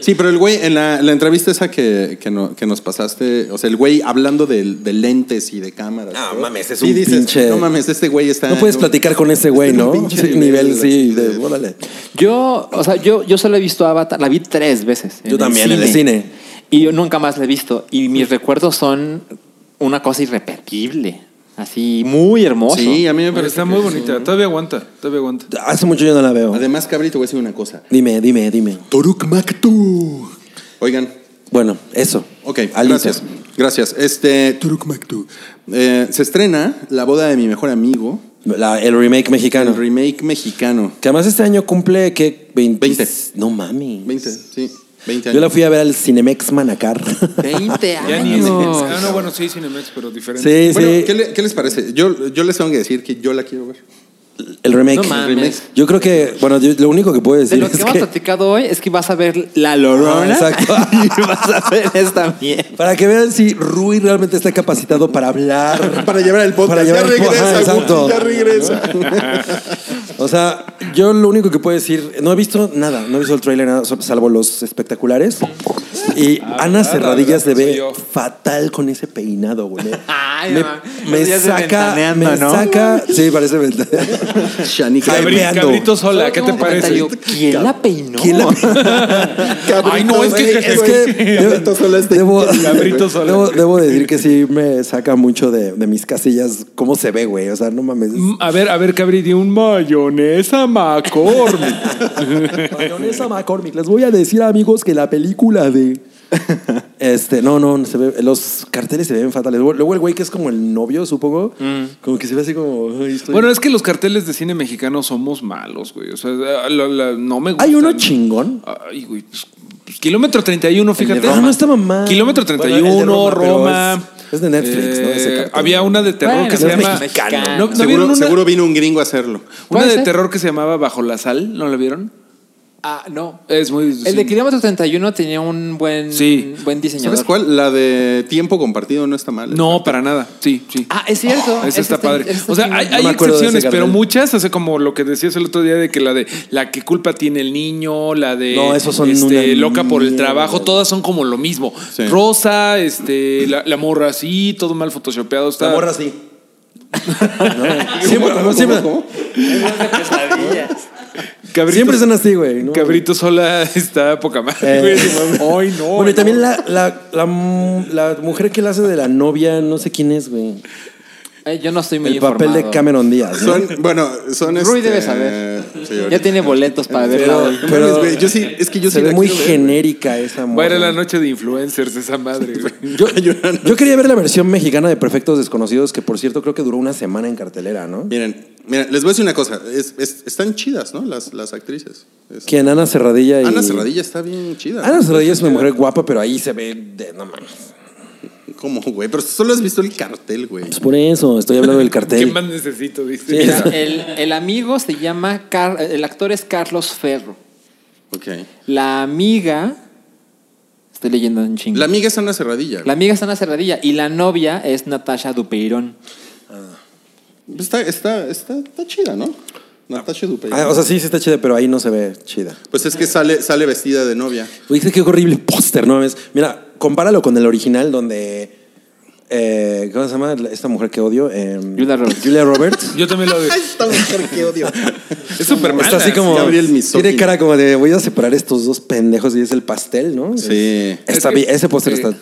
S2: Sí, pero el güey, en la, la entrevista esa que, que, no- que nos pasaste, o sea, el güey hablando de, de lentes y de cámaras.
S3: No,
S2: ¿no?
S3: mames, es
S2: Sí
S3: un
S2: dices,
S3: pinche-
S2: No mames, este güey está.
S3: No puedes platicar con ese güey,
S2: Está en
S3: ¿no?
S2: un pinche
S3: Sí, nivel,
S2: nivel,
S3: sí,
S2: de-
S3: de, órale.
S5: Yo, o sea, yo, yo solo he visto Avatar, la vi tres veces. en
S3: Yo también, en el cine.
S5: Y yo nunca más la he visto. Y mis recuerdos son una cosa irrepetible. Así, muy hermoso.
S2: Sí, a mí me
S4: Pero
S2: parece.
S4: está
S2: que
S4: muy
S2: es
S4: bonita. Todavía aguanta, todavía aguanta.
S3: Hace mucho yo no la veo.
S2: un- Además, cabrito, voy a decir una cosa.
S3: Dime, dime, dime.
S2: Toruk Maktu. Oigan,
S3: Bueno, eso.
S2: Ok,
S3: Alito.
S2: gracias. Gracias. Este, Turuk Maktu. Eh, se estrena La boda de mi mejor amigo,
S3: La- el remake mexicano.
S2: el remake mexicano.
S3: que además este año cumple que 20.
S2: Veinte.
S3: No mami.
S2: 20, sí, 20
S3: Yo
S2: años.
S3: la fui a ver al Cinemex Manacar.
S5: 20
S4: Ya ni es.
S5: años.
S4: Ah, no, bueno, sí, Cinemex, pero diferente.
S3: sí,
S2: Bueno,
S3: sí.
S2: ¿qué, le- qué les parece? Yo, yo les tengo que decir que yo la quiero ver.
S3: El remake.
S5: No mames.
S3: Yo creo que, bueno, yo- lo único que puedo
S5: De
S3: decir
S5: lo que
S3: es
S5: hemos
S3: que.
S5: platicado hoy es que vas a ver La Lorona.
S3: Ah, exacto.
S5: y vas a ver esta mierda.
S3: Para que vean si Rui realmente está capacitado para hablar.
S2: Para llevar el podcast.
S3: Para llevar
S2: ya
S3: el podcast,
S2: regresa,
S3: exacto.
S2: Guti, ya regresa.
S3: O sea, yo lo único que puedo decir, no he visto nada, no he visto el trailer, nada, so- salvo los espectaculares. Y Ana
S4: ah,
S3: Cerradilla se
S4: ah, soy
S3: ve
S4: yo.
S3: fatal con ese peinado, güey. Me-
S5: Ay,
S3: me,
S5: no mames.
S3: me
S5: Los días de
S3: saca,
S5: ventaneando,
S3: me
S5: ¿no?
S3: saca, sí, parece ventaneando.
S2: Shanika.
S3: Ay,
S4: Cabri-
S3: veando.
S4: Cabrito sola,
S5: Solo
S4: ¿qué te
S5: tengo un
S4: parece?
S5: comentario. ¿Quién la peinó?
S3: ¿Quién la
S4: Ay, no, es que-
S3: Güey, es que
S2: Cabrito Sola
S3: debo,
S2: está
S3: debo,
S4: Cabrito Sola.
S3: debo, debo decir que sí me saca mucho de, de mis casillas cómo se ve, güey. O sea, no mames.
S4: Mm, A ver, a ver, Cabri, di un mayonesa McCormick.
S3: Mayonesa McCormick. Les voy a decir, amigos, que la película de. Este, no, no, se ve- los carteles se ven fatales. Luego luego el güey que es como el novio, supongo, como que se ve así como. "Ay, estoy-".
S4: bueno, es que los carteles de cine mexicano somos malos, güey. O sea, la- la- no me gusta.
S3: hay uno chingón.
S4: Ay, güey. pues, pues, kilómetro 31, fíjate.
S3: Roma. Ah, no, esta mamá.
S4: Kilómetro 31,
S3: Bueno, el de Roma,
S4: Roma. Eh,
S3: pero es- es de Netflix, ¿no? Ese cartel.
S4: había una de terror
S5: Bueno,
S4: que se
S5: pero es
S4: llama.
S5: mexicano.
S4: ¿No, no
S2: seguro,
S4: vieron una,
S2: seguro vino un gringo a hacerlo.
S4: una
S5: ¿Puede
S4: de
S5: ser?
S4: terror que se llamaba Bajo la Sal? ¿No la vieron?
S5: Ah, no.
S4: Es muy.
S5: El de kilómetro 31 tenía un buen,
S4: Sí.
S5: buen diseñador.
S2: ¿Sabes cuál? La de tiempo compartido no está mal.
S4: No, para nada. Sí, sí.
S5: Ah, es cierto.
S4: Esa
S5: Ese
S4: está padre.
S5: ese está
S4: O sea,
S5: chingón.
S4: hay,
S3: No
S4: hay
S3: me acuerdo de ese
S4: excepciones, pero
S3: cartel.
S4: muchas, o sea, como lo que decías el otro día de que la de la que culpa tiene el niño, la de
S3: No, esos son
S4: este,
S3: una
S4: loca por el
S3: mierda.
S4: trabajo, todas son como lo mismo.
S2: Sí.
S4: Rosa, este, la, la morra así, todo mal photoshopeado. Está.
S3: La morra así. ¿No? Siempre, siempre,
S4: Cabrito-
S3: siempre son así, güey. ¿no?
S4: Cabrito sola está poca madre.
S3: Eh,
S4: güey, sí, mames. Ay, no.
S3: Bueno, y también la, la, la, mu- la mujer que la hace de la novia, no sé quién es, güey.
S5: Eh, yo no estoy muy
S3: El papel de
S5: informado.
S3: Cameron Díaz. ¿no?
S2: Son, bueno, son
S5: Rui
S2: este,
S5: debe saber.
S2: sí, ahorita.
S5: Ya tiene boletos para verla
S3: Pero-
S5: hoy.
S2: No mames, güey, yo sí, es que yo
S3: se
S2: sí
S3: ve
S2: la
S3: muy
S2: quiero ver.
S3: genérica esa
S4: Va a
S3: mujer.
S4: ir a la noche de influencers esa madre. güey.
S3: Yo, yo quería ver la versión mexicana de Perfectos Desconocidos, que por cierto creo que duró una semana en cartelera, ¿no?
S2: Miren, miren, les voy a decir una cosa. Es- es- están chidas, ¿no? Las, las actrices. Es-
S3: Que en Ana Cerradilla y...
S2: Ana Cerradilla está bien chida.
S3: Ana Cerradilla es una mujer guapa, pero ahí se ve de... No mames.
S2: ¿Cómo, güey? Pero solo has visto el cartel, güey.
S3: Pues por eso, estoy hablando del
S4: ¿Qué
S3: cartel.
S4: más necesito? Dice.
S3: Sí.
S5: Mira, el, el amigo se llama... Car- el actor es Carlos Ferro.
S2: Ok.
S5: La amiga Estoy leyendo en chingo.
S2: La amiga es una cerradilla.
S5: La amiga es Ana Cerradilla y la novia es Natasha Dupeirón.
S2: Está, está, está, está chida, ¿no? Natasha Dupeirón.
S3: Ah, o sea, sí, sí está chida, pero ahí no se ve chida.
S2: pues es que sale, sale vestida de novia.
S3: Uy, qué horrible póster, ¿no? mames? Mira, compáralo con el original donde... eh, ¿Cómo se llama esta mujer que odio? Em,
S5: Julia Roberts.
S3: Julia Roberts.
S4: Yo también lo veo.
S2: Esta mujer que odio.
S4: Es súper mala.
S3: Está así como...
S2: Gabriel misógino.
S3: tiene cara como de voy a separar estos dos pendejos y es el pastel, ¿no?
S2: Sí.
S3: Está
S4: Es que-
S3: bien, ese póster
S4: sí.
S3: está...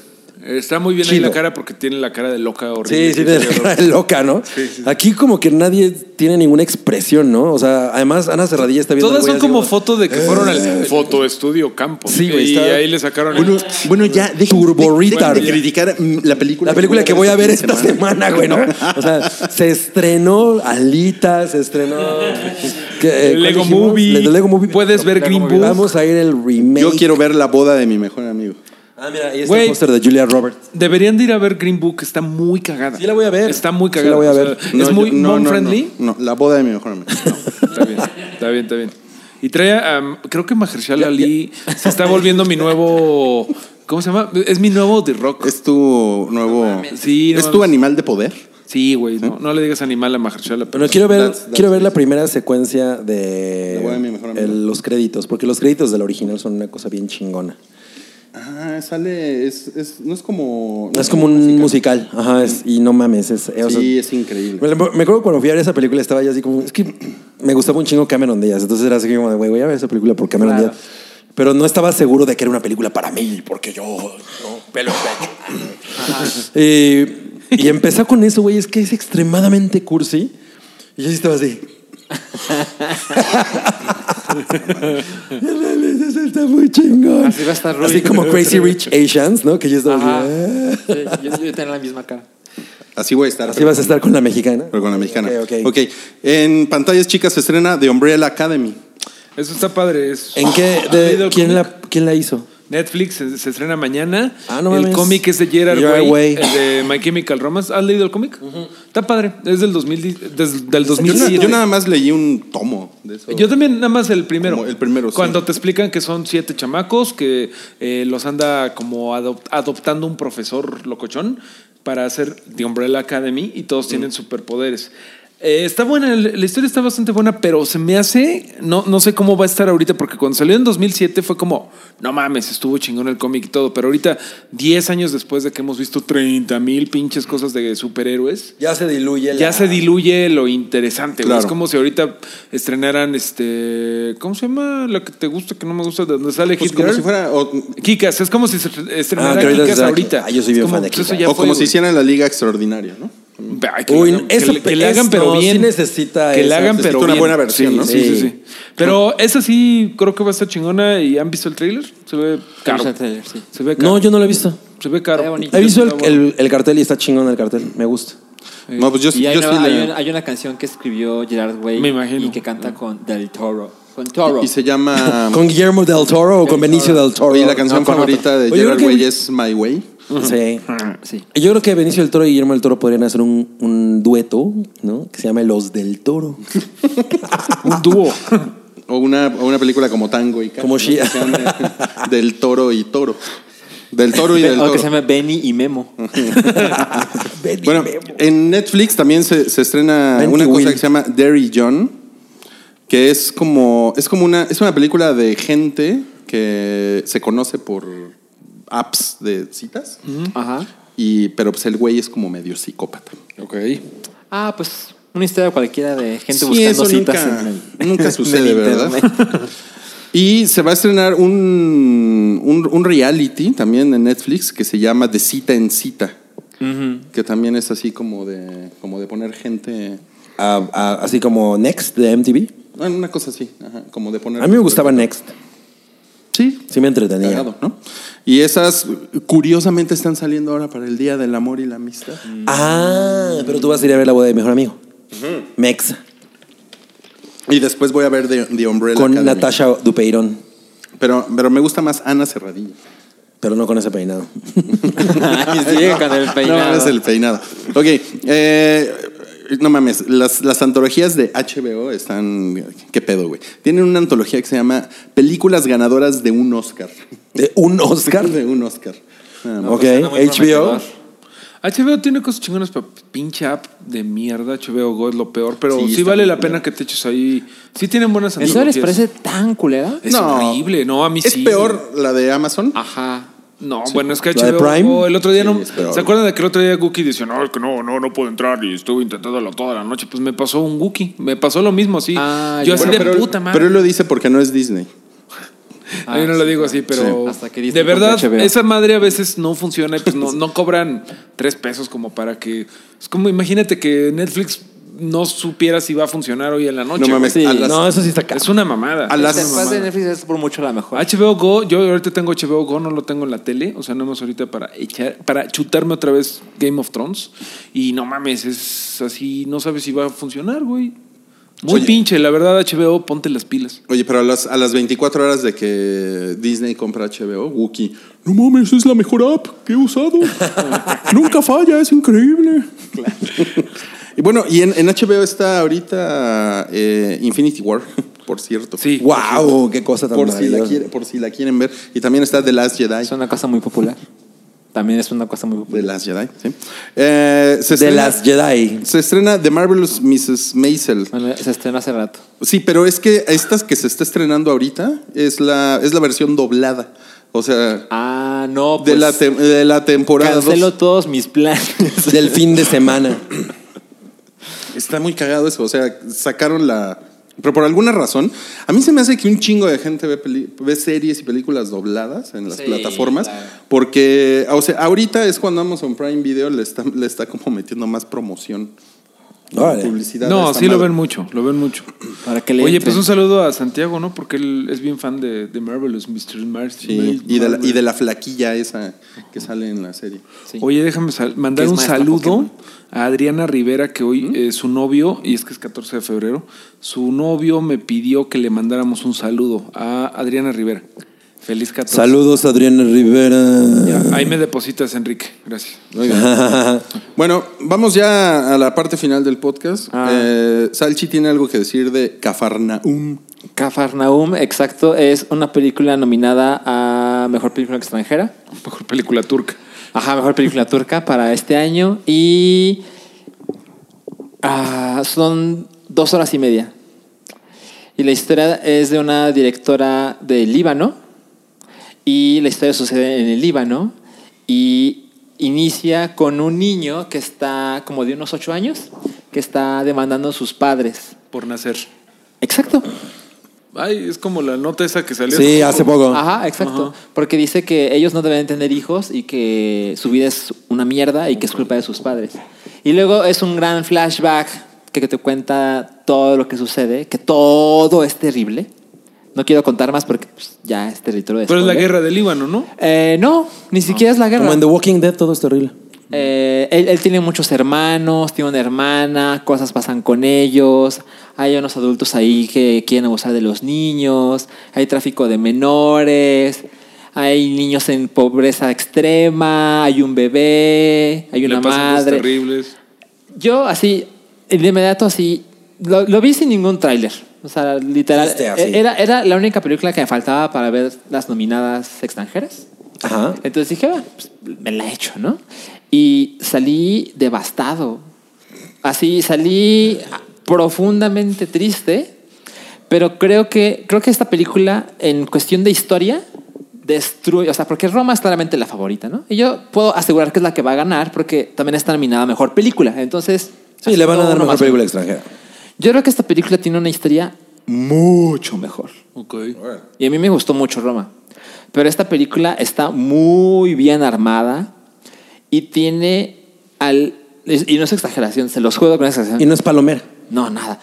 S4: Está muy bien ahí
S3: Chido.
S4: la cara porque tiene la cara de loca horrible.
S3: Sí, sí, tiene la cara de loca, ¿no? Aquí como que nadie tiene ninguna expresión, ¿no? O sea, además Ana Cerradilla está viendo... al
S4: Todas
S3: güey
S4: son
S3: así
S4: como fotos de que fueron al foto estudio campo.
S3: Sí, güey,
S4: Y
S3: está-
S4: ahí le sacaron el-
S2: Bueno, bueno, ya dejen,
S3: Turbo
S2: de- dejen
S3: retard.
S2: de criticar mm, la película. este
S3: La película que voy a ver esta semana, güey, ¿no? O sea, se estrenó Alita, se estrenó. ¿qué, eh, cuál
S4: Lego
S3: dijimos?
S4: Movie.
S3: La de Lego Movie.
S4: Puedes ver Green Book.
S3: Vamos a ir el remake.
S2: Yo quiero ver la boda de mi mejor amigo.
S3: Ah, mira, ahí está
S4: Güey.
S3: el póster de Julia Roberts.
S4: Deberían de ir a ver Green Book, está muy cagada.
S3: Sí la voy a ver.
S4: Está muy
S3: Sí
S4: cagada.
S3: la voy a
S4: o sea,
S3: ver.
S4: es muy
S2: yo- no,
S4: mom
S2: no,
S4: friendly.
S2: No, no, la boda de mi mejor amigo. No.
S4: Está bien, está bien, está bien. Y trae a, um, creo que Mahershala Ali se está volviendo mi nuevo ¿Cómo se llama? Es mi nuevo The Rock.
S2: Es tu nuevo.
S4: Sí, no
S2: es tu
S4: mames.
S2: animal de poder.
S4: Sí, güey, no, no le digas animal a Mahershala. pero-
S3: Bueno, quiero ver,
S2: That's- that's
S3: quiero ver la
S2: it.
S3: primera secuencia de
S2: La voy a mi mejor amigo.
S3: el- los créditos, porque los créditos del original son una cosa bien chingona.
S2: Ah, sale. Es, es, no es como.
S3: Es como un musical, ajá, es- y no mames, es, eh, o sea,
S2: Sí, es increíble.
S3: Me, me acuerdo cuando fui a ver esa película estaba yo así como, es que me gustaba un chingo Cameron Díaz. Entonces era así como, de, güey, voy a ver esa película por Cameron
S5: Claro.
S3: Díaz. Pero no estaba seguro de que era una película para mí, porque yo, no, pelo en pecho. y, y empezó con eso, güey, es que es extremadamente cursi. Y yo sí estaba así. Eso está muy chingón.
S5: Así va a estar Rui.
S3: Así como Crazy Rich Asians, ¿no? Que yo estaba
S5: Ajá.
S3: así. "Ah".
S5: Sí, yo, yo tenía la misma cara.
S2: Así voy a estar.
S3: Así vas a estar con la mexicana.
S2: Pero con la mexicana.
S3: Ok, ok.
S2: ok. En pantallas chicas se estrena The Umbrella Academy.
S4: Eso está padre. es-
S3: ¿En qué?
S4: ¿Has
S3: de-
S4: leído el
S3: ¿quién,
S4: cómic?
S3: la, ¿Quién la hizo?
S4: Netflix se, se estrena mañana.
S3: Ah, no
S4: el
S3: mames.
S4: cómic es de Gerard
S3: Gerard
S4: Way,
S3: Way.
S4: el de My Chemical Romance. ¿Has leído el cómic? Está padre. Es del 2010, des- del
S2: Yo, na-
S4: 2007.
S2: yo nada más leí un tomo de eso.
S4: Yo también, nada más el primero.
S2: Como el primero, sí.
S4: Cuando te explican que son siete chamacos, que eh, los anda como adop- adoptando un profesor locochón para hacer The Umbrella Academy y
S2: Mm.
S4: todos tienen superpoderes. Eh, está buena, el- la historia está bastante buena, pero se me hace, no, no sé cómo va a estar ahorita, porque cuando salió en 2007 fue como, no mames, estuvo chingón el cómic y todo, pero ahorita, 10 años después de que hemos visto 30 mil pinches cosas de superhéroes,
S3: Ya se diluye.
S4: ya se diluye lo interesante. güey.
S2: Claro.
S4: Es como si ahorita estrenaran este. ¿Cómo se llama? La que te gusta, que no me gusta, de donde sale
S2: Pues
S4: Hit
S2: como
S4: Girl?
S2: si fuera. O,
S4: Kikas, es como si se
S3: Ah,
S4: estrenara
S3: que ahorita
S4: Kikas
S3: está-
S4: ahorita.
S3: Ah, yo soy
S4: Es
S3: bien
S4: como,
S3: fan de
S4: pues, eso
S3: Kick-Ass.
S4: ya
S2: o
S4: fue,
S2: como si
S4: güey.
S2: hicieran la Liga Extraordinaria, ¿no?
S4: Ay, que,
S3: Uy,
S4: le hagan-
S3: eso-
S4: que le- que le hagan,
S3: eso
S4: pero
S3: sí
S4: bien.
S3: necesita
S4: que le
S3: esa-
S4: hagan,
S2: necesita
S4: pero
S2: una
S4: bien.
S2: buena versión,
S4: Sí,
S2: ¿no?
S4: Sí, sí,
S3: Sí.
S4: sí. Pero esa sí creo que va a estar chingona. ¿Y han visto el tráiler? Se ve caro.
S5: Vamos al trailer, sí.
S4: Se ve caro.
S3: No, yo no lo he visto.
S4: Se ve
S5: Está
S4: caro.
S5: bonito.
S3: He visto el, el- el cartel y está chingón el cartel. Me gusta.
S2: No, pues yo,
S5: Y hay,
S2: yo
S5: una,
S2: sí
S5: hay
S2: le-
S5: una- hay una canción que escribió Gerard Way
S4: Me imagino.
S5: y que canta con Del Toro. Con Toro.
S2: Y se llama.
S3: ¿Con Guillermo del Toro o con Benicio del Toro?
S2: Oye, la canción
S3: No, con
S2: favorita
S3: otra.
S2: de
S3: Oye, yo
S2: Gerard
S3: creo que-
S2: Way es My Way.
S3: Sí.
S5: Sí.
S3: Yo creo que Benicio del Toro y Guillermo del Toro podrían hacer un, un dueto, ¿no? Que se llame Los del Toro.
S4: Un dúo.
S2: O una, o una película como Tango y Cash,
S3: Como
S2: ¿no?
S3: Shia.
S2: Que se llama Del toro y toro. Del toro y del
S5: O que se
S2: toro.
S5: llama Benny y Memo.
S3: Benny
S2: Bueno,
S3: Memo.
S2: en Netflix también se, se estrena
S3: Benji
S2: una cosa
S3: Will.
S2: que se llama Derry John, que es como, es como una, es una película de gente que se conoce por apps de citas,
S5: Ajá.
S2: y, pero pues el güey es como medio psicópata.
S4: ok.
S5: Ah, pues una historia cualquiera de gente
S2: Sí,
S5: buscando
S2: eso
S5: citas.
S2: nunca-
S5: en el-
S2: nunca
S5: en el
S2: sucede, ¿verdad?
S5: internet.
S2: Y se va a estrenar un, un, un reality también en Netflix que se llama De cita en cita. Que también es así como de, como de poner gente.
S3: Ah, ah, así como Next de MTV.
S2: bueno, Una cosa así, ajá, como de poner.
S3: A mí me gustaba Next.
S2: Sí,
S3: Sí me entretenía.
S2: cagado, ¿no? Y esas, curiosamente, están saliendo ahora para el Día del Amor y la Amistad.
S3: Ah, pero tú vas a ir a ver la boda de mi mejor amigo. Mexa.
S2: Y después voy a ver The, The Umbrella.
S3: Con
S2: Academy.
S3: Natasha Dupeirón.
S2: Pero, pero me gusta más Ana Cerradilla.
S3: Pero no con ese peinado.
S5: Y sigue con el peinado.
S2: No mames, el peinado. Ok. eh, no mames, las, las antologías de HBO están. ¿Qué pedo, güey? Tienen una antología que se llama Películas ganadoras de un Oscar.
S3: de un Oscar.
S2: De un Oscar. Ah. Nada más.
S3: ok,
S7: suena muy
S3: HBO.
S7: prometedor.
S4: HBO tiene cosas chingonas, pero pinche app de mierda. HBO Go es lo peor, pero
S2: Sí,
S4: sí,
S2: está
S4: vale
S2: muy
S4: la
S2: culero.
S4: pena que te eches ahí. Sí tienen buenas
S5: ¿En serio les
S4: antologías.
S5: parece tan culera?
S4: Es
S2: No.
S4: horrible, no, a mí
S2: ¿Es
S4: sí.
S2: peor la de Amazon?
S5: Ajá.
S4: No, bueno, es que
S3: ¿La de
S4: HBO
S3: Prime?
S4: Go, el otro día no.
S2: es peor.
S4: ¿Se acuerdan de que el otro día Guki dice, no, es que no, no, no puedo entrar y estuve intentándolo toda la noche? Pues me pasó un Guki, me pasó lo mismo, así.
S5: Ah,
S4: yo
S5: ya.
S4: así
S5: Bueno,
S4: de puta madre.
S2: Pero él lo dice porque no es Disney.
S4: Ah, yo no lo digo así, pero
S5: Sí. Hasta que Disney
S4: de verdad,
S5: compre HBO.
S4: esa madre a veces no funciona y pues no, no cobran tres pesos como para que. Es como imagínate que Netflix no supiera si va a funcionar hoy en la noche.
S2: No mames,
S4: güey.
S2: a las-
S3: No, eso sí está caro.
S4: Es una mamada.
S2: a las-
S5: La interfaz de Netflix es por mucho la mejor.
S4: HBO Go, yo ahorita tengo HBO Go, no lo tengo en la tele, o sea, no más ahorita para echar, para chutarme otra vez Game of Thrones y no mames, es así, no sabes si va a funcionar, güey. Muy
S2: Oye.
S4: pinche, la verdad HBO, ponte las pilas.
S2: Oye, pero a las, a las 24 horas de que Disney compra HBO, Wookie, no mames, es la mejor app que he usado. Nunca falla, es increíble. y bueno, y en, en HBO está ahorita eh, Infinity War, por cierto.
S4: Sí.
S3: Wow, qué cosa tan
S2: Por si, la
S3: maravillosa.
S2: quiere- por si la quieren ver. Y también está The Last Jedi.
S5: Es una cosa muy popular. También es una cosa muy
S2: The
S5: popular.
S2: Last Jedi, sí. Eh, se
S3: de
S2: estrena-
S3: las Jedi.
S2: Se estrena The Marvelous Mrs. Maisel.
S5: Bueno, se estrenó hace rato.
S2: Sí, pero es que estas que se está estrenando ahorita es la, es la versión doblada. O sea,
S5: Ah, no,
S4: Pues
S2: de, la, tem- de la temporada dos.
S5: cancelo todos mis planes.
S3: Del fin de semana.
S2: Está muy cagado eso. O sea, sacaron la. Pero por alguna razón, a mí se me hace que un chingo de gente ve, peli- ve series y películas dobladas en las
S5: Sí,
S2: plataformas.
S5: claro.
S2: Porque, o sea, ahorita es cuando Amazon Prime Video le está, le está como metiendo más promoción.
S3: Órale.
S2: Publicidad. a
S4: No,
S2: esta
S4: sí lo
S2: madre.
S4: ven mucho, lo ven mucho.
S5: Para que le
S4: Oye,
S5: entren.
S4: pues un saludo a Santiago, ¿no? Porque él es bien fan de, de Marvelous Mr. Mar-
S2: Sí, y, de la, y de la flaquilla esa que sale en la serie.
S5: Sí.
S4: Oye, déjame sal- mandar
S5: Que es
S4: un
S5: maestra
S4: saludo
S5: Pokémon.
S4: a Adriana Rivera, que hoy eh, su novio, y es que es 14 de febrero, su novio me pidió que le mandáramos un saludo a Adriana Rivera. Feliz 14.
S3: Saludos, Adriana Rivera.
S4: Ahí me depositas, Enrique. Gracias.
S2: Muy bien. bueno, vamos ya a la parte final del podcast.
S4: Ah.
S2: Eh, Salchi tiene algo que decir de Cafarnaum.
S5: Cafarnaum, exacto, es una película nominada a Mejor Película Extranjera.
S4: Mejor película turca.
S5: Ajá, Mejor Película Turca para este año. Y ah, son dos horas y media. Y la historia es de una directora de Líbano. Y la historia sucede en el Líbano. Y inicia con un niño que está como de unos ocho años, que está demandando a sus padres.
S4: Por nacer.
S5: Exacto.
S4: Ay, es como la nota esa que salió.
S3: Sí, hace poco.
S5: Ajá, exacto. Porque dice que ellos no deben tener hijos y que su vida es una mierda y que es culpa de sus padres. Y luego es un gran flashback que que te cuenta todo lo que sucede, que todo es terrible. No quiero contar más porque pues, ya es territorio de
S4: Pero es la
S5: spoiler.
S4: guerra del Líbano, ¿no?
S5: Eh, no, ni siquiera es la guerra.
S3: Como en The Walking Dead todo es terrible.
S5: Eh, él, él tiene muchos hermanos, tiene una hermana, cosas pasan con ellos, hay unos adultos ahí que quieren abusar de los niños, hay tráfico de menores, hay niños en pobreza extrema, hay un bebé, hay una
S4: Le pasan cosas
S5: madre.
S4: terribles.
S5: Yo así, de inmediato así, lo, lo vi sin ningún tráiler. O sea, literal. eh,
S3: Fuiste así.
S5: Era, era la única película que me faltaba para ver las nominadas extranjeras.
S3: Ajá.
S5: Entonces dije, "Ah, pues, me la he hecho, ¿no? Y salí devastado. Así salí profundamente triste, pero creo que, creo que esta película, en cuestión de historia, destruye, o sea, porque Roma es claramente la favorita, ¿no? Y yo puedo asegurar que es la que va a ganar porque también está nominada a Mejor Película. Entonces...
S3: Sí, le van a
S5: todo
S3: dar
S5: uno
S3: mejor
S5: más.
S3: película extranjera.
S5: Yo creo que esta película tiene una historia mucho mejor.
S4: Ok.
S5: Y a mí me gustó mucho Roma. Pero esta película está muy bien armada y tiene al... Y no es exageración, se los juego con
S3: Y
S5: exageración.
S3: no es palomera.
S5: No, nada.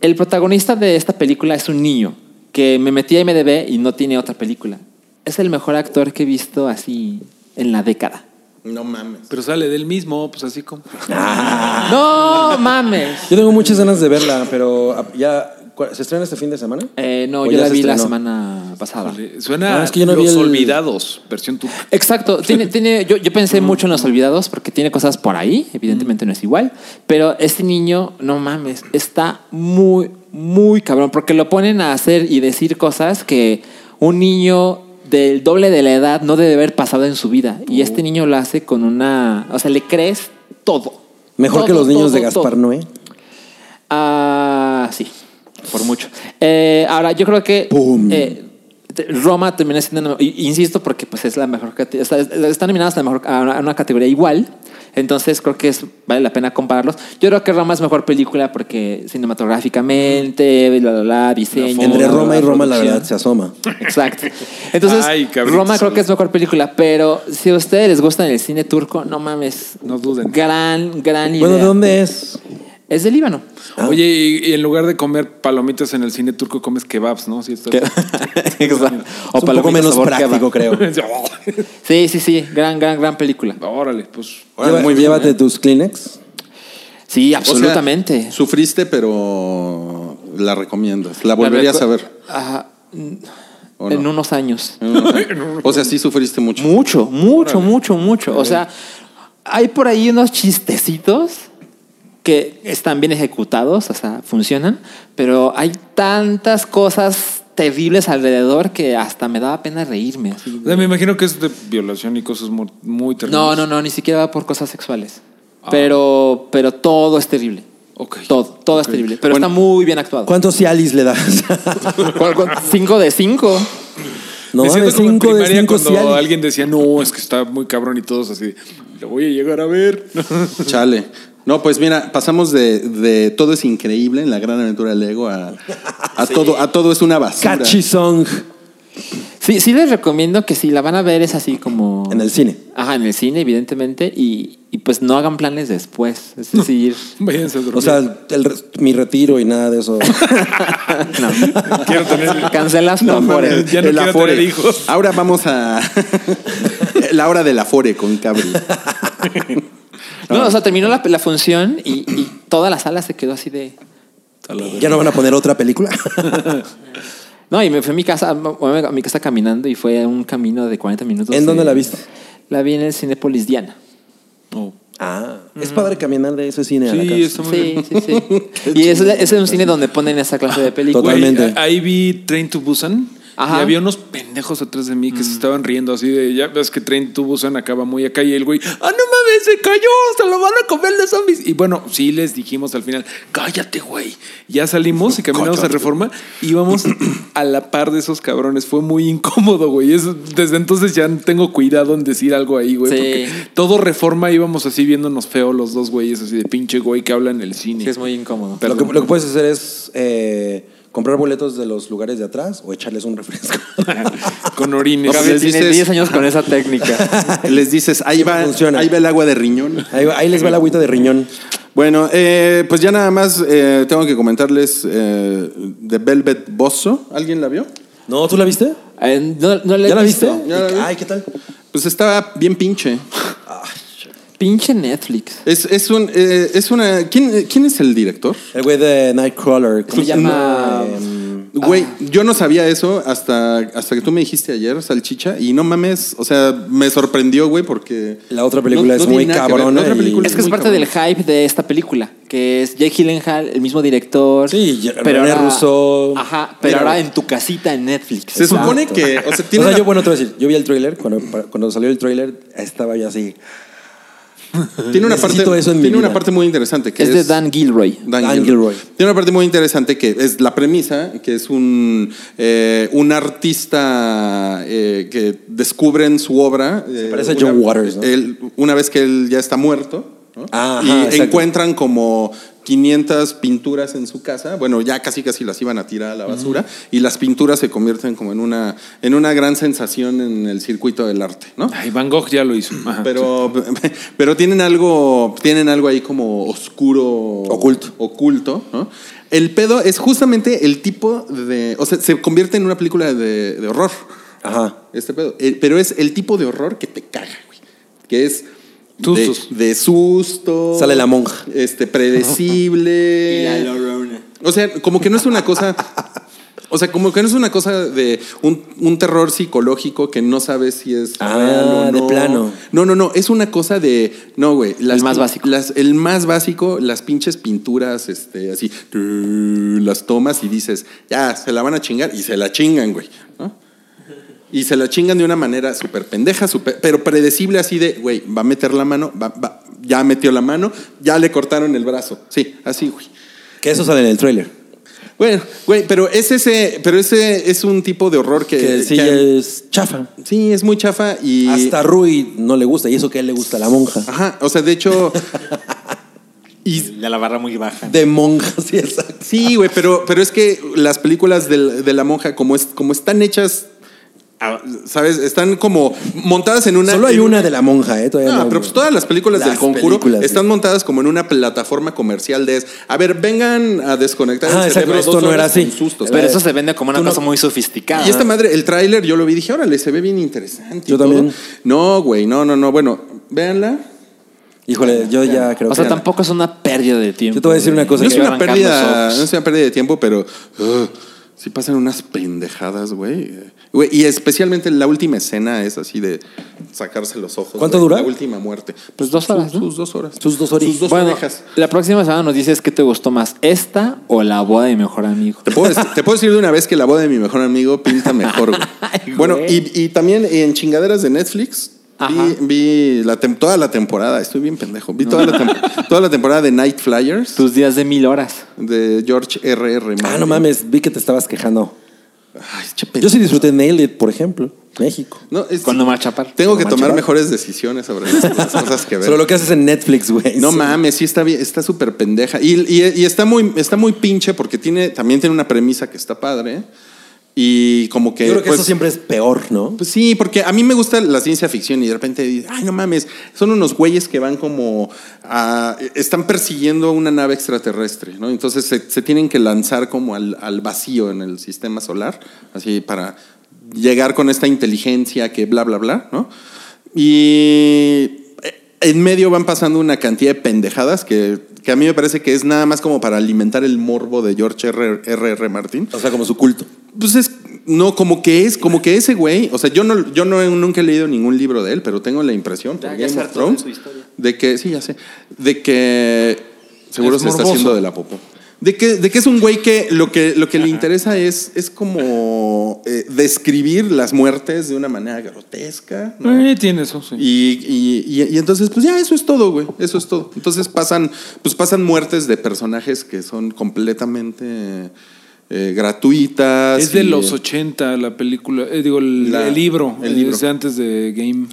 S5: El protagonista de esta película es un niño que me metí a MDB y no tiene otra película. Es el mejor actor que he visto así en la década.
S2: No mames.
S4: Pero sale del mismo, pues así como.
S3: Ah.
S5: ¡No mames!
S3: Yo tengo muchas ganas de verla, pero ah, ya. ¿cuál- ¿Se estrena este fin de semana?
S5: Eh, no,
S3: ¿O
S5: yo
S3: ya
S5: la
S3: se
S5: vi la
S3: estrenó?
S5: semana pasada.
S4: Híjole, Suena
S3: Ah, es que yo no vi
S4: Los
S3: el-
S4: Olvidados, versión turca.
S5: Exacto, tiene, tiene, yo, yo pensé mucho en los olvidados porque tiene cosas por ahí, evidentemente no es igual, pero este niño, no mames, está muy, muy cabrón, porque lo ponen a hacer y decir cosas que un niño del doble de la edad no debe haber pasado en su vida. Y
S3: Oh.
S5: este niño lo hace con una. O sea, le crees todo.
S3: Mejor que
S5: Todo,
S3: los niños
S5: todo,
S3: de Gaspar
S5: todo.
S3: Noé.
S5: Ah, sí, por mucho. Eh, ahora, yo creo que
S3: Pum.
S5: eh, te- Roma termina siendo, y- insisto, porque pues es la mejor cate- está, está nominadas a, la mejor, a una, a una categoría igual. Entonces creo que es, vale la pena compararlos. Yo creo que Roma es mejor película porque cinematográficamente, bla, bla, bla, diseño.
S3: Entre
S5: bla, bla,
S3: Roma y
S5: bla,
S3: Roma, la
S5: producción.
S3: verdad, se asoma.
S5: Exacto. Entonces,
S4: Ay, cabrón,
S5: Roma
S4: solo.
S5: creo que es mejor película, pero si a ustedes les gusta el cine turco, no mames.
S4: No duden.
S5: Gran, gran idea.
S3: Bueno, ¿de dónde es?
S5: Es de Líbano.
S3: Ah.
S4: Oye, y, y en lugar de comer palomitas en el cine turco, comes kebabs, ¿no? Sí, está-
S5: Exacto.
S3: es un poco
S6: palomitas
S3: menos
S6: sabor
S3: práctico, creo.
S5: Sí, sí, sí. Gran, gran, gran película.
S4: Órale, pues.
S3: Lleva- Llévate tus Kleenex.
S5: Sí,
S2: O sea,
S5: absolutamente.
S2: sufriste, pero la recomiendas. La volverías a ver.
S5: Ajá.
S2: ¿o
S5: en
S2: no?
S5: unos años.
S2: O sea, sí sufriste mucho.
S5: Mucho, mucho, mucho, mucho. O sea, hay por ahí unos chistecitos que están bien ejecutados, o sea, funcionan, pero hay tantas cosas terribles alrededor que hasta me daba pena reírme. así.
S4: O sea, me imagino que es de violación y cosas mu- muy terribles.
S5: No, no, no, ni siquiera va por cosas sexuales.
S2: Ah.
S5: Pero, pero todo es terrible.
S4: Ok.
S5: Todo, todo es terrible. Pero está muy bien actuado.
S3: ¿Cuántos Cialis le das?
S5: ¿Cuál- cuál- cinco de cinco.
S3: no,
S4: me
S3: mames,
S4: siento como en
S3: cinco de
S4: primaria
S3: cinco
S4: cuando
S3: Cialis.
S4: alguien decía, no, es que está muy cabrón y todos así, lo voy a llegar a ver.
S2: Chale. No, pues mira, pasamos de, de todo es increíble en la gran aventura del ego a, a todo, a todo es una basura.
S3: Catchy song
S5: Sí, sí les recomiendo que si la van a ver es así como...
S3: en el cine.
S5: Ajá, en el cine, evidentemente. Y, y pues no hagan planes después. Es decir,
S4: Váyanse a dormir.
S3: O sea, el re- mi retiro y nada de eso.
S5: no.
S4: Quiero tener-
S5: Cancelas tu
S4: No,
S5: Afore.
S4: mames, ya no
S2: El
S4: quiero
S2: Afore.
S4: tener hijos.
S2: Ahora vamos a la hora del Afore con Cabri.
S5: No, o sea, terminó la, la función y, y toda la sala se quedó así de...
S3: ¿Ya no van a poner otra película?
S5: No, y me fui a mi casa, a mi casa caminando y fue un camino de 40 minutos.
S3: ¿En
S5: de-
S3: dónde la viste?
S5: La vi en el Cinépolis Diana.
S3: ah, es padre caminar de ese cine a la
S4: Sí,
S3: casa.
S4: está muy bien.
S5: Sí, sí, sí. y es, es un cine donde ponen esa clase de películas.
S4: Güey,
S3: Totalmente.
S4: a- ahí vi Train to Busan.
S5: Ajá.
S4: Y había unos pendejos atrás de mí que se estaban riendo así de, ya ves que Train to Busan acaba muy acá y el güey, ah, no mames, se cayó, se lo van a comer los zombies. Y bueno, sí les dijimos al final, cállate, güey. Ya salimos y caminamos a Reforma y íbamos a la par de esos cabrones. Fue muy incómodo, güey. Es- desde entonces ya tengo cuidado en decir algo ahí, güey.
S5: Sí.
S4: Porque todo Reforma íbamos así viéndonos feo los dos güeyes, así de pinche güey que habla en el cine.
S5: Sí, es muy incómodo.
S3: Lo que, lo que puedes hacer es eh, comprar boletos de los lugares de atrás o echarles un refresco.
S4: Con orines.
S2: No,
S5: Gabriel
S2: les
S5: tiene
S2: dices-
S5: 10 años con esa técnica.
S2: Les dices, ahí va,
S3: funciona.
S2: ahí va el agua de riñón.
S3: Ahí, va- ahí les va la agüita de riñón.
S2: Bueno, eh, pues ya nada más eh, tengo que comentarles eh, de Velvet Bosso. ¿Alguien la vio?
S3: No, ¿tú la viste?
S5: Eh, no, no le he
S3: ¿Ya la viste?
S5: visto.
S2: Ya la vi.
S3: Ay, ¿qué tal?
S2: Pues estaba bien pinche.
S5: Pinche Netflix.
S2: Es, es un, eh, es una. ¿quién, eh, quién es el director?
S3: El güey de Nightcrawler. ¿Cómo Em,
S5: Se llama.
S2: Güey,
S3: Ah.
S2: yo no sabía eso hasta, hasta que tú me dijiste ayer, Salchicha, y no mames, o sea, me sorprendió, güey, porque...
S3: La otra película es
S2: tiene
S3: muy
S2: nada que ver. La
S3: cabrona
S2: otra
S3: y-
S2: película
S5: Es que es
S2: muy
S5: parte del hype de esta película, que es Jake Gyllenhaal, el mismo director.
S3: Sí, ya- René Russo.
S5: Ajá, pero
S2: Mira,
S5: ahora
S2: güey.
S5: en tu casita en Netflix.
S2: Se supone que, o sea, tiene...
S3: o sea,
S2: una-
S3: yo, bueno, te voy a decir, yo vi el tráiler, cuando, para- cuando salió el tráiler estaba yo así.
S2: Tiene una parte,
S3: Necesito eso en mi
S2: tiene una
S3: vida.
S2: parte muy interesante que
S5: es
S2: es,
S5: de Dan Gilroy.
S2: Dan
S3: Dan Gilroy.
S2: Tiene una parte muy interesante que es la premisa, que es un, eh, un artista eh, que descubren su obra. eh,
S3: parece a
S2: una-
S3: John Waters, ¿no? Ah,
S2: él- una vez que él ya está muerto, ¿no?
S3: Ajá,
S2: y
S3: exacto.
S2: encuentran como 500 pinturas en su casa. Bueno, ya casi casi las iban a tirar a la basura. Y las pinturas se convierten como en una, en una gran sensación en el circuito del arte, ¿no?
S4: Ay, Van Gogh ya lo hizo. Ajá.
S2: Pero, pero tienen algo, tienen algo ahí como oscuro,
S3: Oculto.
S2: oculto, ¿no? El pedo es justamente el tipo de, o sea, se convierte en una película de, de horror,
S3: Ajá.
S2: este pedo. Eh, pero es el tipo de horror que te caga, güey, que es de,
S4: Sustos.
S2: de susto.
S3: Sale la monja.
S2: Este predecible. O sea, como que no es una cosa. O sea, como que no es una cosa de un, un terror psicológico que no sabes si es
S3: Ah,
S2: real o
S3: de
S2: no.
S3: plano.
S2: No, no, no. Es una cosa de. No, güey. las
S5: El más
S2: pin-
S5: básico.
S2: las- el más básico, las pinches pinturas, este, así. tú, Las tomas y dices, ya, se la van a chingar. Y se la chingan, güey. ¿no? Y se la chingan de una manera súper pendeja, súper- pero predecible así de, güey, va a meter la mano, va- va- ya metió la mano, ya le cortaron el brazo. Sí, así, güey.
S3: Que eso sale en el tráiler.
S2: Bueno, güey, pero es ese, pero ese es un tipo de horror que,
S3: Que sí
S2: Eh, que-
S3: es chafa.
S2: sí, es muy chafa y
S3: Hasta a Rui no le gusta, y eso que a él le gusta, la monja.
S2: ajá, o sea, de hecho y
S7: De la barra muy baja.
S3: De monja, sí, exacto.
S2: Ah. sí, güey, pero pero es que las películas del- de, la monja como es como están hechas ah, ¿Sabes? Están como montadas en una.
S3: Solo hay
S2: en
S3: una de la monja, ¿eh? Todavía
S2: No,
S3: no-
S2: pero pues todas las películas
S3: Las
S2: del conjuro
S3: películas,
S2: están
S3: sí.
S2: montadas como en una plataforma comercial de es, a ver, vengan a desconectar
S3: Ah,
S2: el
S3: exacto,
S2: cerebro
S3: esto
S2: dos
S3: no era
S2: horas con
S3: así.
S2: sustos.
S7: Pero eso se vende como una
S3: Tú no- este
S7: cosa muy sofisticada.
S2: Y esta madre, el tráiler, yo lo vi y dije, órale, se ve bien interesante. y
S3: Yo
S2: todo".
S3: también.
S2: No, güey, no, no, no. Bueno, véanla.
S3: Híjole, yo ya
S5: O
S3: creo que.
S5: sea, tampoco es una pérdida de tiempo.
S3: Yo te voy a decir una cosa.
S2: No es
S3: que-
S2: una
S7: arrancar los
S2: pérdida,
S7: ojos.
S2: no es una pérdida de tiempo, pero ugh, sí pasan unas pendejadas, güey. Güey, Y especialmente la última escena es así de sacarse los ojos.
S3: ¿Cuánto
S2: güey,
S3: dura?
S2: La última muerte.
S5: Pues dos horas,
S2: Sus,
S5: ¿no?
S2: sus dos horas.
S3: Sus dos horas.
S2: Sus dos
S5: bueno,
S2: orejas.
S5: la próxima semana nos dices qué te gustó más, esta o la boda de mi mejor amigo.
S2: Te puedo, dec- te puedo decir de una vez que la boda de mi mejor amigo pinta mejor, güey. bueno, y, y también en chingaderas de Netflix.
S5: Ajá.
S2: Vi, vi la tem- toda la temporada, estoy bien pendejo. Vi toda, la tem- toda la temporada de Night Flyers
S5: Tus días de mil horas.
S2: de George R.R.
S3: Ah,
S2: Martin.
S3: no mames, vi que te estabas quejando.
S2: Ay, che pendejo.
S3: Yo sí disfruté Nailed It, por ejemplo, México.
S2: No, es-
S5: Con Omar Chaparro.
S2: Tengo
S3: Con
S2: que
S3: Omar
S2: tomar
S3: Chaparro.
S2: mejores decisiones sobre las las cosas que
S3: Sobre
S2: veo.
S3: lo que haces en Netflix, güey.
S2: No
S3: Sí.
S2: mames, sí está bien, está súper pendeja. Y, y- y está muy, está muy pinche porque tiene, también tiene una premisa que está padre. Y como que.
S3: Yo creo que
S2: pues,
S3: eso siempre es peor, ¿no?
S2: Pues sí, porque a mí me gusta la ciencia ficción y de repente, dices, ay, no mames, son unos güeyes que van como a- están persiguiendo una nave extraterrestre, ¿no? Entonces se, se tienen que lanzar como al, al vacío en el sistema solar, así para llegar con esta inteligencia que bla, bla, bla, ¿no? Y eh, en medio van pasando una cantidad de pendejadas que, que a mí me parece que es nada más como para alimentar el morbo de George R.R. R. Martin.
S3: O sea, como su culto.
S2: Pues es, no, como que es, como que ese güey, o sea, yo no, yo no he- nunca he leído ningún libro de él, pero tengo la impresión por Game of Thrones de que, sí, ya sé, de que seguro
S4: Es
S2: se está
S4: morboso.
S2: haciendo de la popó. De que, de que es un güey que lo que, lo que le interesa es, es como eh, describir las muertes de una manera grotesca. ¿no?
S4: Eh, tiene eso, sí.
S2: Y, y- y- y entonces, pues ya, eso es todo, güey. Eso es todo. Entonces pasan, pues pasan muertes de personajes que son completamente eh, gratuitas.
S4: Es de
S2: y-
S4: los 80 la película, eh, digo, el,
S2: eh. La-
S4: el libro,
S2: el libro.
S4: es de antes de Game.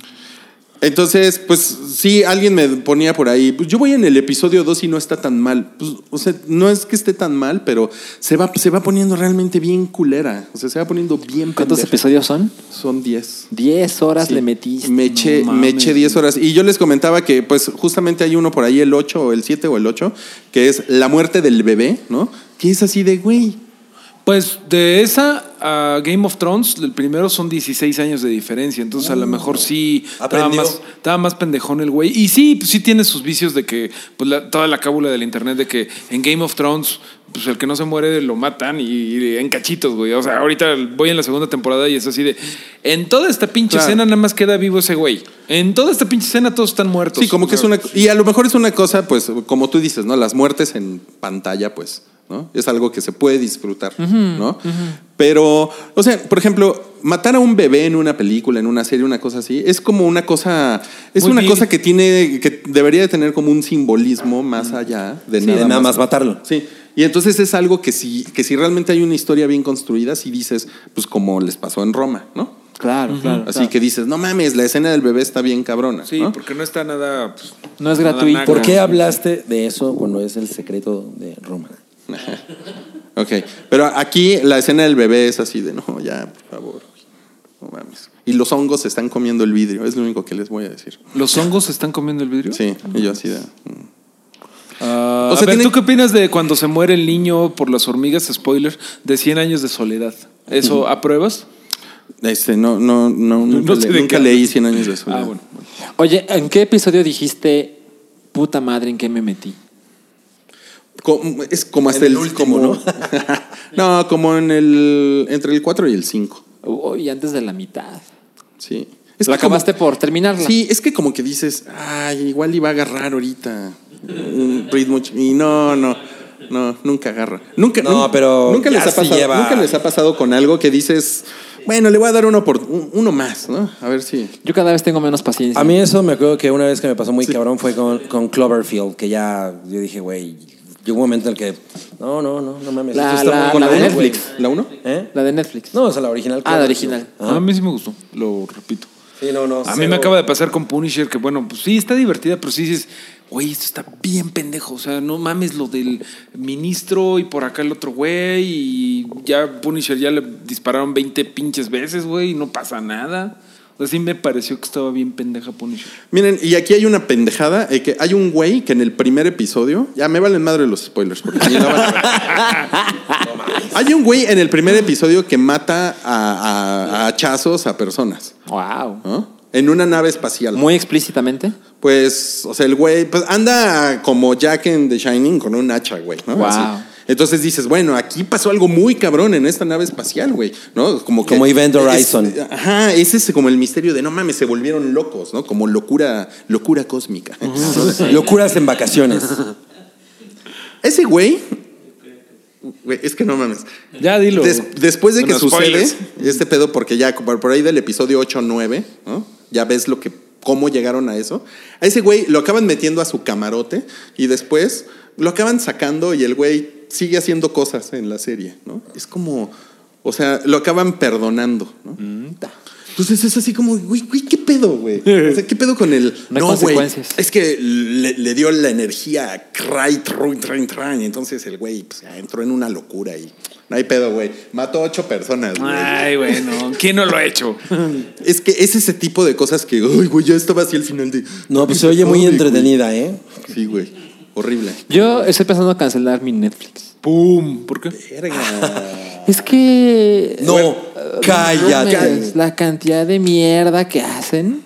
S2: Entonces, pues sí, alguien me ponía por ahí, pues yo voy en el episodio 2 y no está tan mal. Pues, o sea, no es que esté tan mal, pero se va, se va poniendo realmente bien culera. O sea, se va poniendo bien
S5: ¿Cuántos
S2: pendeja.
S5: episodios son?
S2: Son 10.
S5: Diez horas
S2: Sí.
S5: le metiste.
S2: Me eché,
S4: No
S2: me
S4: mames.
S2: eché 10 horas. Y yo les comentaba que, pues, justamente hay uno por ahí, el 8 o el 7 o el 8, que es la muerte del bebé, ¿no? Que es así de, güey.
S4: Pues de esa a Game of Thrones, el primero son 16 años de diferencia, entonces
S2: Uh.
S4: a lo mejor sí estaba
S3: Aprendió.
S4: más, estaba más pendejón el güey. Y sí, pues sí tiene sus vicios de que pues la- toda la cábula del internet de que en Game of Thrones pues el que no se muere lo matan y, y en cachitos, güey. O sea, ahorita voy en la segunda temporada y es así de en toda esta pinche
S2: Claro.
S4: escena nada más queda vivo ese güey. En toda esta pinche escena todos están muertos.
S2: Sí, como
S4: O
S2: que es
S4: sea,
S2: una. Y a lo mejor es una cosa, pues, como tú dices, ¿no? Las muertes en pantalla, pues, ¿no? Es algo que se puede disfrutar, ¿no? Pero, o sea, por ejemplo, matar a un bebé en una película, en una serie, una cosa así, es como una cosa. Es
S4: Muy
S2: una
S4: vil.
S2: cosa que tiene. que debería de tener como un simbolismo más allá de
S3: Sí,
S2: nada,
S3: de nada más
S2: más
S3: matarlo.
S2: Sí. Y entonces es algo que si, que si realmente hay una historia bien construida, si dices, pues como les pasó en Roma, ¿no?
S5: Claro, claro.
S2: Así que dices, no mames, la escena del bebé está bien cabrona.
S4: Sí,
S2: ¿no?
S4: porque no está nada. pues,
S5: No es
S4: nada
S5: gratuito.
S4: naco.
S3: ¿Por qué hablaste de eso cuando es el secreto de Roma?
S2: Ok, pero aquí la escena del bebé es así de, no, ya, por favor, güey, no mames. Y los hongos se están comiendo el vidrio, es lo único que les voy a decir.
S4: ¿Los hongos están comiendo el vidrio?
S2: Sí, y yo así de... mm.
S4: Ah,
S2: O
S4: a
S2: sea,
S4: ver,
S2: tiene-
S4: ¿tú qué opinas de cuando se muere el niño por las hormigas, spoiler, de 100 años de soledad? ¿Eso apruebas?
S2: Este, no, no, no, nunca,
S4: sé
S2: le-
S4: de
S2: nunca
S4: qué
S2: leí
S4: hablas.
S2: 100 años de soledad.
S4: Ah, bueno.
S5: Oye, ¿en qué episodio dijiste, puta madre, en qué me metí?
S2: Como- es como hasta
S3: En
S2: el,
S3: el último,
S2: como- ¿no? como en el, entre el 4 y el 5,
S5: Uy, antes de la mitad.
S2: sí. que
S5: la
S2: como-
S5: acabaste por terminarla.
S2: Sí, es que como que dices, ay, igual iba a agarrar ahorita un ritmo. ch- Y no, no, no, nunca agarra. Nunca,
S3: No,
S2: nun-
S3: pero
S2: nunca les,
S3: ya
S2: ha
S3: sí
S2: pasado,
S3: lleva-
S2: nunca les ha pasado con algo que dices, Bueno, le voy a dar uno, por, un- uno más, ¿no? A ver si.
S5: Yo cada vez tengo menos paciencia.
S3: A mí eso me acuerdo que una vez que me pasó muy cabrón fue con, con Cloverfield, que ya yo dije, güey, llegó un momento en el que, no, no, no, no mames.
S5: La-
S3: esto está
S5: la-
S3: muy
S5: ¿Con la
S3: cabrón,
S5: de
S3: güey".
S5: Netflix?
S2: ¿La uno?
S3: ¿Eh?
S5: La de Netflix.
S3: No, o sea, la original.
S5: Ah, la
S3: Cloverfield.
S5: original.
S4: A mí sí me gustó, lo repito.
S3: Sí, no, no.
S4: A mí me acaba de pasar con Punisher, que bueno, pues sí, está divertida, pero sí dices, güey, esto está bien pendejo. O sea, no mames lo del ministro y por acá el otro güey. Y ya Punisher ya le dispararon 20 pinches veces, güey, y no pasa nada. O sea, sí me pareció que estaba bien pendeja Punisher.
S2: Miren, y aquí hay una pendejada, eh, que hay un güey que en el primer episodio, ya me valen madre los spoilers, porque ni la van a ver. Hay un güey en el primer episodio que mata a, a- a hachazos a personas,
S5: Wow.
S2: ¿no? En una nave espacial.
S5: Muy explícitamente.
S2: Pues, o sea, el güey pues anda como Jack en The Shining con un hacha, güey, ¿no?
S5: Wow.
S2: Entonces dices, bueno, aquí pasó algo muy cabrón en esta nave espacial, güey, ¿no? Como, que-
S3: Como Event
S2: es-
S3: Horizon.
S2: ajá, ese es como el misterio de no mames, se volvieron locos, ¿no? Como locura, locura cósmica.
S3: Locuras en vacaciones.
S2: Ese güey, güey, es que no mames.
S4: Ya dilo.
S2: Des- después de que
S4: Bueno,
S2: sucede
S4: spoilers.
S2: este pedo, porque ya por por ahí del episodio 8-9, ¿no? ya ves lo que, cómo llegaron a eso. A ese güey lo acaban metiendo a su camarote y después lo acaban sacando y el güey sigue haciendo cosas en la serie. ¿no? Es como, o sea, lo acaban perdonando. ¿no?
S5: Mm,
S2: Entonces es así como, güey, güey, ¿qué pedo, güey? O sea, ¿qué pedo con el.
S5: No hay
S2: No, güey.
S5: consecuencias.
S2: Es que le, le dio la energía a Cry, Trun, Trun, Trun. y Entonces el güey pues, ya entró en una locura y. No hay pedo, güey. Mató ocho personas, güey.
S4: Ay, bueno, ¿quién no lo ha hecho?
S2: Es que es ese tipo de cosas que, uy, güey, ya estaba así al final de.
S3: No, pues se oye muy
S2: Ay, güey.
S3: entretenida, ¿eh?
S2: Sí, güey. Horrible.
S5: Yo estoy pensando en cancelar mi Netflix.
S4: ¡Pum! ¿Por qué?
S5: Es que.
S3: No, cállate.
S5: Eh, mames, La cantidad de mierda que hacen.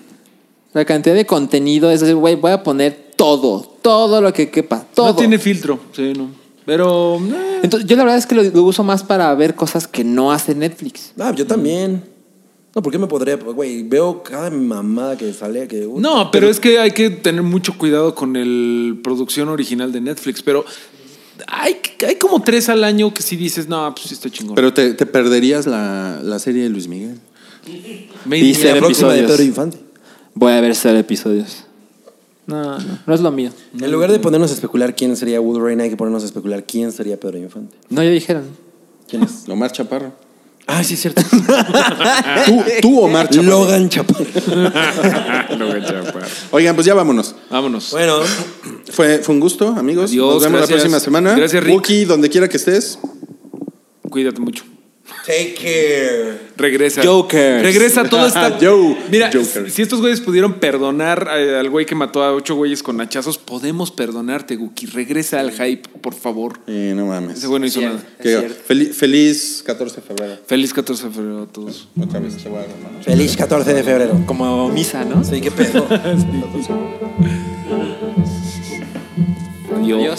S5: La cantidad de contenido. Es decir, güey, voy a poner todo. Todo lo que quepa. Todo.
S4: No tiene filtro. Sí, no. Pero. eh,
S5: Entonces, yo la verdad es que lo, lo uso más para ver cosas que no hace Netflix.
S3: Ah, yo también. No, ¿por qué me podría? Güey, veo cada mamada que sale que... uh,
S4: No, pero es que hay que tener mucho cuidado con el producción original de Netflix, pero hay, hay como tres al año que sí dices, no, pues sí está chingón.
S2: Pero te, te perderías la, la serie de Luis Miguel.
S4: Maybe-
S5: dice-
S3: la
S5: ser
S3: próxima de
S5: episodios.
S3: Pedro Infante.
S5: Voy a ver cero episodios. No, no, no es lo mío.
S3: En lugar de ponernos a especular quién sería Wood Rain, hay que ponernos a especular quién sería Pedro Infante.
S5: No, ya dijeron.
S3: ¿Quién es?
S2: Omar Chaparro.
S3: Ah, sí, es cierto.
S2: Tú, tú Omar Chaparro.
S3: Logan Chaparro.
S2: Oigan, pues ya vámonos.
S4: Vámonos.
S3: Bueno,
S2: Fue, fue un gusto, amigos.
S4: Adiós,
S2: Nos vemos la
S4: gracias.
S2: próxima semana.
S4: Gracias, Rick.
S2: Wookie, donde quiera que estés.
S4: Cuídate mucho.
S3: take care.
S4: Regresa.
S3: Jokers.
S4: Regresa toda esta.
S2: Yo-
S4: Mira,
S2: Jokers.
S4: si estos güeyes pudieron perdonar a- al güey que mató a ocho güeyes con hachazos, podemos perdonarte, Guki. Regresa al hype, por favor.
S2: Eh, no mames.
S4: Ese güey no hizo nada.
S2: Que- fel- feliz 14 de febrero.
S4: Feliz 14 de febrero a todos.
S2: Otra vez te voy a agarrar.
S3: Feliz 14 de febrero.
S5: Como misa, ¿no?
S3: Sí, qué pedo.
S5: Adiós.